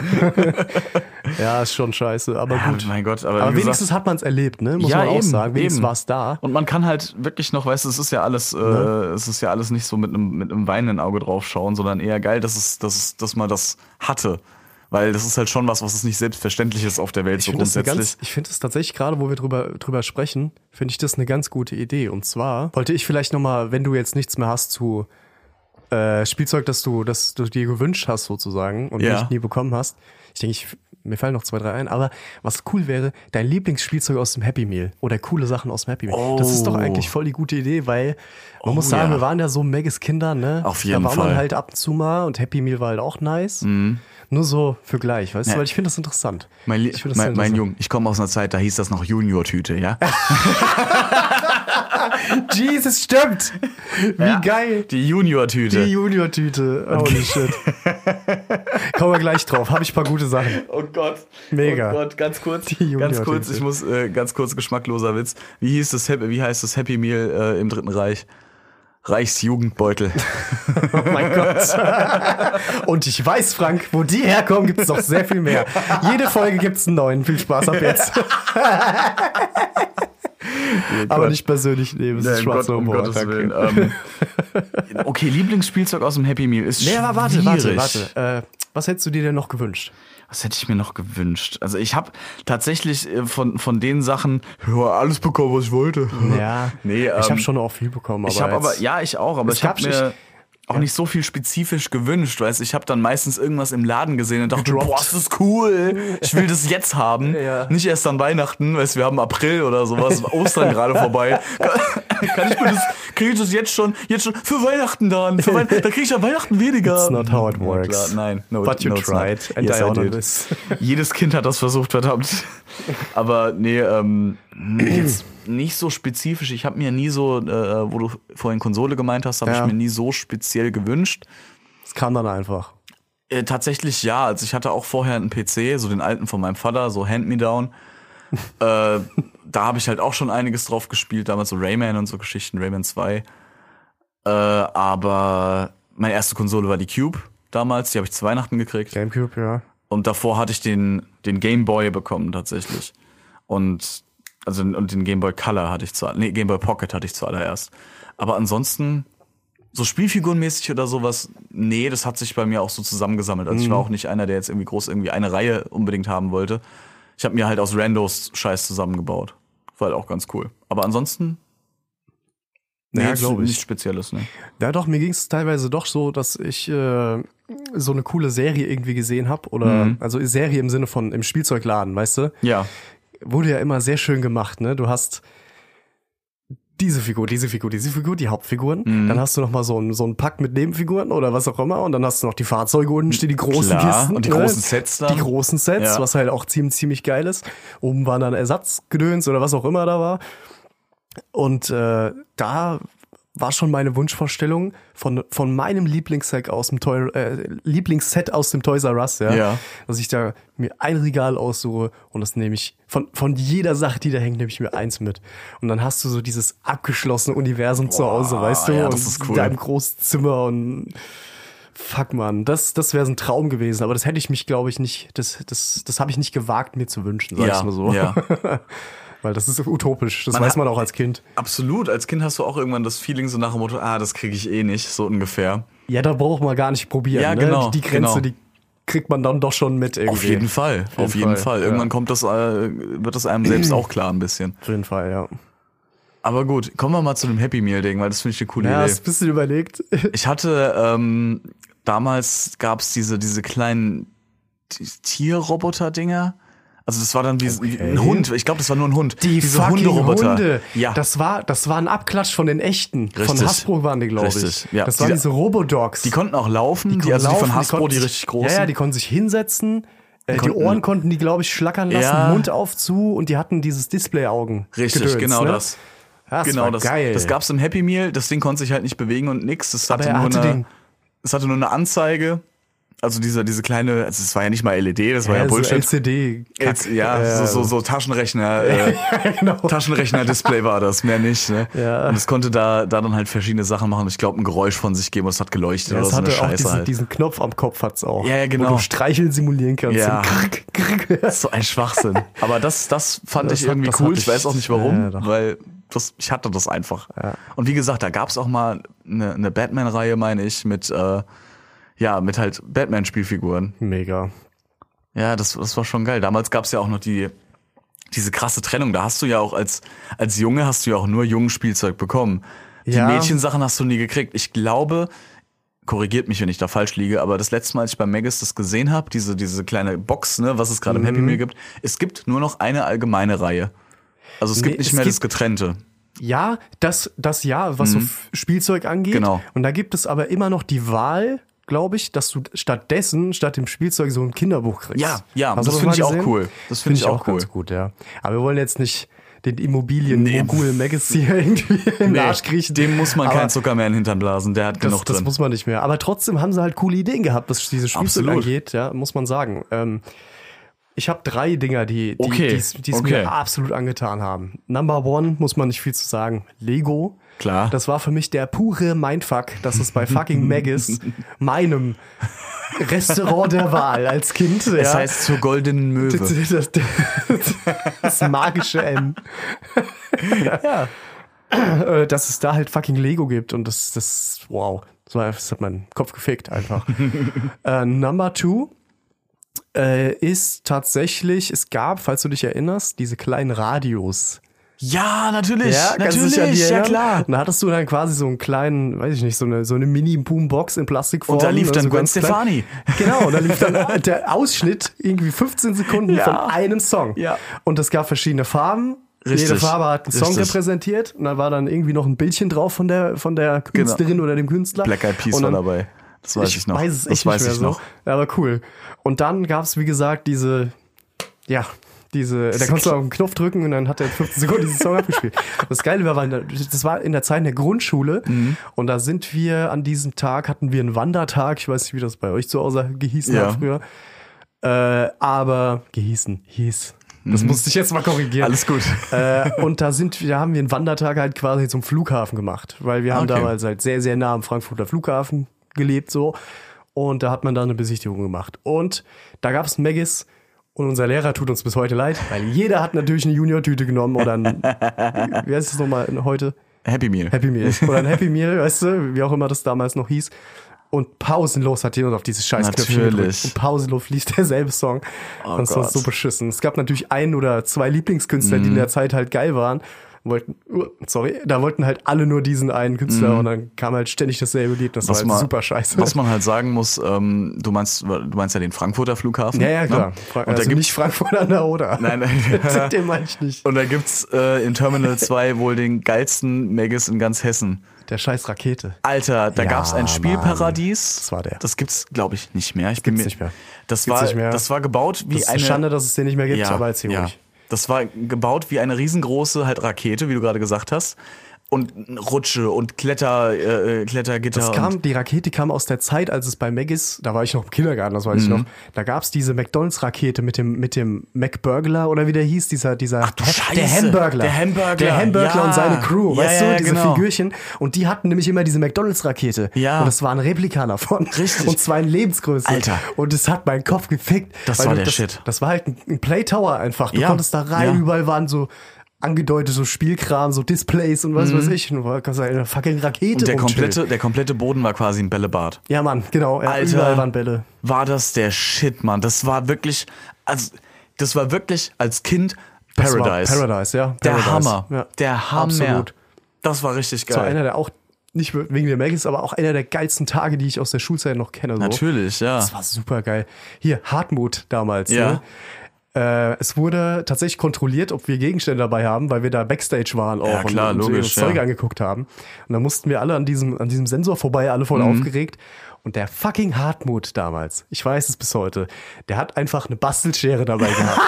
Speaker 5: ja, ist schon scheiße, aber
Speaker 4: Ja,
Speaker 5: gut.
Speaker 4: mein Gott, aber,
Speaker 5: aber
Speaker 4: wie gesagt,
Speaker 5: wenigstens hat man es erlebt, ne? Muss man auch sagen. Wenigstens war es da. Ne?
Speaker 4: Und man kann halt wirklich noch, weißt du, es ist ja alles, äh, es ist ja alles nicht so mit einem, mit einem weinenden Auge draufschauen, sondern eher geil, dass es, dass es, dass man das hatte. Weil das ist halt schon was, was es nicht selbstverständlich ist auf der Welt so
Speaker 5: Ich finde das, eine
Speaker 4: grundsätzlich.
Speaker 5: ganz- ich find das tatsächlich gerade, wo wir drüber, drüber sprechen, finde ich das eine ganz gute Idee. Und zwar wollte ich vielleicht nochmal, wenn du jetzt nichts mehr hast zu äh, Spielzeug, das du, das du dir gewünscht hast sozusagen und
Speaker 4: Ja.
Speaker 5: nicht nie bekommen hast. Ich denke, ich, mir fallen noch zwei, drei ein. Aber was cool wäre, dein Lieblingsspielzeug aus dem Happy Meal oder coole Sachen aus dem Happy Meal. Das ist doch
Speaker 4: Oh.
Speaker 5: eigentlich voll die gute Idee, weil
Speaker 4: Oh,
Speaker 5: man muss sagen,
Speaker 4: ja.
Speaker 5: wir waren ja so Megas Kinder, ne?
Speaker 4: Auf jeden
Speaker 5: Da war
Speaker 4: Fall. Mhm.
Speaker 5: man halt ab und zu mal und Happy Meal war halt auch nice. Nur so für gleich, weißt du?
Speaker 4: Ja.
Speaker 5: Weil ich finde das interessant.
Speaker 4: Mein, Li-
Speaker 5: Ich find das
Speaker 4: mein,
Speaker 5: sehr
Speaker 4: mein
Speaker 5: interessant.
Speaker 4: Junge, ich komme aus einer Zeit, da hieß das noch Junior-Tüte, ja?
Speaker 5: Jesus, stimmt. Wie
Speaker 4: Ja.
Speaker 5: geil.
Speaker 4: Die Junior-Tüte.
Speaker 5: Die Junior-Tüte. Holy shit. Kommen wir gleich drauf. Habe ich ein paar gute Sachen.
Speaker 4: Oh Gott.
Speaker 5: Mega.
Speaker 4: Oh Gott, ganz kurz.
Speaker 5: Junior
Speaker 4: Ganz kurz,
Speaker 5: Tüte.
Speaker 4: ich muss, äh, ganz kurz, geschmackloser Witz. Wie, hieß das, Happy- wie heißt das Happy Meal äh, im Dritten Reich? Reichsjugendbeutel.
Speaker 5: Oh mein Gott. Und ich weiß, Frank, wo die herkommen, gibt es noch sehr viel mehr. Jede Folge gibt es einen neuen. Viel Spaß ab jetzt.
Speaker 4: Oh
Speaker 5: Aber nicht persönlich nehmen. Es ist
Speaker 4: um
Speaker 5: schwarz
Speaker 4: Gott, um
Speaker 5: Humor.
Speaker 4: Gottes
Speaker 5: Danke.
Speaker 4: Willen. Ähm, okay, Lieblingsspielzeug aus dem Happy Meal ist
Speaker 5: Nee,
Speaker 4: schwierig.
Speaker 5: aber warte, warte, warte. Äh, was hättest du dir denn noch gewünscht?
Speaker 4: Was hätte ich mir noch gewünscht? Also ich habe tatsächlich äh, von, von den Sachen ja, alles bekommen, was ich wollte.
Speaker 5: Ja,
Speaker 4: Nee, ähm,
Speaker 5: ich habe schon auch viel bekommen. Aber
Speaker 4: Ich habe aber,
Speaker 5: jetzt-
Speaker 4: ja, ich auch, aber
Speaker 5: Es
Speaker 4: ich habe
Speaker 5: gab-
Speaker 4: mir
Speaker 5: ich-
Speaker 4: auch nicht so viel spezifisch gewünscht, weißt ich habe dann meistens irgendwas im Laden gesehen und dachte,
Speaker 5: Gedroppt.
Speaker 4: boah, ist das cool, ich will das jetzt haben,
Speaker 5: Ja.
Speaker 4: nicht erst an Weihnachten, weißt wir haben April oder sowas, Ostern gerade vorbei, kann, kann ich mir das, kriege ich das jetzt schon, jetzt schon für Weihnachten dann, für Weihnachten, da kriege ich an Weihnachten weniger.
Speaker 5: It's not how it
Speaker 4: Ja,
Speaker 5: works.
Speaker 4: klar, nein, no,
Speaker 5: But you
Speaker 4: no, it's not.
Speaker 5: tried and
Speaker 4: yes,
Speaker 5: I
Speaker 4: I
Speaker 5: honor
Speaker 4: did.
Speaker 5: this.
Speaker 4: Jedes Kind hat das versucht, verdammt. Aber nee, ähm, jetzt nicht so spezifisch. Ich habe mir nie so, äh, wo du vorhin Konsole gemeint hast, habe
Speaker 5: Ja.
Speaker 4: ich mir nie so speziell gewünscht.
Speaker 5: Es kam dann einfach.
Speaker 4: Äh, tatsächlich ja. Also ich hatte auch vorher einen PC, so den alten von meinem Vater, so Hand-Me-Down. äh, da habe ich halt auch schon einiges drauf gespielt, damals so Rayman und so Geschichten, Rayman 2. Äh, aber meine erste Konsole war die Cube damals, die habe ich zu Weihnachten gekriegt.
Speaker 5: Gamecube, ja.
Speaker 4: Und davor hatte ich den, den Game Boy bekommen tatsächlich. Und also und den Game Boy Color hatte ich zu nee, Game Boy Pocket hatte ich zuallererst. Aber ansonsten so Spielfigurenmäßig oder sowas, nee, das hat sich bei mir auch so zusammengesammelt. Also ich
Speaker 5: Mhm.
Speaker 4: war auch nicht einer, der jetzt irgendwie groß irgendwie eine Reihe unbedingt haben wollte. Ich habe mir halt aus Randos Scheiß zusammengebaut. War halt auch ganz cool. Aber ansonsten nee,
Speaker 5: Ja,
Speaker 4: jetzt
Speaker 5: glaub ich.
Speaker 4: nichts Spezielles, ne?
Speaker 5: Ja, doch, mir ging es teilweise doch so, dass ich äh, so eine coole Serie irgendwie gesehen habe. Oder
Speaker 4: Mhm.
Speaker 5: also Serie im Sinne von im Spielzeugladen, weißt du?
Speaker 4: Ja.
Speaker 5: Wurde ja immer sehr schön gemacht, ne? Du hast diese Figur, diese Figur, diese Figur, die Hauptfiguren.
Speaker 4: Mhm.
Speaker 5: Dann hast du noch mal so einen so einen Pack mit Nebenfiguren oder was auch immer. Und dann hast du noch die Fahrzeuge unten, stehen die großen
Speaker 4: Klar,
Speaker 5: Kisten.
Speaker 4: und die
Speaker 5: ne?
Speaker 4: großen Sets dann.
Speaker 5: Die großen Sets,
Speaker 4: Ja.
Speaker 5: was halt auch ziemlich, ziemlich geil ist. Oben waren dann Ersatzgedöns oder was auch immer da war. Und äh, da war schon meine Wunschvorstellung von, von meinem Lieblingsset aus dem Toy, äh, Lieblingsset aus dem Toys R Us, ja,
Speaker 4: Ja.
Speaker 5: Dass ich da mir ein Regal aussuche und das nehme ich von, von jeder Sache, die da hängt, nehme ich mir eins mit. Und dann hast du so dieses abgeschlossene Universum zu Hause, weißt du?
Speaker 4: ja,
Speaker 5: und
Speaker 4: das ist cool.
Speaker 5: in deinem großen Zimmer und fuck man, das, das wäre so ein Traum gewesen, aber das hätte ich mich, glaube ich, nicht, das, das, das habe ich nicht gewagt, mir zu wünschen, sag
Speaker 4: Ja,
Speaker 5: ich mal so.
Speaker 4: ja.
Speaker 5: Weil das ist utopisch, das
Speaker 4: Man
Speaker 5: weiß
Speaker 4: hat-
Speaker 5: man auch als Kind.
Speaker 4: Absolut. Als Kind hast du auch irgendwann das Feeling so nach dem Motto, ah, das kriege ich eh nicht, so ungefähr.
Speaker 5: Ja, da braucht man gar nicht probieren.
Speaker 4: Ja,
Speaker 5: ne?
Speaker 4: genau,
Speaker 5: Die, die
Speaker 4: genau.
Speaker 5: Grenze, die kriegt man dann doch schon mit irgendwie.
Speaker 4: Auf jeden Fall, auf jeden, Fall. Irgendwann
Speaker 5: ja.
Speaker 4: kommt das, äh, wird das einem selbst auch klar ein bisschen.
Speaker 5: Auf jeden Fall, ja.
Speaker 4: Aber gut, kommen wir mal zu dem Happy Meal Ding, weil das finde ich eine coole
Speaker 5: Ja,
Speaker 4: Idee.
Speaker 5: hast ein bisschen überlegt.
Speaker 4: Ich hatte ähm, damals gab's diese diese kleinen T- Tierroboter Dinger. Also das war dann wie, wie ein Hund. Ich glaube, das war nur ein Hund. diese Hunderoboter. Ja.
Speaker 5: Das war, das war ein Abklatsch von den echten. Von
Speaker 4: Richtig.
Speaker 5: Hasbro waren die, glaube ich.
Speaker 4: Richtig, ja.
Speaker 5: Das waren
Speaker 4: Die-
Speaker 5: diese Robodogs.
Speaker 4: die konnten auch laufen, die, also die von Hasbro, die,
Speaker 5: konnten-
Speaker 4: richtig großen.
Speaker 5: Ja, ja, die konnten sich hinsetzen. äh, Die,
Speaker 4: konnten-
Speaker 5: Ohren konnten die, glaube ich, schlackern lassen,
Speaker 4: Ja.
Speaker 5: Mund auf zu und die hatten dieses Display-Augen.
Speaker 4: richtig,
Speaker 5: Gedöns,
Speaker 4: genau
Speaker 5: ne?
Speaker 4: das.
Speaker 5: Ja, Das
Speaker 4: genau
Speaker 5: war
Speaker 4: das.
Speaker 5: geil.
Speaker 4: Das gab's im Happy Meal. Das Ding konnte sich halt nicht bewegen und nix. Das
Speaker 5: Aber
Speaker 4: hatte
Speaker 5: er
Speaker 4: nur
Speaker 5: hatte
Speaker 4: eine,
Speaker 5: den-
Speaker 4: es hatte nur eine Anzeige. Also diese diese kleine, also es war ja nicht mal LED, das war ja,
Speaker 5: ja, so E
Speaker 4: Bullshit.
Speaker 5: LCD.
Speaker 4: Jetzt, ja, so, so,
Speaker 5: Ähm,
Speaker 4: so Taschenrechner, äh, Taschenrechner-Display war das, mehr nicht. Ne?
Speaker 5: Genau. Ja.
Speaker 4: Und es konnte da, da dann halt verschiedene Sachen machen. Ich glaube, ein Geräusch von sich geben und es hat geleuchtet
Speaker 5: Ja,
Speaker 4: oder
Speaker 5: es
Speaker 4: so eine
Speaker 5: hatte auch
Speaker 4: Scheiße
Speaker 5: diesen,
Speaker 4: halt.
Speaker 5: diesen Knopf am Kopf hat's auch.
Speaker 4: Ja, ja,
Speaker 5: Wo
Speaker 4: genau.
Speaker 5: du Streicheln simulieren kannst.
Speaker 4: Ja.
Speaker 5: So krrk, krrk.
Speaker 4: so ein Schwachsinn. Aber das, das fand
Speaker 5: Das
Speaker 4: ich
Speaker 5: hat-
Speaker 4: irgendwie
Speaker 5: das
Speaker 4: cool.
Speaker 5: hatte
Speaker 4: Ich weiß auch
Speaker 5: ich-
Speaker 4: nicht warum,
Speaker 5: ja, doch.
Speaker 4: weil das, ich hatte das einfach. Und wie gesagt, da gab es auch mal eine, eine Batman-Reihe, meine ich, mit, äh, ja, mit halt Batman-Spielfiguren.
Speaker 5: Mega.
Speaker 4: Ja, das, das war schon geil. Damals gab's ja auch noch die, diese krasse Trennung. Da hast du ja auch als, als Junge hast du ja auch nur jungen Spielzeug bekommen. Die
Speaker 5: Ja.
Speaker 4: Mädchensachen hast du nie gekriegt. Ich glaube, korrigiert mich, wenn ich da falsch liege, aber das letzte Mal, als ich bei Magus das gesehen habe, diese, diese kleine Box, ne, was es gerade
Speaker 5: Mhm.
Speaker 4: im Happy Meal gibt, es gibt nur noch eine allgemeine Reihe. Also es
Speaker 5: Nee,
Speaker 4: gibt nicht
Speaker 5: es
Speaker 4: mehr das
Speaker 5: gibt-
Speaker 4: Getrennte.
Speaker 5: Ja, das, das ja, was so F- Spielzeug angeht.
Speaker 4: Mhm. Genau.
Speaker 5: Und da gibt es aber immer noch die Wahl, glaube ich, dass du stattdessen, statt dem Spielzeug, so ein Kinderbuch kriegst.
Speaker 4: Ja, ja,
Speaker 5: Hast du
Speaker 4: das
Speaker 5: mal
Speaker 4: finde ich auch
Speaker 5: gesehen?
Speaker 4: cool. Das finde ich auch cool.
Speaker 5: ganz gut, ja. Aber wir wollen jetzt nicht den Immobilien-Mogul Maggis hier irgendwie in den Arsch kriechen.
Speaker 4: Dem muss man
Speaker 5: Aber
Speaker 4: keinen Zucker mehr in den Hintern blasen, der hat
Speaker 5: das,
Speaker 4: genug
Speaker 5: das
Speaker 4: drin.
Speaker 5: muss man nicht mehr. Aber trotzdem haben sie halt coole Ideen gehabt, was dieses Spielzeug
Speaker 4: Absolut.
Speaker 5: angeht, ja, muss man sagen. Ähm, ich habe drei Dinger, die die
Speaker 4: Okay,
Speaker 5: die's- die's
Speaker 4: okay.
Speaker 5: mir absolut angetan haben. Number one, muss man nicht viel zu sagen, Lego.
Speaker 4: Klar.
Speaker 5: Das war für mich der pure Mindfuck, dass es bei fucking Maggis, meinem Restaurant der Wahl als Kind, ja,
Speaker 4: das heißt zur goldenen Möwe.
Speaker 5: das, das, das magische M. ja. Äh, Dass es da halt fucking Lego gibt und das, das, wow. Das, war, das hat meinen Kopf gefickt einfach. äh, number two äh, ist tatsächlich, es gab, falls du dich erinnerst, diese kleinen Radios.
Speaker 4: Ja, natürlich,
Speaker 5: kannst du dich an die
Speaker 4: natürlich, ja
Speaker 5: erinnern?
Speaker 4: klar.
Speaker 5: Und da hattest du dann quasi so einen kleinen, weiß ich nicht, so eine, so eine Mini-Boombox in Plastikform.
Speaker 4: Und da lief dann
Speaker 5: also
Speaker 4: Gwen
Speaker 5: ganz klein.
Speaker 4: Stefani.
Speaker 5: Genau, und da lief dann der Ausschnitt, irgendwie 15 Sekunden
Speaker 4: Ja.
Speaker 5: von einem Song.
Speaker 4: Ja.
Speaker 5: Und es gab verschiedene Farben. Jede
Speaker 4: Richtig.
Speaker 5: Farbe hat einen Song
Speaker 4: Richtig.
Speaker 5: repräsentiert und da war dann irgendwie noch ein Bildchen drauf von der, von der Künstlerin oder dem Künstler.
Speaker 4: Genau. Black Eyed Peas
Speaker 5: Und
Speaker 4: war
Speaker 5: dann-
Speaker 4: dabei. Das weiß ich, noch.
Speaker 5: Weiß es
Speaker 4: das
Speaker 5: echt
Speaker 4: weiß
Speaker 5: nicht mehr
Speaker 4: ich
Speaker 5: so.
Speaker 4: noch.
Speaker 5: Ja, Aber cool. Und dann gab es, wie gesagt, diese, ja, diese, da konntest du auf den Knopf drücken und dann hat er in 15 Sekunden diesen Song abgespielt. Das Geile war, weil das war in der Zeit in der Grundschule
Speaker 4: Mhm.
Speaker 5: und da sind wir an diesem Tag, hatten wir einen Wandertag, ich weiß nicht, wie das bei euch zu Hause gehießen
Speaker 4: Ja.
Speaker 5: hat früher, äh, aber gehießen, hieß. Das musste ich jetzt mal korrigieren.
Speaker 4: Mhm. Alles gut.
Speaker 5: äh, und da sind wir, haben wir einen Wandertag halt quasi zum Flughafen gemacht, weil wir haben
Speaker 4: Okay.
Speaker 5: damals halt sehr, sehr nah am Frankfurter Flughafen gelebt so. Und da hat man dann eine Besichtigung gemacht. Und da gab es Maggis und unser Lehrer tut uns bis heute leid, weil jeder hat natürlich eine Junior-Tüte genommen oder ein, wie heißt es nochmal heute?
Speaker 4: Happy Meal.
Speaker 5: Happy Meal. Oder ein Happy Meal, weißt du, wie auch immer das damals noch hieß. Und pausenlos hat jemand auf dieses scheiß Knöpfchen gedrückt.
Speaker 4: Natürlich.
Speaker 5: Und pausenlos fließt derselbe Song. Oh und es war
Speaker 4: Gott. Mhm.
Speaker 5: so beschissen. Es gab natürlich ein oder zwei Lieblingskünstler, die in der Zeit halt geil waren. Wollten, uh, sorry, da wollten halt alle nur diesen einen Künstler und dann kam halt ständig dasselbe Lied. Das war halt super scheiße.
Speaker 4: Mhm. Was man halt sagen muss, ähm, du meinst, du meinst ja den Frankfurter Flughafen.
Speaker 5: ja, ja, klar.
Speaker 4: Ne?
Speaker 5: Fra-
Speaker 4: Und da
Speaker 5: also
Speaker 4: gibt
Speaker 5: nicht Frankfurt an der Oder.
Speaker 4: Nein, nein.
Speaker 5: Den meine ich nicht.
Speaker 4: Und da gibt's äh, in Terminal 2 wohl den geilsten Magus in ganz Hessen.
Speaker 5: Der scheiß Rakete.
Speaker 4: Alter, da
Speaker 5: Ja,
Speaker 4: gab's ein
Speaker 5: Mann.
Speaker 4: Spielparadies.
Speaker 5: Das war der.
Speaker 4: Das gibt's, glaube ich, nicht mehr. Ich bin
Speaker 5: gibt's
Speaker 4: mir,
Speaker 5: nicht mehr.
Speaker 4: Das
Speaker 5: Gibt's
Speaker 4: war,
Speaker 5: nicht mehr.
Speaker 4: das war gebaut wie
Speaker 5: Das ist eine
Speaker 4: eine
Speaker 5: Schande, dass es den nicht mehr gibt,
Speaker 4: ja,
Speaker 5: aber erzähl
Speaker 4: ja.
Speaker 5: ruhig.
Speaker 4: Das war gebaut wie eine riesengroße halt Rakete, wie du gerade gesagt hast. Und Rutsche und Kletter, äh, äh, Klettergitter.
Speaker 5: Das
Speaker 4: und
Speaker 5: kam, die Rakete kam aus der Zeit, als es bei Maggis, da war ich noch im Kindergarten, das weiß ich
Speaker 4: Mhm.
Speaker 5: noch, da gab's diese McDonalds-Rakete mit dem, mit dem McBurgler oder wie der hieß, dieser, dieser, Ach
Speaker 4: du
Speaker 5: der
Speaker 4: Scheiße,
Speaker 5: Hamburgler.
Speaker 4: der Hamburgler,
Speaker 5: Der Hamburgler
Speaker 4: ja.
Speaker 5: und seine Crew,
Speaker 4: Ja,
Speaker 5: weißt
Speaker 4: ja,
Speaker 5: du, diese
Speaker 4: genau.
Speaker 5: Figürchen. Und die hatten nämlich immer diese McDonalds-Rakete.
Speaker 4: Ja.
Speaker 5: Und das waren Replika davon.
Speaker 4: Richtig.
Speaker 5: Und zwar in Lebensgröße.
Speaker 4: Alter.
Speaker 5: Und es hat meinen Kopf gefickt.
Speaker 4: Das
Speaker 5: weil
Speaker 4: war
Speaker 5: du-
Speaker 4: der
Speaker 5: das,
Speaker 4: Shit.
Speaker 5: Das war halt ein- ein Playtower einfach. Du
Speaker 4: Ja,
Speaker 5: konntest da rein,
Speaker 4: ja.
Speaker 5: überall waren so, angedeutet so Spielkram, so Displays und was weiß ich. Und du kannst da in einer fucking Rakete
Speaker 4: Mhm. und der
Speaker 5: rumchillen.
Speaker 4: komplette, der komplette Boden war quasi ein Bällebad.
Speaker 5: Ja, Mann, genau. Ja, Überall waren Bälle.
Speaker 4: War das der Shit, Mann. Das war wirklich, also, das war wirklich als Kind
Speaker 5: Das war
Speaker 4: Paradise.
Speaker 5: Paradise, ja.
Speaker 4: Der
Speaker 5: Paradise.
Speaker 4: Hammer.
Speaker 5: Ja.
Speaker 4: Der Hammer.
Speaker 5: Absolut.
Speaker 4: Das war richtig
Speaker 5: Das war
Speaker 4: geil.
Speaker 5: einer der auch, nicht wegen der Maggis, aber auch einer der geilsten Tage, die ich aus der Schulzeit noch kenne. So.
Speaker 4: Natürlich, ja.
Speaker 5: Das war super geil. Hier, Hartmut damals.
Speaker 4: Ja.
Speaker 5: Ne? Äh, es wurde tatsächlich kontrolliert, ob wir Gegenstände dabei haben, weil wir da Backstage waren auch
Speaker 4: Ja, klar,
Speaker 5: und, und
Speaker 4: logisch,
Speaker 5: uns Zeug
Speaker 4: ja.
Speaker 5: angeguckt haben. Und dann mussten wir alle an diesem, an diesem Sensor vorbei, alle voll
Speaker 4: Mhm.
Speaker 5: aufgeregt. Und der fucking Hartmut damals, ich weiß es bis heute, der hat einfach eine Bastelschere dabei gehabt.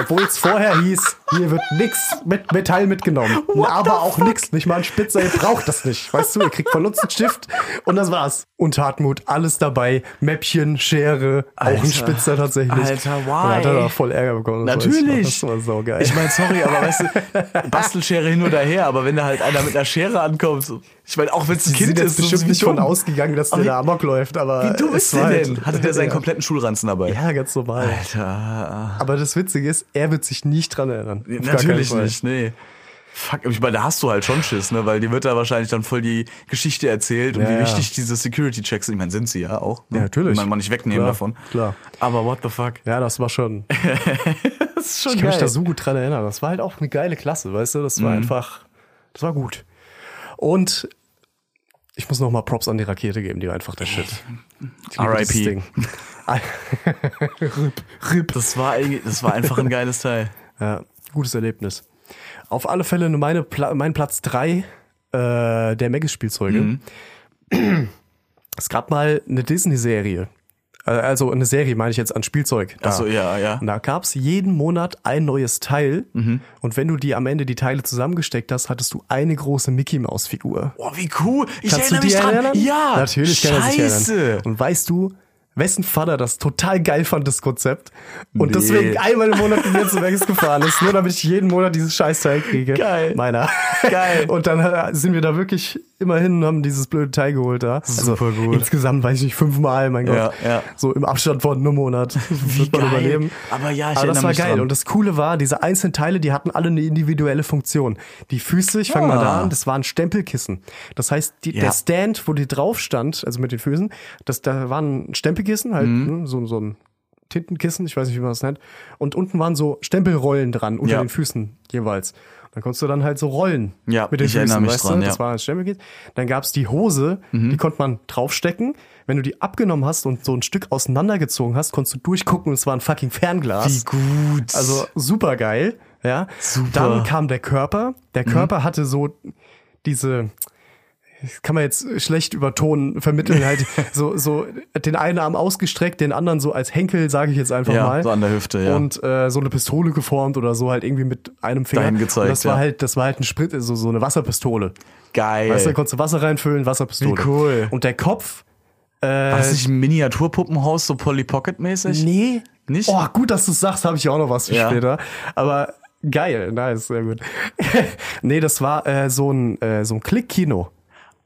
Speaker 5: Obwohl es vorher hieß, hier wird nix mit Metall mitgenommen. aber auch nix, nicht mal ein Spitzer, ihr braucht das nicht. Weißt du, ihr kriegt von uns einen Stift und das war's. Und Hartmut, alles dabei, Mäppchen, Schere, auch
Speaker 4: Alter.
Speaker 5: ein Spitzer tatsächlich.
Speaker 4: Alter, why?
Speaker 5: Da hat er da voll Ärger bekommen. Oh, das weiß ich noch.
Speaker 4: Natürlich.
Speaker 5: Das war saugeil.
Speaker 4: Ich meine, sorry, aber weißt du, Bastelschere hin oder her, aber wenn da halt einer mit einer Schere ankommt, so, ich meine, auch wenn es ein
Speaker 5: Die
Speaker 4: Kind
Speaker 5: sind
Speaker 4: ist,
Speaker 5: jetzt
Speaker 4: so
Speaker 5: bestimmt
Speaker 4: wie
Speaker 5: nicht
Speaker 4: dumm.
Speaker 5: von ausgegangen, dass der
Speaker 4: wie-
Speaker 5: da Amok läuft, aber
Speaker 4: Wie dumm
Speaker 5: es
Speaker 4: ist
Speaker 5: war
Speaker 4: der
Speaker 5: halt-
Speaker 4: denn? Hatte der seinen kompletten Schulranzen dabei?
Speaker 5: Ja, ganz normal.
Speaker 4: Alter.
Speaker 5: Aber das Witzige ist, er wird sich nicht dran erinnern. Auf gar
Speaker 4: Natürlich
Speaker 5: keinen Fall.
Speaker 4: nicht, nee. Fuck, ich meine, da hast du halt schon Schiss, ne? Weil die wird da wahrscheinlich dann voll die Geschichte erzählt und
Speaker 5: Ja,
Speaker 4: wie
Speaker 5: ja.
Speaker 4: wichtig diese Security-Checks sind. Ich meine, sind sie ja auch. Ne?
Speaker 5: Ja, natürlich.
Speaker 4: Will Man mal nicht wegnehmen
Speaker 5: Klar,
Speaker 4: davon.
Speaker 5: klar.
Speaker 4: Aber what the fuck?
Speaker 5: Ja, das war schon.
Speaker 4: Das ist schon
Speaker 5: Ich kann mich da so gut dran erinnern. Das war halt auch eine geile Klasse, weißt du? Das
Speaker 4: Mhm.
Speaker 5: war einfach, das war gut. Und ich muss nochmal Props an die Rakete geben, die war einfach der Shit. Ich liebe
Speaker 4: RIP.
Speaker 5: dieses Ding.
Speaker 4: das, war, eigentlich- das war einfach ein geiles Teil.
Speaker 5: Ja, gutes Erlebnis. Auf alle Fälle meine Pla mein Platz drei äh, der Maggis-Spielzeuge. Es gab mal eine Disney-Serie. Äh, Also eine Serie meine ich jetzt an Spielzeug. Da.
Speaker 4: Achso, ja, ja.
Speaker 5: Und da gab es jeden Monat ein neues Teil. Und wenn du die am Ende die Teile zusammengesteckt hast, hattest du eine große Mickey Maus Figur.
Speaker 4: Boah, wie cool. Ich
Speaker 5: Kannst du
Speaker 4: erinnere
Speaker 5: dich
Speaker 4: mich dran.
Speaker 5: erinnern?
Speaker 4: Ja.
Speaker 5: Natürlich kann er sich erinnern.
Speaker 4: Scheiße.
Speaker 5: Und weißt du, wessen Vater das total geil fand, das Konzept. Und
Speaker 4: Nee.
Speaker 5: deswegen einmal im Monat mit mir zu Max gefahren ist, nur damit ich jeden Monat dieses Scheißteil kriege.
Speaker 4: Geil.
Speaker 5: Meiner.
Speaker 4: Geil.
Speaker 5: Und dann äh, sind wir da wirklich immerhin und haben dieses blöde Teil geholt da. Also
Speaker 4: Super gut.
Speaker 5: Insgesamt, weiß ich nicht, fünfmal, mein Gott.
Speaker 4: Ja, ja.
Speaker 5: So im Abstand von einem Monat. Wie
Speaker 4: geil. Aber ja, ich
Speaker 5: Aber das
Speaker 4: erinnere
Speaker 5: war
Speaker 4: mich
Speaker 5: geil.
Speaker 4: dran.
Speaker 5: Und das Coole war, diese einzelnen Teile, die hatten alle eine individuelle Funktion. Die Füße, ich fange mal da
Speaker 4: Ah.
Speaker 5: an, das waren Stempelkissen. Das heißt, die,
Speaker 4: Ja.
Speaker 5: der Stand, wo die drauf stand, also mit den Füßen, das, da waren Stempelkissen, halt
Speaker 4: Mhm.
Speaker 5: ne, so, so ein Tintenkissen, ich weiß nicht, wie man das nennt. Und unten waren so Stempelrollen dran unter
Speaker 4: Ja.
Speaker 5: den Füßen jeweils. Dann konntest du dann halt so rollen
Speaker 4: Ja,
Speaker 5: mit den
Speaker 4: ich
Speaker 5: Füßen,
Speaker 4: erinnere mich
Speaker 5: weißt
Speaker 4: dran,
Speaker 5: du?
Speaker 4: ja. Mhm.
Speaker 5: Das war ein Stempelkissen. Dann gab es die Hose, die konnte man draufstecken. Wenn du die abgenommen hast und so ein Stück auseinandergezogen hast, konntest du durchgucken und es war ein fucking Fernglas.
Speaker 4: Wie gut.
Speaker 5: Also super geil, ja.
Speaker 4: Super. Mhm.
Speaker 5: Dann kam der Körper. Der Körper hatte so diese, das kann man jetzt schlecht über Ton vermitteln, halt so, so den einen Arm ausgestreckt, den anderen so als Henkel, sage ich jetzt einfach
Speaker 4: Ja,
Speaker 5: mal.
Speaker 4: so an der Hüfte, ja.
Speaker 5: Und äh, so eine Pistole geformt oder so halt irgendwie mit einem Finger.
Speaker 4: Dahin gezeigt,
Speaker 5: Und das war
Speaker 4: ja.
Speaker 5: halt, das war halt ein Sprit, so, so eine Wasserpistole.
Speaker 4: geil.
Speaker 5: Weißt du, da konntest du Wasser reinfüllen, Wasserpistole.
Speaker 4: Wie cool.
Speaker 5: Und der Kopf,
Speaker 4: war das nicht ein Miniaturpuppenhaus, so Polly Pocket mäßig?
Speaker 5: Nee.
Speaker 4: Nicht?
Speaker 5: Oh, gut, dass du sagst, habe ich auch noch was für
Speaker 4: Ja.
Speaker 5: später. Aber geil, nice, sehr gut. nee, das war äh, so ein, äh, so ein Klickkino.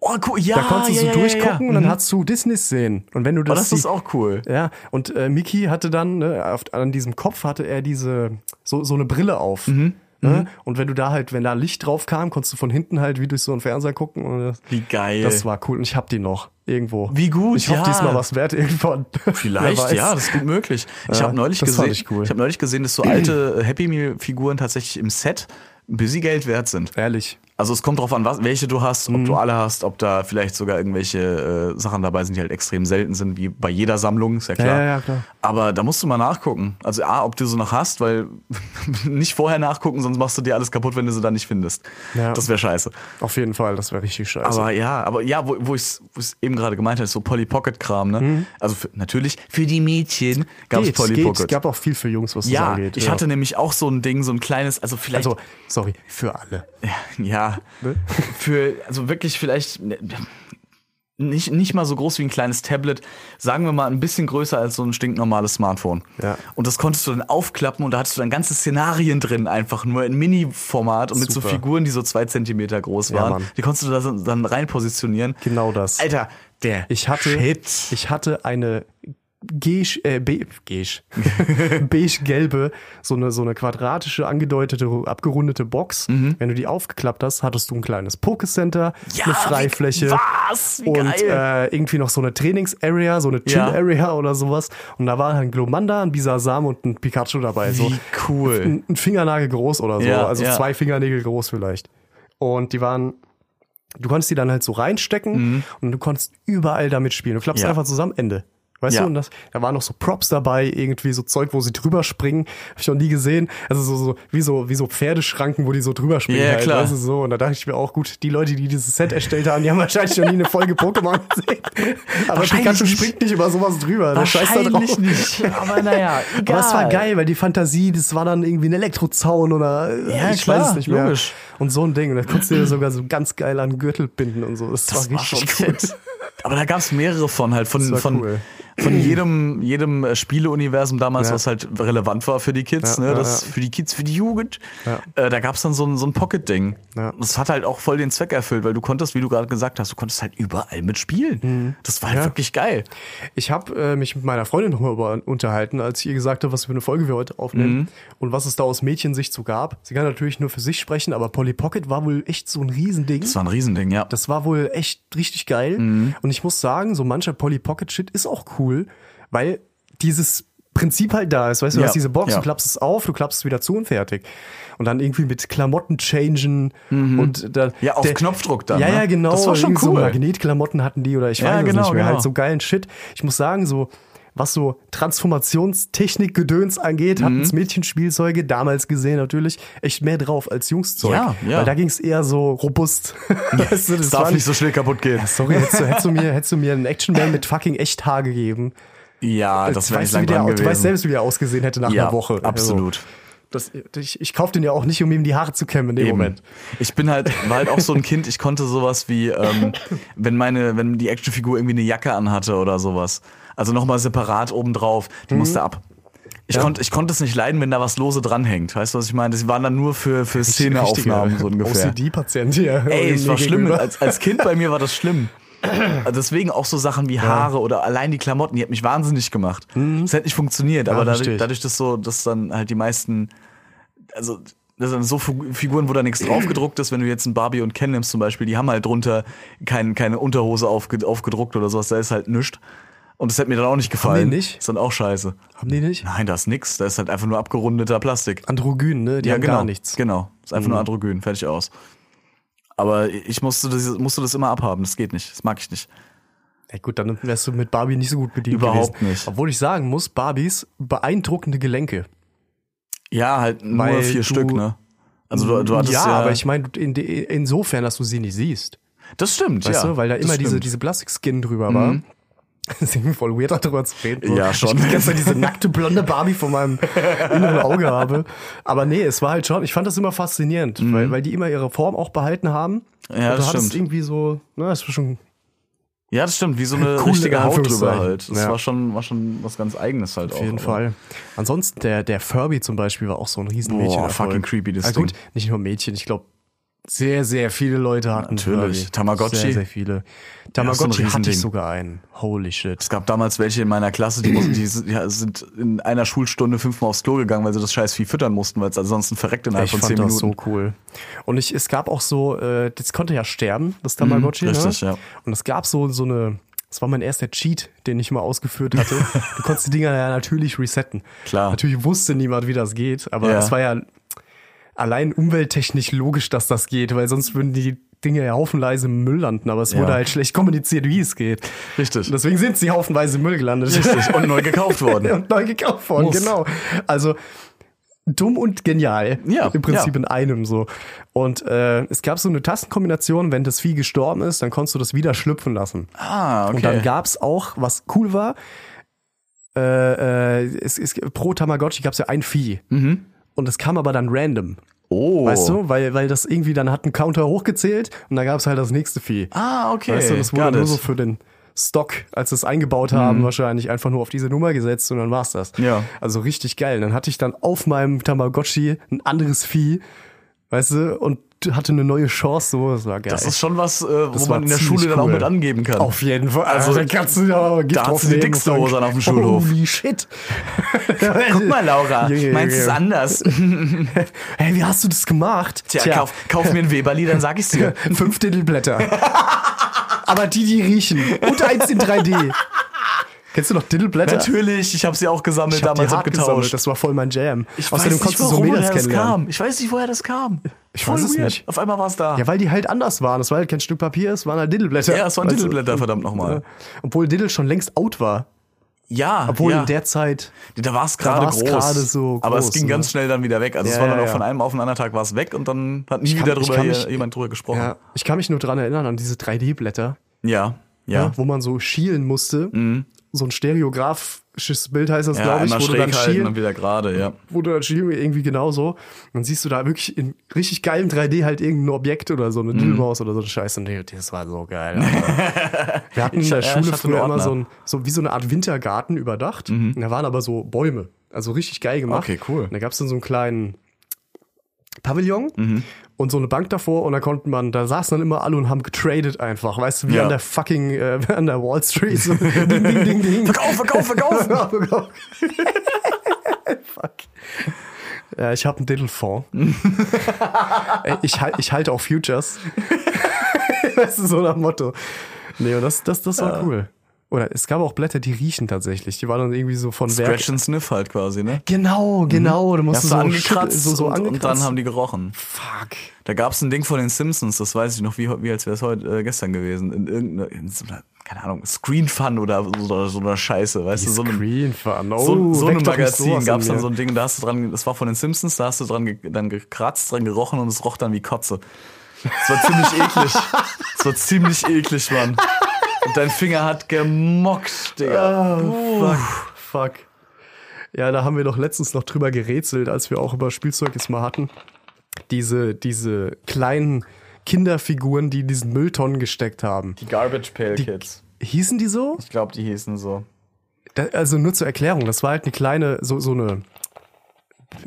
Speaker 4: Oh, cool. Ja,
Speaker 5: Da konntest
Speaker 4: ja,
Speaker 5: du
Speaker 4: ja,
Speaker 5: so durchgucken
Speaker 4: Ja, ja.
Speaker 5: und dann hattest du Disney-Szenen. Und wenn du
Speaker 4: Oh,
Speaker 5: das.
Speaker 4: das ist
Speaker 5: die-
Speaker 4: auch cool.
Speaker 5: ja, und äh, Mickey hatte dann, ne, auf, an diesem Kopf hatte er diese, so, so eine Brille auf.
Speaker 4: Mhm,
Speaker 5: Ne? Und wenn du da halt, wenn da Licht drauf kam, konntest du von hinten halt wie durch so einen Fernseher gucken. Und das,
Speaker 4: Wie geil.
Speaker 5: Das war cool. Und ich hab die noch irgendwo.
Speaker 4: Wie gut,
Speaker 5: Ich hoffe,
Speaker 4: ja.
Speaker 5: die ist mal was wert irgendwann.
Speaker 4: Vielleicht, ja, das ist gut möglich. Ich
Speaker 5: Ja,
Speaker 4: habe neulich
Speaker 5: das fand
Speaker 4: gesehen,
Speaker 5: ich cool.
Speaker 4: habe neulich gesehen, dass so alte äh, Happy Meal Figuren tatsächlich im Set ein bisschen Geld wert sind.
Speaker 5: Ehrlich.
Speaker 4: Also es kommt drauf an, was, welche du hast, ob du
Speaker 5: Mhm.
Speaker 4: alle hast, ob da vielleicht sogar irgendwelche äh, Sachen dabei sind, die halt extrem selten sind, wie bei jeder Sammlung, ist ja klar.
Speaker 5: ja, ja, klar.
Speaker 4: Aber da musst du mal nachgucken. Also A, ob du sie noch hast, weil nicht vorher nachgucken, sonst machst du dir alles kaputt, wenn du sie dann nicht findest.
Speaker 5: Ja. Also
Speaker 4: Das wäre scheiße.
Speaker 5: Auf jeden Fall, das wäre richtig scheiße.
Speaker 4: Aber ja, aber ja, wo, wo ich es eben gerade gemeint habe, so Polly Pocket Kram, ne?
Speaker 5: Mhm.
Speaker 4: Also für, natürlich für die Mädchen gab es
Speaker 5: Geht,
Speaker 4: Polly
Speaker 5: geht.
Speaker 4: Pocket.
Speaker 5: Es gab auch viel für Jungs, was das
Speaker 4: ja,
Speaker 5: angeht.
Speaker 4: ich
Speaker 5: ja.
Speaker 4: hatte nämlich auch so ein Ding, so ein kleines, also vielleicht
Speaker 5: Also, sorry, für alle.
Speaker 4: ja,
Speaker 5: Ne?
Speaker 4: für, also wirklich vielleicht ne, nicht, nicht mal so groß wie ein kleines Tablet, sagen wir mal ein bisschen größer als so ein stinknormales Smartphone.
Speaker 5: Ja.
Speaker 4: Und das konntest du dann aufklappen und da hattest du dann ganze Szenarien drin, einfach nur in Mini-Format und mit so
Speaker 5: Super.
Speaker 4: Figuren, die so zwei Zentimeter groß
Speaker 5: Ja,
Speaker 4: waren.
Speaker 5: Mann.
Speaker 4: die konntest du da so- dann rein positionieren.
Speaker 5: Genau das.
Speaker 4: Alter, der
Speaker 5: Ich hatte,
Speaker 4: Shit.
Speaker 5: ich hatte eine geisch, äh, be, geisch, beige-gelbe, so eine, so eine quadratische, angedeutete, abgerundete Box. Wenn du die aufgeklappt hast, hattest du ein kleines Pokécenter,
Speaker 4: Mhm. Ja,
Speaker 5: eine
Speaker 4: wie-
Speaker 5: Freifläche.
Speaker 4: was? Wie
Speaker 5: und
Speaker 4: geil.
Speaker 5: Äh, irgendwie noch so eine Trainings-Area, so eine Chill-Area oder sowas. Und da waren ein Glomanda, ein Bisasam und ein Pikachu dabei. so.
Speaker 4: Wie cool.
Speaker 5: Ein, ein Fingernagel groß oder so.
Speaker 4: Ja,
Speaker 5: also
Speaker 4: ja.
Speaker 5: zwei Fingernägel groß vielleicht. Und die waren du konntest die dann halt so reinstecken und du konntest überall damit spielen. Du klappst
Speaker 4: Mhm. Ja.
Speaker 5: einfach zusammen, Ende. Weißt
Speaker 4: Ja.
Speaker 5: du, und das, da waren noch so Props dabei, irgendwie so Zeug, wo sie drüber springen. Hab ich noch nie gesehen. Also so, so, wie so, wie so Pferdeschranken, wo die so drüber springen.
Speaker 4: Ja,
Speaker 5: halt,
Speaker 4: klar.
Speaker 5: Weißt du, so. Und da dachte ich mir auch, gut, die Leute, die dieses Set erstellt haben, die haben wahrscheinlich noch nie eine Folge Pokémon gesehen. Aber
Speaker 4: Wahrscheinlich
Speaker 5: Pikachu
Speaker 4: nicht.
Speaker 5: springt nicht über sowas drüber. Da scheiß da
Speaker 4: Wahrscheinlich
Speaker 5: drauf.
Speaker 4: nicht, aber naja, egal.
Speaker 5: Aber es war geil, weil die Fantasie, das war dann irgendwie ein Elektrozaun oder äh,
Speaker 4: Ja,
Speaker 5: ich
Speaker 4: klar,
Speaker 5: weiß es nicht mehr.
Speaker 4: logisch.
Speaker 5: Und so ein Ding. Und da konntest du dir sogar so ganz geil an den Gürtel binden und so. Das, war richtig
Speaker 4: schon
Speaker 5: cool.
Speaker 4: fett. Aber da gab es mehrere von halt, von,
Speaker 5: war
Speaker 4: von,
Speaker 5: cool.
Speaker 4: von jedem, jedem äh, Spieleuniversum damals,
Speaker 5: Ja.
Speaker 4: was halt relevant war für die Kids,
Speaker 5: Ja,
Speaker 4: ne?
Speaker 5: ja,
Speaker 4: das
Speaker 5: ja.
Speaker 4: für die Kids, für die Jugend.
Speaker 5: Ja.
Speaker 4: Äh, da gab es dann so ein, so ein Pocket-Ding.
Speaker 5: Ja.
Speaker 4: Das hat halt auch voll den Zweck erfüllt, weil du konntest, wie du gerade gesagt hast, du konntest halt überall mitspielen. Das war halt
Speaker 5: Mhm. Ja.
Speaker 4: wirklich geil.
Speaker 5: Ich habe äh, mich mit meiner Freundin nochmal über unterhalten, als ich ihr gesagt habe, was für eine Folge wir heute aufnehmen
Speaker 4: Mhm.
Speaker 5: und was es da aus Mädchensicht so gab. Sie kann natürlich nur für sich sprechen, aber Polly Pocket war wohl echt so ein Riesending.
Speaker 4: Das war ein Riesending, ja.
Speaker 5: Das war wohl echt richtig geil.
Speaker 4: Mhm.
Speaker 5: Und ich muss sagen, so mancher Polly Pocket Shit ist auch cool, weil dieses Prinzip halt da ist. Weißt du,
Speaker 4: Ja,
Speaker 5: du hast diese Box,
Speaker 4: ja.
Speaker 5: du klappst es auf, du klappst es wieder zu und fertig. Und dann irgendwie mit Klamotten changen und da,
Speaker 4: Mhm. Ja, auf Knopfdruck dann,
Speaker 5: Ja,
Speaker 4: ne?
Speaker 5: ja, genau.
Speaker 4: Das war schon
Speaker 5: Irgendwie
Speaker 4: cool.
Speaker 5: So Magnetklamotten hatten die oder ich
Speaker 4: Ja,
Speaker 5: weiß es
Speaker 4: genau,
Speaker 5: nicht mehr.
Speaker 4: genau.
Speaker 5: Halt so geilen Shit. Ich muss sagen, so was so Transformationstechnik-Gedöns angeht,
Speaker 4: Mhm.
Speaker 5: hatten's Mädchenspielzeuge damals gesehen natürlich echt mehr drauf als Jungszeug.
Speaker 4: Ja, ja.
Speaker 5: Weil da ging's eher so robust. Weißt du, das
Speaker 4: darf
Speaker 5: war
Speaker 4: nicht so schnell kaputt gehen.
Speaker 5: Sorry, hättest du, hättest du mir, hättest du mir einen Action-Man mit fucking Echthaar gegeben,
Speaker 4: Ja, das
Speaker 5: Jetzt
Speaker 4: wäre nicht
Speaker 5: weißt du, wie
Speaker 4: lang
Speaker 5: der,
Speaker 4: dran
Speaker 5: du
Speaker 4: gewesen.
Speaker 5: weißt selbst, wie der ausgesehen hätte nach
Speaker 4: ja,
Speaker 5: einer Woche.
Speaker 4: absolut.
Speaker 5: Also, das, ich ich kaufe den ja auch nicht, um ihm die Haare zu kämmen in dem
Speaker 4: Eben.
Speaker 5: Moment.
Speaker 4: Ich bin halt, war halt auch so ein Kind, ich konnte sowas wie, ähm, wenn meine, wenn die Actionfigur irgendwie eine Jacke anhatte oder sowas. Also nochmal separat obendrauf, die musste ab. Ich, konnt, ich konnte es nicht leiden, wenn da was lose dranhängt. Weißt du, was ich meine? Das waren dann nur für, für Szeneaufnahmen so ungefähr.
Speaker 5: OCD-Patient hier.
Speaker 4: Ey, es
Speaker 5: Mir
Speaker 4: war schlimm.
Speaker 5: gegenüber.
Speaker 4: Als, als Kind bei mir war das schlimm. Also Deswegen auch so Sachen wie Haare oder allein die Klamotten, die hat mich wahnsinnig gemacht. Das hätte nicht funktioniert, aber dadurch,
Speaker 5: verstehe Mhm. ich.
Speaker 4: dadurch, dass so, dass dann halt die meisten, also das sind so Figu- Figuren, wo da nichts draufgedruckt ist, wenn du jetzt ein Barbie und Ken nimmst zum Beispiel, die haben halt drunter kein, keine Unterhose aufge, aufgedruckt oder sowas, da ist halt nichts. Und das hätte mir dann auch nicht gefallen.
Speaker 5: nicht?
Speaker 4: Ist dann auch scheiße.
Speaker 5: Haben die nicht?
Speaker 4: Nein, da ist nix. Da ist halt einfach nur abgerundeter Plastik
Speaker 5: Androgyn, ne? Die haben
Speaker 4: genau,
Speaker 5: gar nichts. Mhm.
Speaker 4: Genau. Ist einfach nur androgyn, fertig aus. Aber ich musste das, musste das immer abhaben. Das geht nicht. Das mag ich nicht.
Speaker 5: Ja, gut, dann wärst du mit Barbie nicht so gut bedient
Speaker 4: Überhaupt
Speaker 5: gewesen.
Speaker 4: nicht.
Speaker 5: Obwohl ich sagen muss, Barbies beeindruckende Gelenke.
Speaker 4: Ja, halt nur
Speaker 5: Weil
Speaker 4: vier
Speaker 5: du-
Speaker 4: Stück, ne? Also du, du hattest ja,
Speaker 5: ja, aber ich meine, in, insofern, dass du sie nicht siehst.
Speaker 4: das stimmt,
Speaker 5: Weißt
Speaker 4: ja.
Speaker 5: du, weil da
Speaker 4: Das
Speaker 5: immer diese,
Speaker 4: stimmt. Mhm.
Speaker 5: diese Plastik-Skin drüber war. Das ist irgendwie voll weird, darüber zu reden.
Speaker 4: Ja, schon.
Speaker 5: Ich die ganze Zeit diese nackte blonde Barbie vor meinem inneren Auge habe. Aber nee, es war halt schon, ich fand das immer faszinierend, weil, weil die immer ihre Form auch behalten haben.
Speaker 4: Mhm. Ja,
Speaker 5: Und
Speaker 4: das
Speaker 5: du hattest
Speaker 4: stimmt.
Speaker 5: irgendwie so, na, das war schon
Speaker 4: ja, das stimmt, wie so eine
Speaker 5: Coole
Speaker 4: richtige Haut drüber
Speaker 5: Anführungszeichen.
Speaker 4: halt. Das
Speaker 5: Ja.
Speaker 4: war, schon, war schon was ganz Eigenes halt auch.
Speaker 5: Auf jeden
Speaker 4: aber-
Speaker 5: Fall. Ansonsten, der, der Furby zum Beispiel war auch so ein riesen
Speaker 4: Boah,
Speaker 5: Mädchen.
Speaker 4: fucking creepy, das
Speaker 5: Gut,
Speaker 4: Ding.
Speaker 5: nicht nur Mädchen, ich glaube, sehr, sehr viele Leute hatten
Speaker 4: Natürlich.
Speaker 5: Furby.
Speaker 4: Tamagotchi?
Speaker 5: Sehr, sehr viele.
Speaker 4: ist so ein
Speaker 5: Tamagotchi hatte ich
Speaker 4: Riesending.
Speaker 5: sogar einen. Holy shit.
Speaker 4: Es gab damals welche in meiner Klasse, die, mussten, die sind- ja, sind in einer Schulstunde fünfmal aufs Klo gegangen, weil sie das scheiß Vieh füttern mussten, weil es ansonsten verreckt innerhalb
Speaker 5: Ich
Speaker 4: von
Speaker 5: fand
Speaker 4: zehn
Speaker 5: das
Speaker 4: Minuten.
Speaker 5: so cool. Und ich, es gab auch so, äh, das konnte ja sterben, das Tamagotchi.
Speaker 4: Mhm,
Speaker 5: ne?
Speaker 4: richtig, ja.
Speaker 5: Und es gab so, so eine, das war mein erster Cheat, den ich mal ausgeführt hatte. du konntest die Dinger ja natürlich resetten.
Speaker 4: Klar.
Speaker 5: Natürlich wusste niemand, wie das geht, aber
Speaker 4: Ja.
Speaker 5: es war ja allein umwelttechnisch logisch, dass das geht, weil sonst würden die Dinge ja haufenweise im Müll landen, aber es
Speaker 4: Ja.
Speaker 5: wurde halt schlecht kommuniziert, wie es geht.
Speaker 4: Richtig.
Speaker 5: Und deswegen sind sie haufenweise im Müll gelandet.
Speaker 4: Richtig. Und neu gekauft worden.
Speaker 5: und neu gekauft worden,
Speaker 4: Muss.
Speaker 5: genau. Also dumm und genial.
Speaker 4: Ja,
Speaker 5: Im Prinzip
Speaker 4: ja.
Speaker 5: in einem so. Und äh, es gab so eine Tastenkombination, wenn das Vieh gestorben ist, dann konntest du das wieder schlüpfen lassen.
Speaker 4: Ah, okay.
Speaker 5: Und dann gab es auch, was cool war, äh, äh, es, es, pro Tamagotchi gab es ja ein Vieh. Und es kam aber dann random.
Speaker 4: Mhm. oh.
Speaker 5: Weißt du, weil, weil das irgendwie, dann hat ein Counter hochgezählt und dann gab es halt das nächste Vieh.
Speaker 4: Ah, okay.
Speaker 5: Weißt du, das wurde
Speaker 4: Got
Speaker 5: nur
Speaker 4: it. Mhm.
Speaker 5: so für den Stock, als sie es eingebaut haben, wahrscheinlich einfach nur auf diese Nummer gesetzt und dann war's das.
Speaker 4: Ja.
Speaker 5: Also richtig geil. Dann hatte ich dann auf meinem Tamagotchi ein anderes Vieh, weißt du, und hatte eine neue Chance, so, das war geil.
Speaker 4: Das ist schon was, äh, wo
Speaker 5: Das war
Speaker 4: man in der
Speaker 5: ziemlich
Speaker 4: Schule dann auch
Speaker 5: cool.
Speaker 4: mit angeben kann.
Speaker 5: Auf jeden Fall.
Speaker 4: Also,
Speaker 5: Also, da kannst du ja aber Gift
Speaker 4: da hat sie die
Speaker 5: draufnehmen und
Speaker 4: dickste
Speaker 5: sagen,
Speaker 4: Hose an auf dem Schulhof.
Speaker 5: Holy shit.
Speaker 4: Guck mal, Laura,
Speaker 5: Junge,
Speaker 4: meinst du es
Speaker 5: Junge.
Speaker 4: anders?
Speaker 5: Hey, wie hast du das gemacht?
Speaker 4: Tja, Kauf, kauf mir ein Weberli, dann sag ich's dir.
Speaker 5: Fünf Diddleblätter. aber die, die riechen. Und eins in 3D. Kennst du noch Diddleblätter?
Speaker 4: Natürlich, ich habe sie auch gesammelt,
Speaker 5: Ich hab
Speaker 4: damals
Speaker 5: die hart gesammelt.
Speaker 4: abgetauscht.
Speaker 5: Das war voll mein Jam.
Speaker 4: Ich
Speaker 5: Außerdem
Speaker 4: weiß nicht,
Speaker 5: konntest du
Speaker 4: warum,
Speaker 5: so Mädels
Speaker 4: woher das
Speaker 5: kennenlernen.
Speaker 4: kam. Ich weiß nicht, woher das kam.
Speaker 5: Ich weiß es nicht.
Speaker 4: Auf einmal war es da.
Speaker 5: Ja, weil die halt anders waren. Das war halt kein Stück Papier, es waren halt Diddleblätter.
Speaker 4: Ja, es waren
Speaker 5: Weißt du? äh,
Speaker 4: Diddleblätter, verdammt nochmal.
Speaker 5: Ja. Obwohl Diddle schon längst out war.
Speaker 4: Ja,
Speaker 5: Obwohl
Speaker 4: ja.
Speaker 5: in der Zeit.
Speaker 4: da war es gerade
Speaker 5: war's
Speaker 4: groß.
Speaker 5: gerade so
Speaker 4: aber es
Speaker 5: groß,
Speaker 4: ging
Speaker 5: ne?
Speaker 4: ganz schnell dann wieder weg. Also es
Speaker 5: Ja,
Speaker 4: war dann
Speaker 5: ja,
Speaker 4: auch
Speaker 5: ja.
Speaker 4: von einem auf den anderen Tag war es weg und dann hat nie
Speaker 5: kann-
Speaker 4: wieder
Speaker 5: ich
Speaker 4: drüber
Speaker 5: kann
Speaker 4: hier,
Speaker 5: mich-
Speaker 4: jemand drüber gesprochen.
Speaker 5: Ja, ich kann mich nur dran erinnern an diese 3D-Blätter,
Speaker 4: ja. ja. Mhm.
Speaker 5: ne, wo man so schielen musste. So ein stereografisches Bild heißt das, glaube ich,
Speaker 4: einmal
Speaker 5: wo du dann
Speaker 4: schräg halten
Speaker 5: schielen,
Speaker 4: und wieder gerade, ja.
Speaker 5: wo du dann schielen irgendwie genauso. Und dann siehst du da wirklich in richtig geilen 3D halt irgendein Objekt oder so eine
Speaker 4: Mhm.
Speaker 5: Diddlemaus oder so eine Scheiße. Nee, das war so geil. Alter. Wir hatten in
Speaker 4: ja,
Speaker 5: der
Speaker 4: ich
Speaker 5: Schule
Speaker 4: hatte
Speaker 5: früher
Speaker 4: einen
Speaker 5: immer
Speaker 4: Ordner.
Speaker 5: so, ein, so wie so eine Art Wintergarten überdacht. Und da waren aber so Bäume. Also richtig geil gemacht.
Speaker 4: Okay, cool.
Speaker 5: Und da gab es dann so einen kleinen Pavillon
Speaker 4: Mhm.
Speaker 5: und so eine Bank davor und da konnten man, da saßen dann immer alle und haben getradet einfach, weißt du, wie
Speaker 4: Ja.
Speaker 5: an der fucking, äh, an der Wall Street. So, ding, ding, ding, ding.
Speaker 4: Verkauf, verkauf, verkauf!
Speaker 5: Fuck. Ja, ich habe einen Diddle-Fonds. Ey, ich, hal- ich halte auch Futures. das ist so nach Motto. Nee, und das, das, das war cool. Oder es gab auch Blätter, die riechen tatsächlich. Die waren dann irgendwie so von Werk.
Speaker 4: Scratch and Sniff halt quasi, ne?
Speaker 5: Genau, genau. Du musst
Speaker 4: Hast
Speaker 5: so
Speaker 4: du
Speaker 5: schütteln,
Speaker 4: angekratzt,
Speaker 5: so, so
Speaker 4: und, und
Speaker 5: angekratzt.
Speaker 4: dann haben die gerochen.
Speaker 5: Fuck.
Speaker 4: Da gab's ein Ding von den Simpsons, das weiß ich noch, wie, wie als wäre es heute äh, gestern gewesen. In irgendeiner, in so einer, keine Ahnung, Screen Fun oder so, so einer Scheiße, weißt du, so einem,
Speaker 5: Green Fun. Oh,
Speaker 4: so, so einem
Speaker 5: weck doch nicht
Speaker 4: Magazin
Speaker 5: sowas in
Speaker 4: gab's dann
Speaker 5: mir.
Speaker 4: so ein Ding, da hast du dran, das war von den Simpsons, da hast du dran ge, dann gekratzt, dran gerochen und es roch dann wie Kotze. Das war ziemlich eklig. Das war ziemlich eklig, Mann. Dein Finger hat gemockt, Digga.
Speaker 5: Fuck. Fuck. Ja, da haben wir doch letztens noch drüber gerätselt, als wir auch über Spielzeug jetzt mal hatten. Diese, diese kleinen Kinderfiguren, die in diesen Mülltonnen gesteckt haben.
Speaker 4: Die Garbage Pail Kids.
Speaker 5: Hießen die so?
Speaker 4: Ich glaube, die hießen so.
Speaker 5: Da, also nur zur Erklärung, das war halt eine kleine, so, so eine,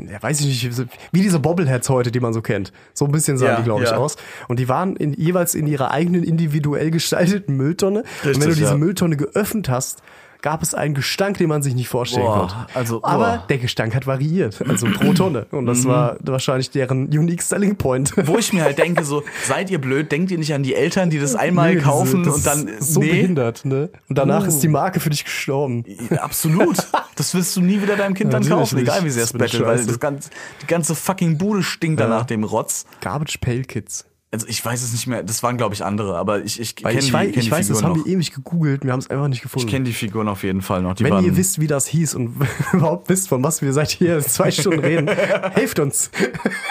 Speaker 5: ja, weiß ich nicht, so- wie diese Bobbleheads heute, die man so kennt. So ein bisschen sahen
Speaker 4: Ja,
Speaker 5: die, glaube ich,
Speaker 4: ja.
Speaker 5: aus. Und die waren in, jeweils in ihrer eigenen individuell gestalteten Mülltonne. und wenn du
Speaker 4: Richtig,
Speaker 5: diese
Speaker 4: ja.
Speaker 5: Mülltonne geöffnet hast, gab es einen Gestank, den man sich nicht vorstellen
Speaker 4: Boah,
Speaker 5: konnte.
Speaker 4: also,
Speaker 5: Aber
Speaker 4: boah. Mhm.
Speaker 5: der Gestank hat variiert, also pro Tonne. Und das war wahrscheinlich deren unique selling point.
Speaker 4: Wo ich mir halt denke, so, seid ihr blöd, denkt ihr nicht an die Eltern, die das einmal
Speaker 5: Nee, diese-
Speaker 4: kaufen
Speaker 5: das
Speaker 4: und dann.
Speaker 5: ist so behindert, ne? Und danach
Speaker 4: Uh.
Speaker 5: ist die Marke für dich gestorben.
Speaker 4: Absolut. Das wirst du nie wieder deinem Kind dann
Speaker 5: Natürlich
Speaker 4: kaufen, egal wie
Speaker 5: nicht.
Speaker 4: sehr es
Speaker 5: Das ist
Speaker 4: bettelt, weil
Speaker 5: scheiße.
Speaker 4: das ganze, die ganze fucking Bude stinkt danach dem Rotz.
Speaker 5: Garbage Pail Kids.
Speaker 4: Also ich weiß es nicht mehr, das waren glaube ich andere, aber ich, ich
Speaker 5: Weil
Speaker 4: kenne die,
Speaker 5: ich weiß,
Speaker 4: kenn
Speaker 5: ich
Speaker 4: die
Speaker 5: weiß das
Speaker 4: Figuren
Speaker 5: haben
Speaker 4: noch.
Speaker 5: wir ewig gegoogelt, wir haben es einfach nicht gefunden.
Speaker 4: Ich kenne die Figuren auf jeden Fall noch. Die
Speaker 5: Wenn
Speaker 4: waren,
Speaker 5: ihr wisst, wie das hieß und überhaupt wisst, von was wir seit hier zwei Stunden reden, helft uns.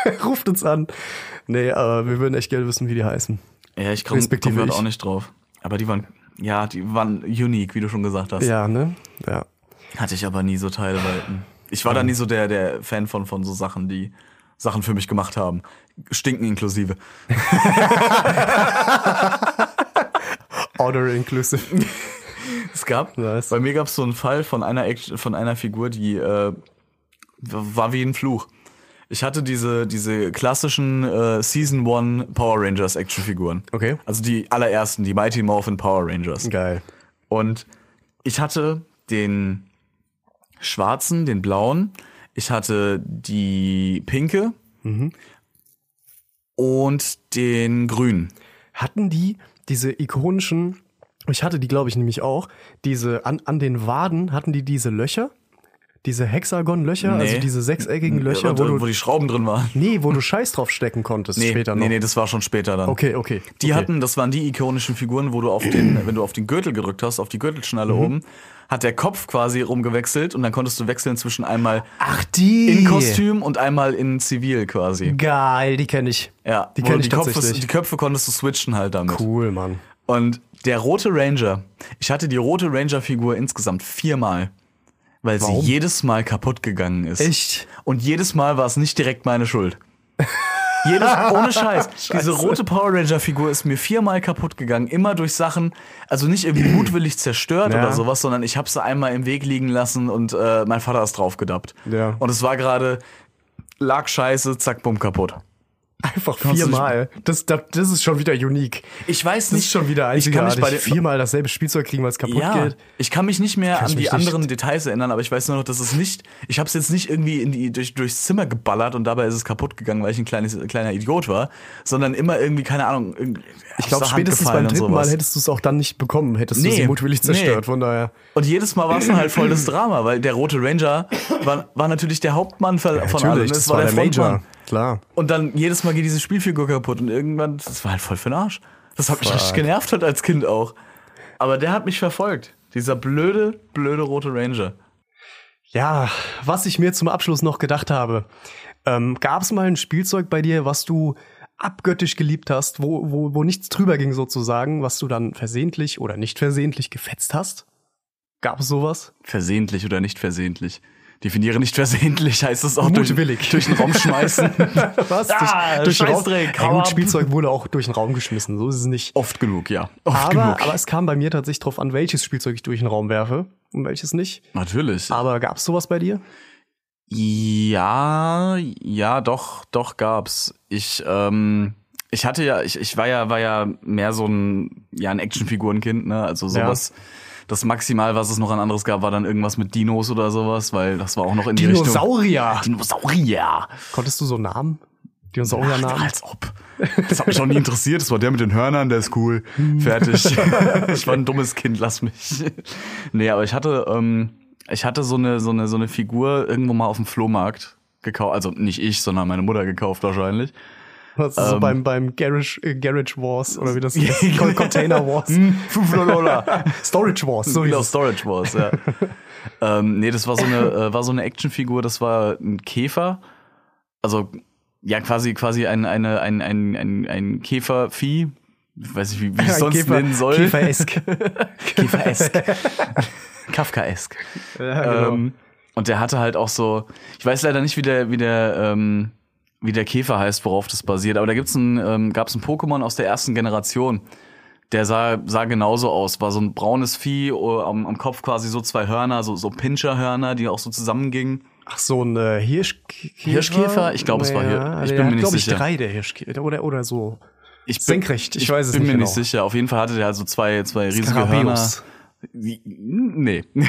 Speaker 5: Ruft uns an. Nee, aber wir würden echt gerne wissen, wie die heißen.
Speaker 4: ja, ich komme komm
Speaker 5: respektive
Speaker 4: gerade
Speaker 5: ich.
Speaker 4: auch nicht drauf. Aber die waren, ja, die waren unique, wie du schon gesagt hast.
Speaker 5: Ja, ne? Ja.
Speaker 4: Hatte ich aber nie so Teile, weil hm, ich war da nie so der, der Fan von, von so Sachen, die Sachen für mich gemacht haben. Stinken inklusive.
Speaker 5: Order inclusive.
Speaker 4: Es gab,
Speaker 5: Nice.
Speaker 4: bei mir gab es so einen Fall von einer, Act- von einer Figur, die äh, war wie ein Fluch. Ich hatte diese, diese klassischen äh, Season 1 Power Rangers Actionfiguren.
Speaker 5: Okay.
Speaker 4: Also die allerersten, die Mighty Morphin Power Rangers.
Speaker 5: Geil.
Speaker 4: Und ich hatte den schwarzen, den blauen, ich hatte die pinke und den grünen.
Speaker 5: Hatten die diese ikonischen, ich hatte die, glaube ich, nämlich auch, diese, an, an den Waden hatten die diese Löcher? Diese Hexagon-Löcher,
Speaker 4: Nee.
Speaker 5: also diese sechseckigen Löcher,
Speaker 4: Und,
Speaker 5: wo
Speaker 4: äh,
Speaker 5: du,
Speaker 4: wo die Schrauben drin waren.
Speaker 5: nee, wo du Scheiß drauf stecken konntest
Speaker 4: Nee,
Speaker 5: später noch.
Speaker 4: nee, nee, das war schon später dann.
Speaker 5: Okay, okay.
Speaker 4: Die
Speaker 5: okay.
Speaker 4: hatten, das waren die ikonischen Figuren, wo du auf den, wenn du auf den Gürtel gedrückt hast, auf die Gürtelschnalle
Speaker 5: Mhm.
Speaker 4: oben, hat der Kopf quasi rumgewechselt und dann konntest du wechseln zwischen einmal
Speaker 5: Ach, die.
Speaker 4: in Kostüm und einmal in Zivil quasi.
Speaker 5: Geil, die kenne ich.
Speaker 4: Ja,
Speaker 5: die
Speaker 4: wo
Speaker 5: kenne
Speaker 4: du
Speaker 5: ich
Speaker 4: die, Köpfe,
Speaker 5: tatsächlich.
Speaker 4: die Köpfe konntest du switchen halt damit.
Speaker 5: Cool, Mann.
Speaker 4: Und der rote Ranger, ich hatte die rote Ranger-Figur insgesamt viermal, weil
Speaker 5: Warum?
Speaker 4: sie jedes Mal kaputt gegangen ist.
Speaker 5: Echt?
Speaker 4: Und jedes Mal war es nicht direkt meine Schuld. Jedes, ohne Scheiß. Diese rote Power Ranger-Figur ist mir viermal kaputt gegangen. Immer durch Sachen, also nicht irgendwie mutwillig zerstört
Speaker 5: Ja.
Speaker 4: oder sowas, sondern ich habe sie einmal im Weg liegen lassen und äh, mein Vater ist drauf gedappt.
Speaker 5: Ja.
Speaker 4: Und es war gerade, lag scheiße, zack, bumm, kaputt.
Speaker 5: Einfach
Speaker 4: du nicht-
Speaker 5: viermal. Das, das, das ist schon wieder unique.
Speaker 4: Ich weiß
Speaker 5: Das
Speaker 4: nicht.
Speaker 5: ist schon wieder
Speaker 4: ich kann
Speaker 5: einzigartig.
Speaker 4: mich bei den,
Speaker 5: viermal dasselbe Spielzeug kriegen, was kaputt
Speaker 4: Ja,
Speaker 5: geht.
Speaker 4: ich kann mich nicht mehr an
Speaker 5: ich
Speaker 4: die
Speaker 5: mich
Speaker 4: anderen Details erinnern, aber ich weiß nur noch, dass es nicht, ich habe es jetzt nicht irgendwie in die, durch, durchs Zimmer geballert und dabei ist es kaputt gegangen, weil ich ein kleines, kleiner Idiot war, sondern immer irgendwie, keine Ahnung, irgendwie
Speaker 5: Ich glaube, spätestens beim dritten Mal hättest du es auch dann nicht bekommen, hättest du
Speaker 4: Nee,
Speaker 5: sie mutwillig zerstört.
Speaker 4: nee.
Speaker 5: Von daher.
Speaker 4: Und jedes Mal war es dann halt voll das Drama, weil der rote Ranger war, war natürlich der Hauptmann ver- von allen,
Speaker 5: Natürlich,
Speaker 4: das, war der, Frontmann.
Speaker 5: Major. Klar.
Speaker 4: Und dann jedes Mal geht diese Spielfigur kaputt und irgendwann, das war halt voll für den Arsch. Das hat mich
Speaker 5: Fuck.
Speaker 4: richtig genervt halt als Kind auch. Aber der hat mich verfolgt. Dieser blöde, blöde rote Ranger.
Speaker 5: Ja, was ich mir zum Abschluss noch gedacht habe, ähm, gab es mal ein Spielzeug bei dir, was du abgöttisch geliebt hast, wo, wo, wo nichts drüber ging sozusagen, was du dann versehentlich oder nicht versehentlich gefetzt hast? Gab es sowas?
Speaker 4: versehentlich oder nicht versehentlich. Definiere nicht versehentlich, heißt es
Speaker 5: Oh,
Speaker 4: auch durch,
Speaker 5: Mutwillig.
Speaker 4: durch den Raum schmeißen.
Speaker 5: Was?
Speaker 4: Ah,
Speaker 5: durch, durch den Raum?
Speaker 4: Scheißdreck,
Speaker 5: Ja,
Speaker 4: hau
Speaker 5: gut,
Speaker 4: ab.
Speaker 5: Spielzeug wurde auch durch den Raum geschmissen, so ist es nicht.
Speaker 4: Oft genug, ja. Oft
Speaker 5: Aber,
Speaker 4: genug.
Speaker 5: aber es kam bei mir tatsächlich drauf an, welches Spielzeug ich durch den Raum werfe und welches nicht.
Speaker 4: Natürlich.
Speaker 5: Aber gab es sowas bei dir?
Speaker 4: Ja, ja, doch, doch gab's. Ich, ähm, ich hatte ja, ich, ich war ja, war ja mehr so ein, ja, ein Actionfigurenkind, ne? Also sowas. Das maximal, was es noch an anderes gab, war dann irgendwas mit Dinos oder sowas, weil das war auch noch in die Richtung.
Speaker 5: Dinosaurier!
Speaker 4: Dinosaurier!
Speaker 5: Konntest du so Namen?
Speaker 4: Ach,
Speaker 5: Dinosauriernamen?
Speaker 4: als ob. Das hat mich auch nie interessiert. Das war der mit den Hörnern, der ist cool. Fertig. Ich war ein dummes Kind, lass mich. Nee, aber ich hatte, ähm, ich hatte so eine, so eine, so eine Figur irgendwo mal auf dem Flohmarkt gekauft. Also nicht ich, sondern meine Mutter gekauft wahrscheinlich.
Speaker 5: Was ist
Speaker 4: Ähm.
Speaker 5: so beim, beim Garage, äh, Garage Wars oder wie das heißt? Con Container Wars.
Speaker 4: Hm, 500 Dollar.
Speaker 5: Storage Wars, so
Speaker 4: genau,
Speaker 5: hieß es.
Speaker 4: Storage Wars, ja. ähm, nee, das war so eine, äh, war so eine Actionfigur, das war ein Käfer. Also, ja, quasi, quasi ein, eine, ein, ein, ein, ein Käfervieh, Ich weiß nicht, wie, wie ich es sonst nennen soll.
Speaker 5: Käferesk.
Speaker 4: Kafkaesk. Kafkaesk.
Speaker 5: Ja, genau.
Speaker 4: ähm, und der hatte halt auch so, ich weiß leider nicht, wie der, wie der, ähm, wie der Käfer heißt, worauf das basiert, aber da gibt's ein, ähm, gab's ein Pokémon aus der ersten Generation. Der sah, sah genauso aus, war so ein braunes Vieh, oh, am, am Kopf quasi so zwei Hörner, so, so Pinscherhörner, die auch so zusammengingen.
Speaker 5: Ach, so ein äh, Hirschkäfer.
Speaker 4: Hirschkäfer? Ich glaub, es war Hir- ich
Speaker 5: der
Speaker 4: bin mir
Speaker 5: hat,
Speaker 4: nicht
Speaker 5: glaub
Speaker 4: sicher.
Speaker 5: Ich drei der Hirschkäfer. Oder, oder so.
Speaker 4: Ich bin,
Speaker 5: Senkrecht, ich weiß es
Speaker 4: bin
Speaker 5: nicht
Speaker 4: mir
Speaker 5: genau.
Speaker 4: nicht sicher. Auf jeden Fall hatte der halt so zwei, zwei riesige Hörner.
Speaker 5: Skarabäus.
Speaker 4: Wie- Nee. nee.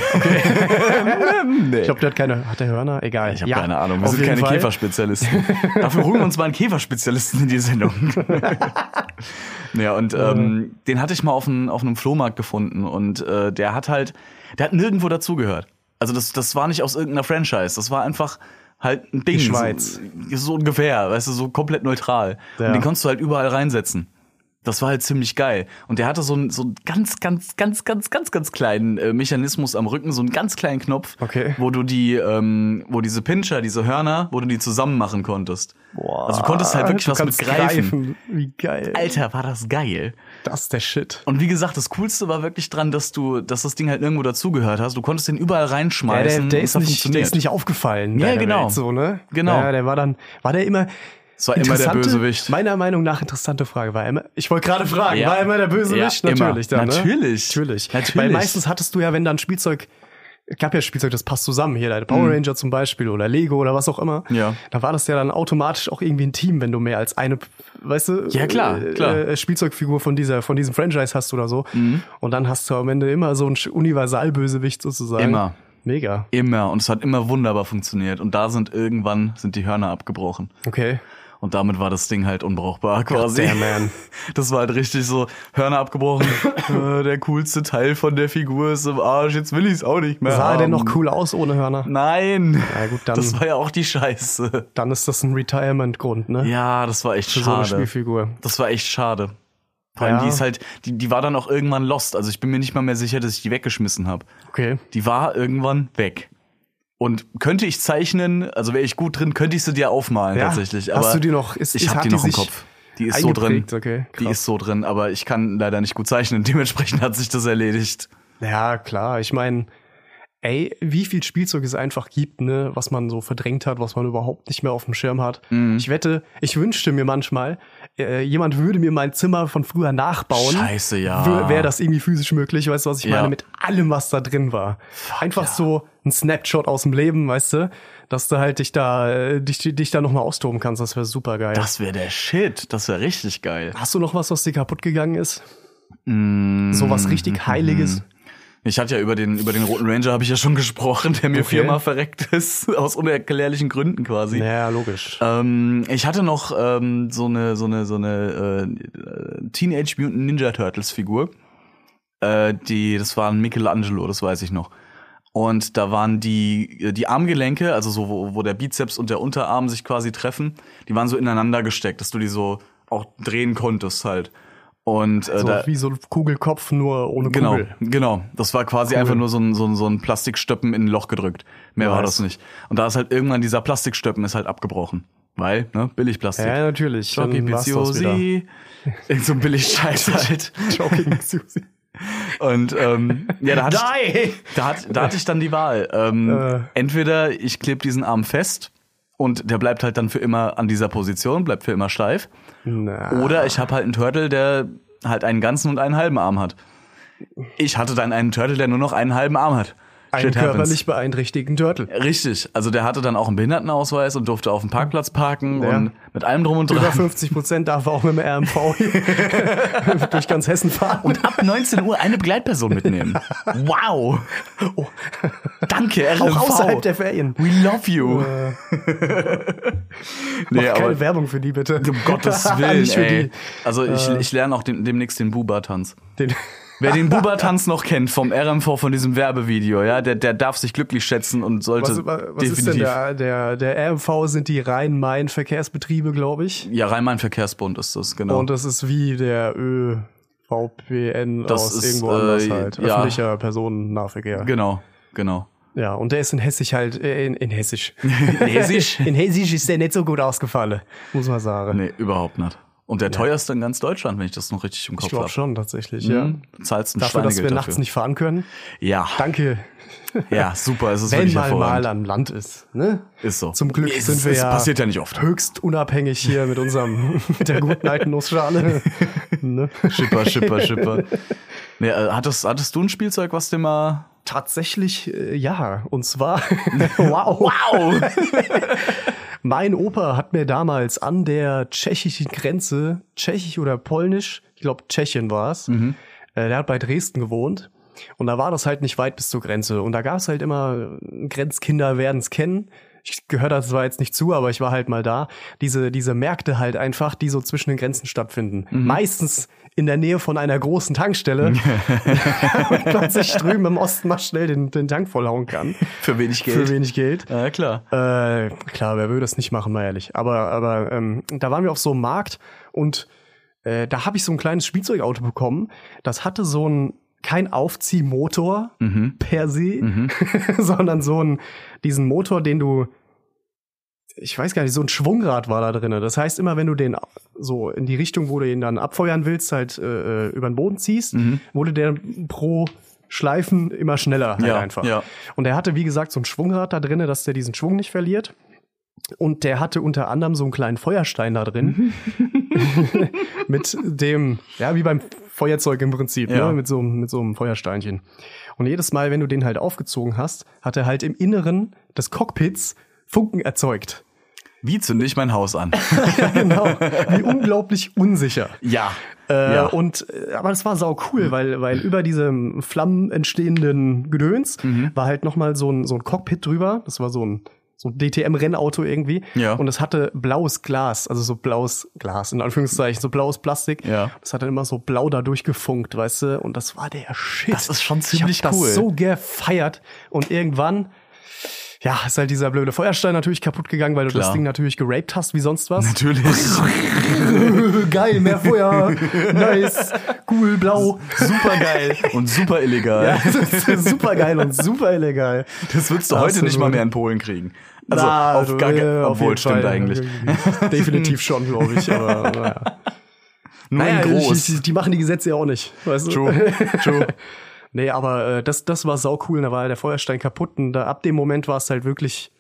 Speaker 5: Ich glaube, der hat keine. Hat der Hörner? Egal.
Speaker 4: Ich habe
Speaker 5: Ja,
Speaker 4: keine Ahnung. Wir
Speaker 5: auf
Speaker 4: sind
Speaker 5: jeden
Speaker 4: keine
Speaker 5: Fall.
Speaker 4: Käferspezialisten. Dafür holen wir uns mal einen Käferspezialisten in die Sendung. ja, und ähm, den hatte ich mal auf, einem auf einem Flohmarkt gefunden und äh, der hat halt, der hat nirgendwo dazugehört. Also das, das war nicht aus irgendeiner Franchise, das war einfach halt ein Ding.
Speaker 5: Die Schweiz.
Speaker 4: So, so ungefähr, weißt du, so komplett neutral.
Speaker 5: Ja.
Speaker 4: Und den konntest du halt überall reinsetzen. Das war halt ziemlich geil. Und der hatte so einen, so einen ganz, ganz, ganz, ganz, ganz, ganz kleinen äh, Mechanismus am Rücken, so einen ganz kleinen Knopf,
Speaker 5: Okay.
Speaker 4: wo du die, ähm, wo diese Pinscher, diese Hörner, wo du die zusammen machen konntest.
Speaker 5: Boah,
Speaker 4: also du konntest halt wirklich
Speaker 5: du
Speaker 4: was mit
Speaker 5: kannst
Speaker 4: greifen.
Speaker 5: Wie geil.
Speaker 4: Alter, war das geil.
Speaker 5: Das ist der Shit.
Speaker 4: Und wie gesagt, das Coolste war wirklich dran, dass du, dass das Ding halt irgendwo dazugehört hast. Du konntest den überall
Speaker 5: Ja, der,
Speaker 4: reinschmeißen.
Speaker 5: der,
Speaker 4: und das
Speaker 5: ist
Speaker 4: hat
Speaker 5: nicht, der
Speaker 4: funktioniert.
Speaker 5: ist nicht aufgefallen.
Speaker 4: Ja,
Speaker 5: deiner
Speaker 4: genau.
Speaker 5: Welt, so, ne?
Speaker 4: Genau.
Speaker 5: Ja, der war dann, war der immer.
Speaker 4: Das war immer der
Speaker 5: interessante-
Speaker 4: Bösewicht.
Speaker 5: Meiner Meinung nach interessante Frage. War er immer, ich wollte gerade fragen,
Speaker 4: Ja.
Speaker 5: war er immer der Bösewicht?
Speaker 4: Ja, immer.
Speaker 5: Natürlich. Dann, ne?
Speaker 4: Natürlich.
Speaker 5: Natürlich.
Speaker 4: Natürlich.
Speaker 5: Weil meistens hattest du ja, wenn dann Spielzeug, es gab ja Spielzeug, das passt zusammen hier, deine Power Ranger zum Beispiel oder Lego oder was auch immer.
Speaker 4: Mhm. Ja.
Speaker 5: Da war das ja dann automatisch auch irgendwie ein Team, wenn du mehr als eine, weißt du,
Speaker 4: Ja, klar,
Speaker 5: äh,
Speaker 4: klar.
Speaker 5: äh, Spielzeugfigur von dieser, von diesem Franchise hast oder so.
Speaker 4: Mhm.
Speaker 5: Und dann hast du am Ende immer so einen Universalbösewicht sozusagen.
Speaker 4: Immer.
Speaker 5: Mega.
Speaker 4: Immer. Und es hat immer wunderbar funktioniert. Und da sind irgendwann, sind die Hörner abgebrochen.
Speaker 5: Okay.
Speaker 4: Und damit war das Ding halt unbrauchbar quasi.
Speaker 5: damn, man.
Speaker 4: Das war halt richtig so, Hörner abgebrochen, äh, der coolste Teil von der Figur ist im Arsch, jetzt will ich es auch nicht mehr
Speaker 5: Sah er
Speaker 4: haben.
Speaker 5: denn noch cool aus ohne Hörner?
Speaker 4: Nein.
Speaker 5: Na gut, dann-
Speaker 4: Das war ja auch die Scheiße.
Speaker 5: Dann ist das ein Retirement-Grund, ne?
Speaker 4: Ja, das war echt
Speaker 5: Für so eine
Speaker 4: schade.
Speaker 5: Spielfigur.
Speaker 4: das war echt schade. Vor allem
Speaker 5: Ja.
Speaker 4: die ist halt, die, die war dann auch irgendwann lost. Also ich bin mir nicht mal mehr sicher, dass ich die weggeschmissen habe.
Speaker 5: Okay.
Speaker 4: Die war irgendwann weg. Und könnte ich zeichnen, also wäre ich gut drin, könnte ich sie dir aufmalen
Speaker 5: Ja.
Speaker 4: tatsächlich.
Speaker 5: Hast
Speaker 4: Aber
Speaker 5: du die noch- ist-
Speaker 4: ich
Speaker 5: ist-
Speaker 4: habe
Speaker 5: hat
Speaker 4: die
Speaker 5: die
Speaker 4: noch im
Speaker 5: sich
Speaker 4: Kopf. Die ist so drin.
Speaker 5: eingeprägt? Okay,
Speaker 4: die
Speaker 5: krass.
Speaker 4: ist so drin, aber ich kann leider nicht gut zeichnen. Dementsprechend hat sich das erledigt.
Speaker 5: Ja, klar. Ich meine, ey, wie viel Spielzeug es einfach gibt, ne, was man so verdrängt hat, was man überhaupt nicht mehr auf dem Schirm hat.
Speaker 4: Mhm.
Speaker 5: Ich wette, ich wünschte mir manchmal, äh, jemand würde mir mein Zimmer von früher nachbauen.
Speaker 4: Scheiße, ja.
Speaker 5: Wäre das irgendwie physisch möglich, weißt du, was ich
Speaker 4: Ja.
Speaker 5: meine? Mit allem, was da drin war. Einfach so ein Snapshot aus dem Leben, weißt du, dass du halt dich da, äh, dich, dich da nochmal austoben kannst. Das wäre super geil.
Speaker 4: Das wäre der Shit. Das wäre richtig geil.
Speaker 5: Hast du noch was, was dir kaputt gegangen ist?
Speaker 4: Mm,
Speaker 5: So was richtig Heiliges?
Speaker 4: Ich hatte ja über den, über den Roten Ranger habe ich ja schon gesprochen, der mir
Speaker 5: Okay.
Speaker 4: viermal verreckt ist, aus unerklärlichen Gründen quasi.
Speaker 5: Ja, logisch.
Speaker 4: Ähm, ich hatte noch ähm, so eine so eine so eine äh, Teenage Mutant Ninja Turtles Figur. Äh, die das waren Michelangelo, das weiß ich noch. Und da waren die die Armgelenke, also so wo, wo der Bizeps und der Unterarm sich quasi treffen, die waren so ineinander gesteckt, dass du die so auch drehen konntest halt. Und äh,
Speaker 5: So
Speaker 4: da,
Speaker 5: wie so ein Kugelkopf, nur ohne
Speaker 4: Genau,
Speaker 5: Kugel.
Speaker 4: genau. Das war quasi einfach nur so ein, so ein, so ein Plastikstöppen in ein Loch gedrückt. Mehr war
Speaker 5: Nice.
Speaker 4: das nicht. Und da ist halt irgendwann dieser Plastikstöppen ist halt abgebrochen. Weil, ne, Billigplastik.
Speaker 5: Ja, natürlich. Dann
Speaker 4: Jockey
Speaker 5: war's das wieder.
Speaker 4: Piziosi. Irgend so ein Billig-Scheiß halt.
Speaker 5: Jogging Susi.
Speaker 4: Und ähm, ja, da hatte, ich,
Speaker 5: Die!
Speaker 4: da, hat, da hatte ich dann die Wahl. Ähm,
Speaker 5: Äh.
Speaker 4: Entweder ich klebe diesen Arm fest und der bleibt halt dann für immer an dieser Position, bleibt für immer steif.
Speaker 5: Na,
Speaker 4: Oder ich habe halt einen Turtle, der halt einen ganzen und einen halben Arm hat. Ich hatte dann einen Turtle, der nur noch einen halben Arm hat.
Speaker 5: einen
Speaker 4: Shit happens.
Speaker 5: körperlich beeinträchtigten Turtle.
Speaker 4: Richtig. Also der hatte dann auch einen Behindertenausweis und durfte auf dem Parkplatz parken
Speaker 5: Ja.
Speaker 4: und mit allem drum und
Speaker 5: Über
Speaker 4: dran.
Speaker 5: 50 Prozent darf er auch mit dem RMV hier durch ganz Hessen fahren.
Speaker 4: Und ab 19 Uhr eine Begleitperson mitnehmen. Wow.
Speaker 5: Oh.
Speaker 4: Danke, RMV.
Speaker 5: auch außerhalb der Ferien.
Speaker 4: We love you.
Speaker 5: Äh,
Speaker 4: nee,
Speaker 5: Keine Werbung für die, bitte.
Speaker 4: um Gottes Willen,
Speaker 5: Nicht für
Speaker 4: ey.
Speaker 5: die. Äh.
Speaker 4: Also ich, ich lerne auch dem, demnächst den Buba-Tanz.
Speaker 5: Den,
Speaker 4: Wer den Buba-Tanz noch kennt vom RMV von diesem Werbevideo, ja, der, der darf sich glücklich schätzen und sollte
Speaker 5: was was
Speaker 4: definitiv.
Speaker 5: ist denn der, der, der RMV sind die Rhein-Main-Verkehrsbetriebe, glaube ich.
Speaker 4: Ja, Rhein-Main-Verkehrsbund ist das, genau.
Speaker 5: Und das ist wie der ÖVPN
Speaker 4: Das
Speaker 5: aus
Speaker 4: ist,
Speaker 5: irgendwo
Speaker 4: äh,
Speaker 5: anders halt.
Speaker 4: ja.
Speaker 5: Öffentlicher Personennahverkehr.
Speaker 4: genau, genau.
Speaker 5: Ja, und der ist in Hessisch halt, äh, in, in Hessisch.
Speaker 4: Hessisch?
Speaker 5: in Hessisch ist der nicht so gut ausgefallen, muss man sagen.
Speaker 4: Nee, überhaupt nicht. Und der teuerste in ganz Deutschland, wenn ich das noch richtig im
Speaker 5: Ich
Speaker 4: Kopf
Speaker 5: glaube
Speaker 4: habe.
Speaker 5: schon, tatsächlich, ja.
Speaker 4: Du zahlst Hm, ein
Speaker 5: Dafür, dass wir
Speaker 4: Schweinegeld
Speaker 5: nachts
Speaker 4: dafür.
Speaker 5: nicht fahren können.
Speaker 4: Ja,
Speaker 5: Danke.
Speaker 4: ja, super. Es ist
Speaker 5: Wenn
Speaker 4: wirklich
Speaker 5: mal
Speaker 4: hervorragend.
Speaker 5: mal am Land ist, ne?
Speaker 4: Ist so.
Speaker 5: Zum Glück
Speaker 4: Es-
Speaker 5: sind wir
Speaker 4: es
Speaker 5: ja
Speaker 4: passiert ja nicht oft.
Speaker 5: höchst unabhängig hier mit unserem, mit der guten alten Nussschale. ne?
Speaker 4: Schipper, schipper, schipper. Nee, äh, hattest, hattest du ein Spielzeug, was dir mal.
Speaker 5: Tatsächlich, äh, ja. Und zwar, wow.
Speaker 4: Wow!
Speaker 5: Mein Opa hat mir damals an der tschechischen Grenze, tschechisch oder polnisch, ich glaube Tschechien war's.
Speaker 4: Mhm.
Speaker 5: äh, der hat bei Dresden gewohnt. Und da war das halt nicht weit bis zur Grenze. Und da gab's halt immer, äh, Grenzkinder werden's kennen. Ich gehöre da zwar jetzt nicht zu, aber ich war halt mal da. Diese, diese Märkte halt einfach, die so zwischen den Grenzen stattfinden.
Speaker 4: Mhm.
Speaker 5: Meistens in der Nähe von einer großen Tankstelle, und plötzlich drüben im Osten mal schnell den, den Tank vollhauen kann.
Speaker 4: Für wenig Geld.
Speaker 5: Für wenig Geld.
Speaker 4: Ja, klar.
Speaker 5: Äh, klar, wer würde das nicht machen, mal ehrlich. Aber, aber ähm, da waren wir auf so einem Markt und äh, da habe ich so ein kleines Spielzeugauto bekommen. Das hatte so ein kein Aufziehmotor
Speaker 4: Mhm.
Speaker 5: per se, sondern so ein diesen Motor, den du ich weiß gar nicht, so ein Schwungrad war da drin. Das heißt, immer wenn du den so in die Richtung, wo du ihn dann abfeuern willst, halt äh, über den Boden ziehst,
Speaker 4: Mhm.
Speaker 5: wurde der pro Schleifen immer schneller halt
Speaker 4: Ja,
Speaker 5: einfach.
Speaker 4: ja.
Speaker 5: Und er hatte, wie gesagt, so ein Schwungrad da drin, dass der diesen Schwung nicht verliert. Und der hatte unter anderem so einen kleinen Feuerstein da drin. mit dem, ja, wie beim Feuerzeug im Prinzip,
Speaker 4: Ja.
Speaker 5: ne? mit, so, einem- mit so einem Feuersteinchen. Und jedes Mal, wenn du den halt aufgezogen hast, hat er halt im Inneren des Cockpits Funken erzeugt.
Speaker 4: Wie zünde ich mein Haus an?
Speaker 5: Ja, genau. Wie unglaublich unsicher.
Speaker 4: ja.
Speaker 5: Äh,
Speaker 4: ja. Mhm.
Speaker 5: Und äh, aber das war sau cool, weil weil über diesem Flammen entstehenden Gedöns
Speaker 4: Mhm.
Speaker 5: war halt noch mal so ein so ein Cockpit drüber. Das war so ein so ein DTM-Rennauto irgendwie.
Speaker 4: Ja.
Speaker 5: Und es hatte blaues Glas, also so blaues Glas, in Anführungszeichen, so blaues Plastik.
Speaker 4: Ja.
Speaker 5: Das hat dann immer so blau da durchgefunkt, weißt du? Und das war der Shit.
Speaker 4: Das ist schon ziemlich
Speaker 5: ich hab
Speaker 4: cool.
Speaker 5: das so gefeiert. Und irgendwann, ja, ist halt dieser blöde Feuerstein natürlich kaputt gegangen, weil du das
Speaker 4: Klar.
Speaker 5: Ding natürlich geraped hast, wie sonst was.
Speaker 4: Natürlich.
Speaker 5: Geil, mehr Feuer. Nice. Cool, blau.
Speaker 4: super geil und super illegal.
Speaker 5: Ja, das ist super geil und super illegal.
Speaker 4: Das würdest du heute
Speaker 5: Absolut.
Speaker 4: nicht mal mehr in Polen kriegen. Also
Speaker 5: Na,
Speaker 4: auf gar keinen
Speaker 5: äh, auf jeden
Speaker 4: Obwohl, stimmt
Speaker 5: Fall.
Speaker 4: eigentlich.
Speaker 5: Definitiv schon, glaube ich. Aber naja.
Speaker 4: Nur
Speaker 5: naja,
Speaker 4: in groß.
Speaker 5: Die, die, die machen die Gesetze ja auch nicht. Weißt du?
Speaker 4: True.
Speaker 5: True. Nee, aber äh, das, das war sau cool. Da war der Feuerstein kaputt und da, ab dem Moment war es halt wirklich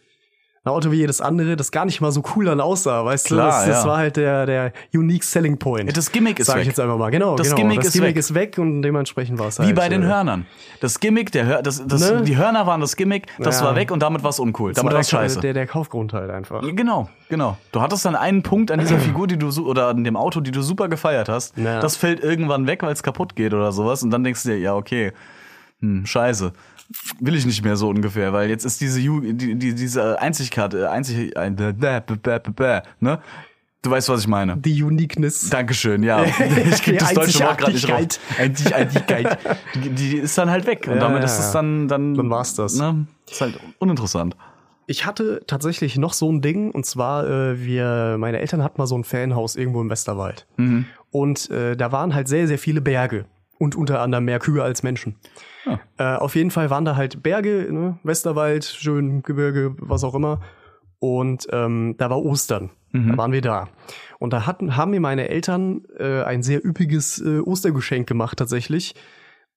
Speaker 5: ein Auto wie jedes andere, das gar nicht mal so cool dann aussah, weißt
Speaker 4: Klar,
Speaker 5: du? Das, das
Speaker 4: ja.
Speaker 5: war halt der, der unique selling point.
Speaker 4: Ja, das Gimmick ist
Speaker 5: Sag
Speaker 4: weg.
Speaker 5: ich jetzt einfach mal. Genau,
Speaker 4: Das
Speaker 5: genau.
Speaker 4: Gimmick
Speaker 5: das
Speaker 4: ist
Speaker 5: Gimmick
Speaker 4: weg.
Speaker 5: ist weg und dementsprechend war es halt.
Speaker 4: Wie bei den
Speaker 5: äh,
Speaker 4: Hörnern. Das Gimmick, der Hör, das, das,
Speaker 5: Ne?
Speaker 4: die Hörner waren das Gimmick, das
Speaker 5: Ja.
Speaker 4: war weg und damit war es uncool.
Speaker 5: Das
Speaker 4: Damit war es
Speaker 5: der-
Speaker 4: scheiße.
Speaker 5: Der, der Kaufgrund halt einfach.
Speaker 4: Genau, genau. Du hattest dann einen Punkt an dieser Figur, die du su- oder an dem Auto, die du super gefeiert hast.
Speaker 5: Ja.
Speaker 4: Das fällt irgendwann weg, weil es kaputt geht oder sowas. Und dann denkst du dir, ja, okay, hm, scheiße. Will ich nicht mehr so ungefähr, weil jetzt ist diese Ju die, die, diese Einzigkeit, äh, einzig, äh, bäh, bäh, bäh, bäh, bäh, ne? Du weißt, was ich meine.
Speaker 5: Die Uniqueness.
Speaker 4: Dankeschön, ja. Ich krieg
Speaker 5: Die
Speaker 4: das deutsche Wort gerade nicht raus.
Speaker 5: Einzigartigkeit.
Speaker 4: Einzig- Einzigkeit. Die, die ist dann halt weg. Und
Speaker 5: Ja,
Speaker 4: damit
Speaker 5: ja,
Speaker 4: ist es
Speaker 5: ja.
Speaker 4: dann, dann.
Speaker 5: Dann war's das.
Speaker 4: Ne? Ist halt uninteressant.
Speaker 5: Ich hatte tatsächlich noch so ein Ding und zwar äh, wir, meine Eltern hatten mal so ein Fanhaus irgendwo im Westerwald und äh, da waren halt sehr sehr viele Berge und unter anderem mehr Kühe als Menschen. Äh, auf jeden Fall waren da halt Berge, ne? Westerwald, schön Gebirge, was auch immer und ähm, da war Ostern.
Speaker 4: Mhm.
Speaker 5: Da waren wir da. Und da hatten, haben mir meine Eltern äh, ein sehr üppiges äh, Ostergeschenk gemacht tatsächlich.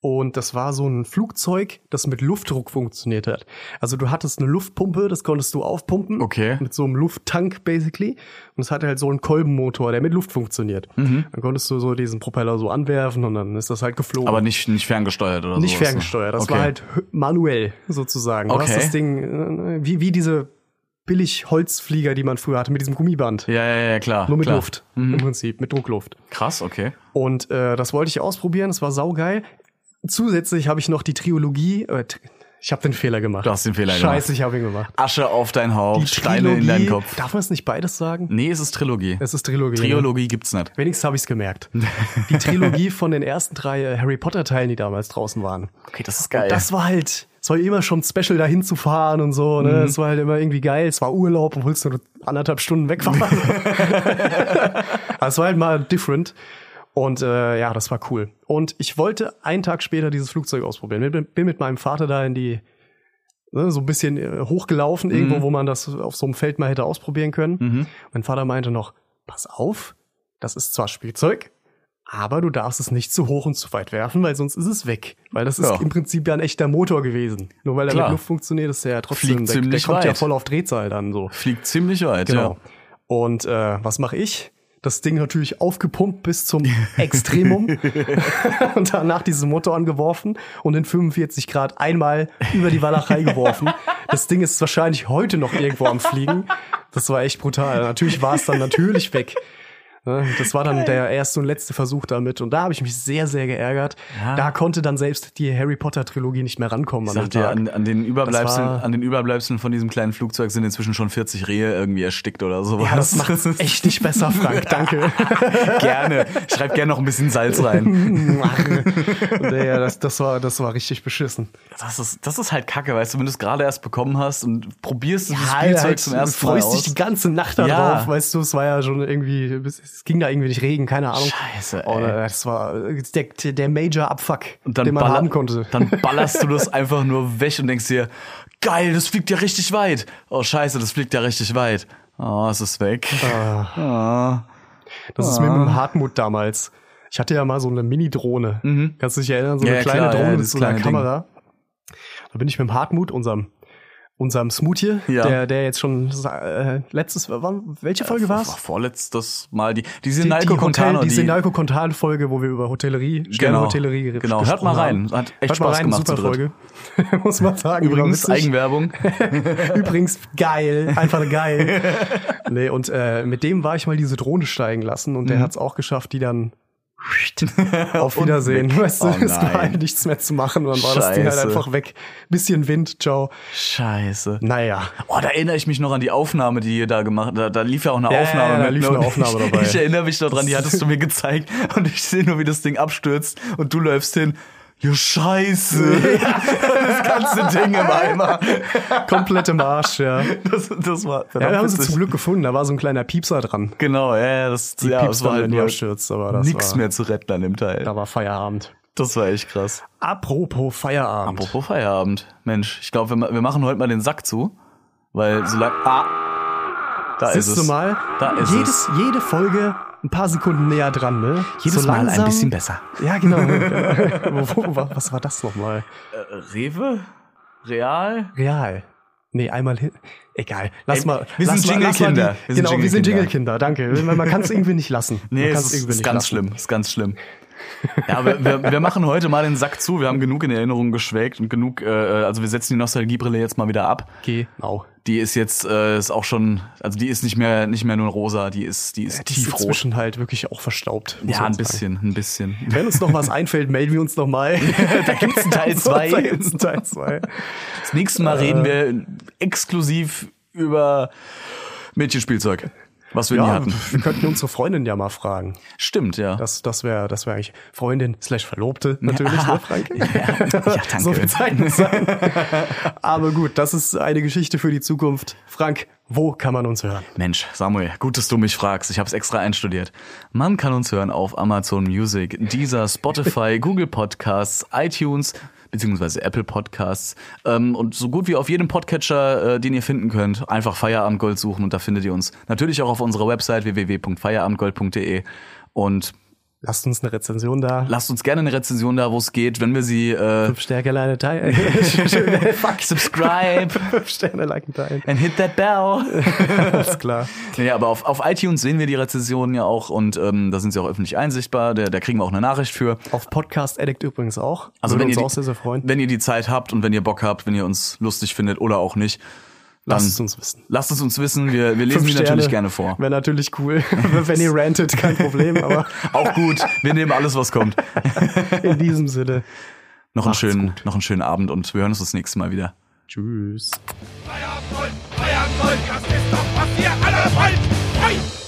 Speaker 5: Und das war so ein Flugzeug, das mit Luftdruck funktioniert hat. Also du hattest eine Luftpumpe, das konntest du aufpumpen.
Speaker 4: Okay.
Speaker 5: Mit so einem Lufttank basically. Und es hatte halt so einen Kolbenmotor, der mit Luft funktioniert.
Speaker 4: Mhm.
Speaker 5: Dann konntest du so diesen Propeller so anwerfen und dann ist das halt geflogen.
Speaker 4: Aber nicht, nicht ferngesteuert oder Also ne? so.
Speaker 5: Nicht ferngesteuert, das war halt hö- manuell sozusagen. Du hast
Speaker 4: Okay.
Speaker 5: das Ding, äh, wie, wie diese billig Holzflieger, die man früher hatte, mit diesem Gummiband.
Speaker 4: Ja, ja, ja, klar.
Speaker 5: Nur mit
Speaker 4: klar. Mhm.
Speaker 5: Luft im Prinzip, mit Druckluft.
Speaker 4: Krass, okay.
Speaker 5: Und äh, das wollte ich ausprobieren, das war saugeil. Zusätzlich habe ich noch die Trilogie, äh, tri- ich habe den Fehler gemacht.
Speaker 4: Du hast den Fehler gemacht.
Speaker 5: Scheiße, ich habe ihn gemacht.
Speaker 4: Asche auf dein Haupt, Steine in deinen Kopf.
Speaker 5: darf man es nicht beides sagen?
Speaker 4: Nee, es ist Trilogie.
Speaker 5: Es ist Trilogie. ne?
Speaker 4: Trilogie gibt's nicht.
Speaker 5: Wenigstens habe ich es gemerkt. Die Trilogie von den ersten drei äh, Harry Potter Teilen, die damals draußen waren.
Speaker 4: Okay, das ist
Speaker 5: Und Das war halt, es war immer schon special, da hinzufahren und so, ne? Es war halt immer irgendwie geil. Es war Urlaub, obwohl es nur anderthalb Stunden weg war. Aber es war halt mal different. Und äh, ja, das war cool. Und ich wollte einen Tag später dieses Flugzeug ausprobieren. Bin, bin mit meinem Vater da in die, ne, so ein bisschen äh, hochgelaufen,
Speaker 4: Mhm.
Speaker 5: irgendwo, wo man das auf so einem Feld mal hätte ausprobieren können. Mein Vater meinte noch, pass auf, das ist zwar Spielzeug, aber du darfst es nicht zu hoch und zu weit werfen, weil sonst ist es weg. Weil das ist
Speaker 4: Ja.
Speaker 5: im Prinzip ja ein echter Motor gewesen. Nur weil er
Speaker 4: Klar.
Speaker 5: mit Luft funktioniert, ist er ja trotzdem
Speaker 4: Fliegt
Speaker 5: der, der
Speaker 4: ziemlich
Speaker 5: kommt ja
Speaker 4: weit.
Speaker 5: voll auf Drehzahl dann so.
Speaker 4: Fliegt ziemlich weit,
Speaker 5: Genau.
Speaker 4: ja.
Speaker 5: Und äh, was mache ich? Das Ding natürlich aufgepumpt bis zum Extremum und danach diesen Motor angeworfen und in 45 Grad einmal über die Walachei geworfen. Das Ding ist wahrscheinlich heute noch irgendwo am Fliegen. Das war echt brutal. Natürlich war es dann natürlich weg. Ne, Das war dann der erste und letzte Versuch damit und da habe ich mich sehr, sehr geärgert.
Speaker 4: Ja.
Speaker 5: Da konnte dann selbst die Harry Potter Trilogie nicht mehr rankommen.
Speaker 4: Ich
Speaker 5: dem
Speaker 4: sag dir,
Speaker 5: Tag.
Speaker 4: an, an, den Überbleibseln,
Speaker 5: war-
Speaker 4: an den Überbleibseln von diesem kleinen Flugzeug sind inzwischen schon 40 Rehe irgendwie erstickt oder sowas.
Speaker 5: ja, das macht es echt nicht besser, Frank. Danke.
Speaker 4: gerne. Schreib gerne noch ein bisschen Salz rein.
Speaker 5: nee,
Speaker 4: äh,
Speaker 5: ja, das, das, war, das war richtig beschissen.
Speaker 4: Das ist, das ist halt kacke, weißt du, wenn du es gerade erst bekommen hast und probierst dieses Spielzeug zum ersten Mal
Speaker 5: halt. freust
Speaker 4: aus.
Speaker 5: dich die ganze Nacht darauf,
Speaker 4: Ja.
Speaker 5: weißt du, es war ja schon irgendwie, es ging da irgendwie nicht regen, keine Ahnung.
Speaker 4: Scheiße,
Speaker 5: Oh,
Speaker 4: ey.
Speaker 5: das war der, der Major Abfuck,
Speaker 4: Und dann,
Speaker 5: den man
Speaker 4: baller-
Speaker 5: haben konnte.
Speaker 4: dann ballerst du das einfach nur weg und denkst dir, geil, das fliegt ja richtig weit. Oh scheiße, das fliegt ja richtig weit. Oh, es ist weg.
Speaker 5: Ah.
Speaker 4: Ah.
Speaker 5: Das ist mir mit dem Hartmut damals. Ich hatte ja mal so eine Mini-Drohne. Kannst du dich erinnern? So
Speaker 4: Mhm. Ja,
Speaker 5: eine
Speaker 4: ja,
Speaker 5: kleine
Speaker 4: klar,
Speaker 5: Drohne
Speaker 4: ja,
Speaker 5: mit
Speaker 4: das
Speaker 5: so einer
Speaker 4: kleine Ding.
Speaker 5: Kamera. Da bin ich mit dem Hartmut, unserem, unserem Smoothie,
Speaker 4: Ja. Äh,
Speaker 5: der, der jetzt schon äh, letztes, wann, welche Folge war's?
Speaker 4: Vor- Vorletztes Mal die, die
Speaker 5: die, die,
Speaker 4: Sinalco
Speaker 5: Hotel,
Speaker 4: Contano,
Speaker 5: die,
Speaker 4: die,
Speaker 5: Sinalco Contal Folge, wo wir über Hotellerie, Sternhotellerie
Speaker 4: Genau,
Speaker 5: ger-
Speaker 4: genau. Hört mal rein.
Speaker 5: gesprochen
Speaker 4: Hat echt
Speaker 5: Hört mal
Speaker 4: Spaß
Speaker 5: rein,
Speaker 4: gemacht zu
Speaker 5: Super Folge. Muss man sagen.
Speaker 4: übrigens
Speaker 5: war witzig.
Speaker 4: Eigenwerbung.
Speaker 5: Übrigens geil, einfach geil. nee, und äh, mit dem war ich mal diese Drohne steigen lassen und der hat's auch geschafft, die dann auf
Speaker 4: Mhm. Und
Speaker 5: Wiedersehen.
Speaker 4: weg.
Speaker 5: Weißt du,
Speaker 4: Oh
Speaker 5: es war halt
Speaker 4: nein.
Speaker 5: nichts mehr zu machen und dann war das Ding halt
Speaker 4: Scheiße.
Speaker 5: einfach weg. Bisschen Wind, ciao.
Speaker 4: Scheiße.
Speaker 5: Naja.
Speaker 4: Oh, da erinnere ich mich noch an die Aufnahme, die ihr da gemacht habt. Da, da lief ja auch eine
Speaker 5: Ja, ja,
Speaker 4: Aufnahme
Speaker 5: ja, da
Speaker 4: mit,
Speaker 5: lief
Speaker 4: ne?
Speaker 5: eine
Speaker 4: Und
Speaker 5: Aufnahme
Speaker 4: ich,
Speaker 5: dabei.
Speaker 4: Ich erinnere mich daran, die hattest du mir gezeigt. Und ich sehe nur, wie das Ding abstürzt und du läufst hin. Jo, scheiße. das ganze Ding im Eimer.
Speaker 5: Komplette Marsch, ja.
Speaker 4: Das, das war
Speaker 5: Ja,
Speaker 4: verdammt
Speaker 5: wir haben sie
Speaker 4: witzig.
Speaker 5: zum Glück gefunden, da war so ein kleiner Piepser dran.
Speaker 4: Genau, ja, ja, das, ja, das
Speaker 5: piepst
Speaker 4: war
Speaker 5: dann,
Speaker 4: halt
Speaker 5: wenn du
Speaker 4: nur
Speaker 5: abstürzt, aber das
Speaker 4: nix
Speaker 5: war-
Speaker 4: mehr zu retten an dem Teil.
Speaker 5: Da war Feierabend.
Speaker 4: Das war echt krass.
Speaker 5: Apropos Feierabend.
Speaker 4: Apropos Feierabend. Mensch, ich glaube, wir, ma- wir machen heute mal den Sack zu. Weil solange... Ah! Da ist
Speaker 5: Siehst
Speaker 4: es.
Speaker 5: du mal,
Speaker 4: Da ist
Speaker 5: jedes, jede Folge ein paar Sekunden näher dran, ne?
Speaker 4: Jedes
Speaker 5: so
Speaker 4: Mal ein
Speaker 5: langsam,
Speaker 4: bisschen besser.
Speaker 5: Ja, genau. Wo- wo- wa- Was war das nochmal?
Speaker 4: Rewe? Real?
Speaker 5: Real. Nee, einmal hin. Egal. Lass
Speaker 4: Ey,
Speaker 5: mal.
Speaker 4: wir
Speaker 5: lass
Speaker 4: sind
Speaker 5: mal- lass mal
Speaker 4: Jingle-Kinder.
Speaker 5: die-
Speaker 4: Wir sind
Speaker 5: Genau, wir sind
Speaker 4: Jingle-Kinder.
Speaker 5: Jingle-Kinder. Danke. Man, man kann es irgendwie nicht lassen.
Speaker 4: Nee,
Speaker 5: man
Speaker 4: es
Speaker 5: kann's
Speaker 4: ist,
Speaker 5: irgendwie
Speaker 4: ist
Speaker 5: nicht
Speaker 4: ganz
Speaker 5: lassen.
Speaker 4: schlimm, ist ganz schlimm. Ja, aber wir, wir machen heute mal den Sack zu. Wir haben genug in Erinnerung geschwelgt und genug, äh, also wir setzen die Nostalgiebrille jetzt mal wieder ab.
Speaker 5: Genau.
Speaker 4: Die ist jetzt, äh, ist auch schon, also die ist nicht mehr, nicht mehr nur rosa, die ist, die ist
Speaker 5: Die ist
Speaker 4: tiefrot.
Speaker 5: inzwischen halt wirklich auch verstaubt. muss
Speaker 4: Ja,
Speaker 5: man
Speaker 4: ein
Speaker 5: sagen.
Speaker 4: bisschen, ein bisschen.
Speaker 5: Wenn uns noch was einfällt, melden wir uns nochmal.
Speaker 4: Da gibt's einen Teil
Speaker 5: Da
Speaker 4: zwei.
Speaker 5: gibt's einen Teil 2.
Speaker 4: Das nächste Mal
Speaker 5: Äh.
Speaker 4: reden wir exklusiv über Mädchenspielzeug, was wir nie
Speaker 5: Ja,
Speaker 4: hatten.
Speaker 5: wir könnten unsere Freundin ja mal fragen.
Speaker 4: Stimmt, ja.
Speaker 5: Das, das wäre das wär eigentlich Freundin slash Verlobte natürlich, ne, Frank?
Speaker 4: ja, danke.
Speaker 5: So viel Zeit muss sein. Aber gut, das ist eine Geschichte für die Zukunft. Frank, wo kann man uns hören?
Speaker 4: Mensch, Samuel, gut, dass du mich fragst. Ich habe es extra einstudiert. Man kann uns hören auf Amazon Music, Deezer, Spotify, Google Podcasts, iTunes beziehungsweise Apple Podcasts ähm, und so gut wie auf jedem Podcatcher, äh, den ihr finden könnt, einfach Feierabend Gold suchen und da findet ihr uns. Natürlich auch auf unserer Website www.feierabendgold.de und
Speaker 5: Lasst uns eine Rezension da.
Speaker 4: lasst uns gerne eine Rezension da, wo es geht, wenn wir sie äh,
Speaker 5: Fünf Sterne alleine teilen.
Speaker 4: subscribe
Speaker 5: Fünf Sterne liken teilen.
Speaker 4: and hit that bell.
Speaker 5: Alles klar.
Speaker 4: Ja, aber auf, auf iTunes sehen wir die Rezensionen ja auch und ähm, da sind sie auch öffentlich einsichtbar. Da, da kriegen wir auch eine Nachricht für.
Speaker 5: Auf Podcast Addict übrigens auch.
Speaker 4: Also
Speaker 5: Würde
Speaker 4: wenn
Speaker 5: uns
Speaker 4: ihr, die,
Speaker 5: auch sehr, sehr freuen.
Speaker 4: wenn ihr die Zeit habt und wenn ihr Bock habt, wenn ihr uns lustig findet oder auch nicht, dann
Speaker 5: Lasst es uns wissen.
Speaker 4: lasst es uns wissen. Wir, wir lesen sie natürlich gerne vor.
Speaker 5: Wäre natürlich cool. wenn ihr rantet, kein Problem. Aber
Speaker 4: Auch gut, wir nehmen alles, was kommt.
Speaker 5: in diesem Sinne.
Speaker 4: Noch einen,
Speaker 5: Macht's
Speaker 4: schönen, noch einen schönen Abend und wir hören uns das nächste Mal wieder.
Speaker 5: Tschüss.
Speaker 2: Feierabend, Leute, Feierabend, Leute, das ist doch, was ihr alle wollt. Frei!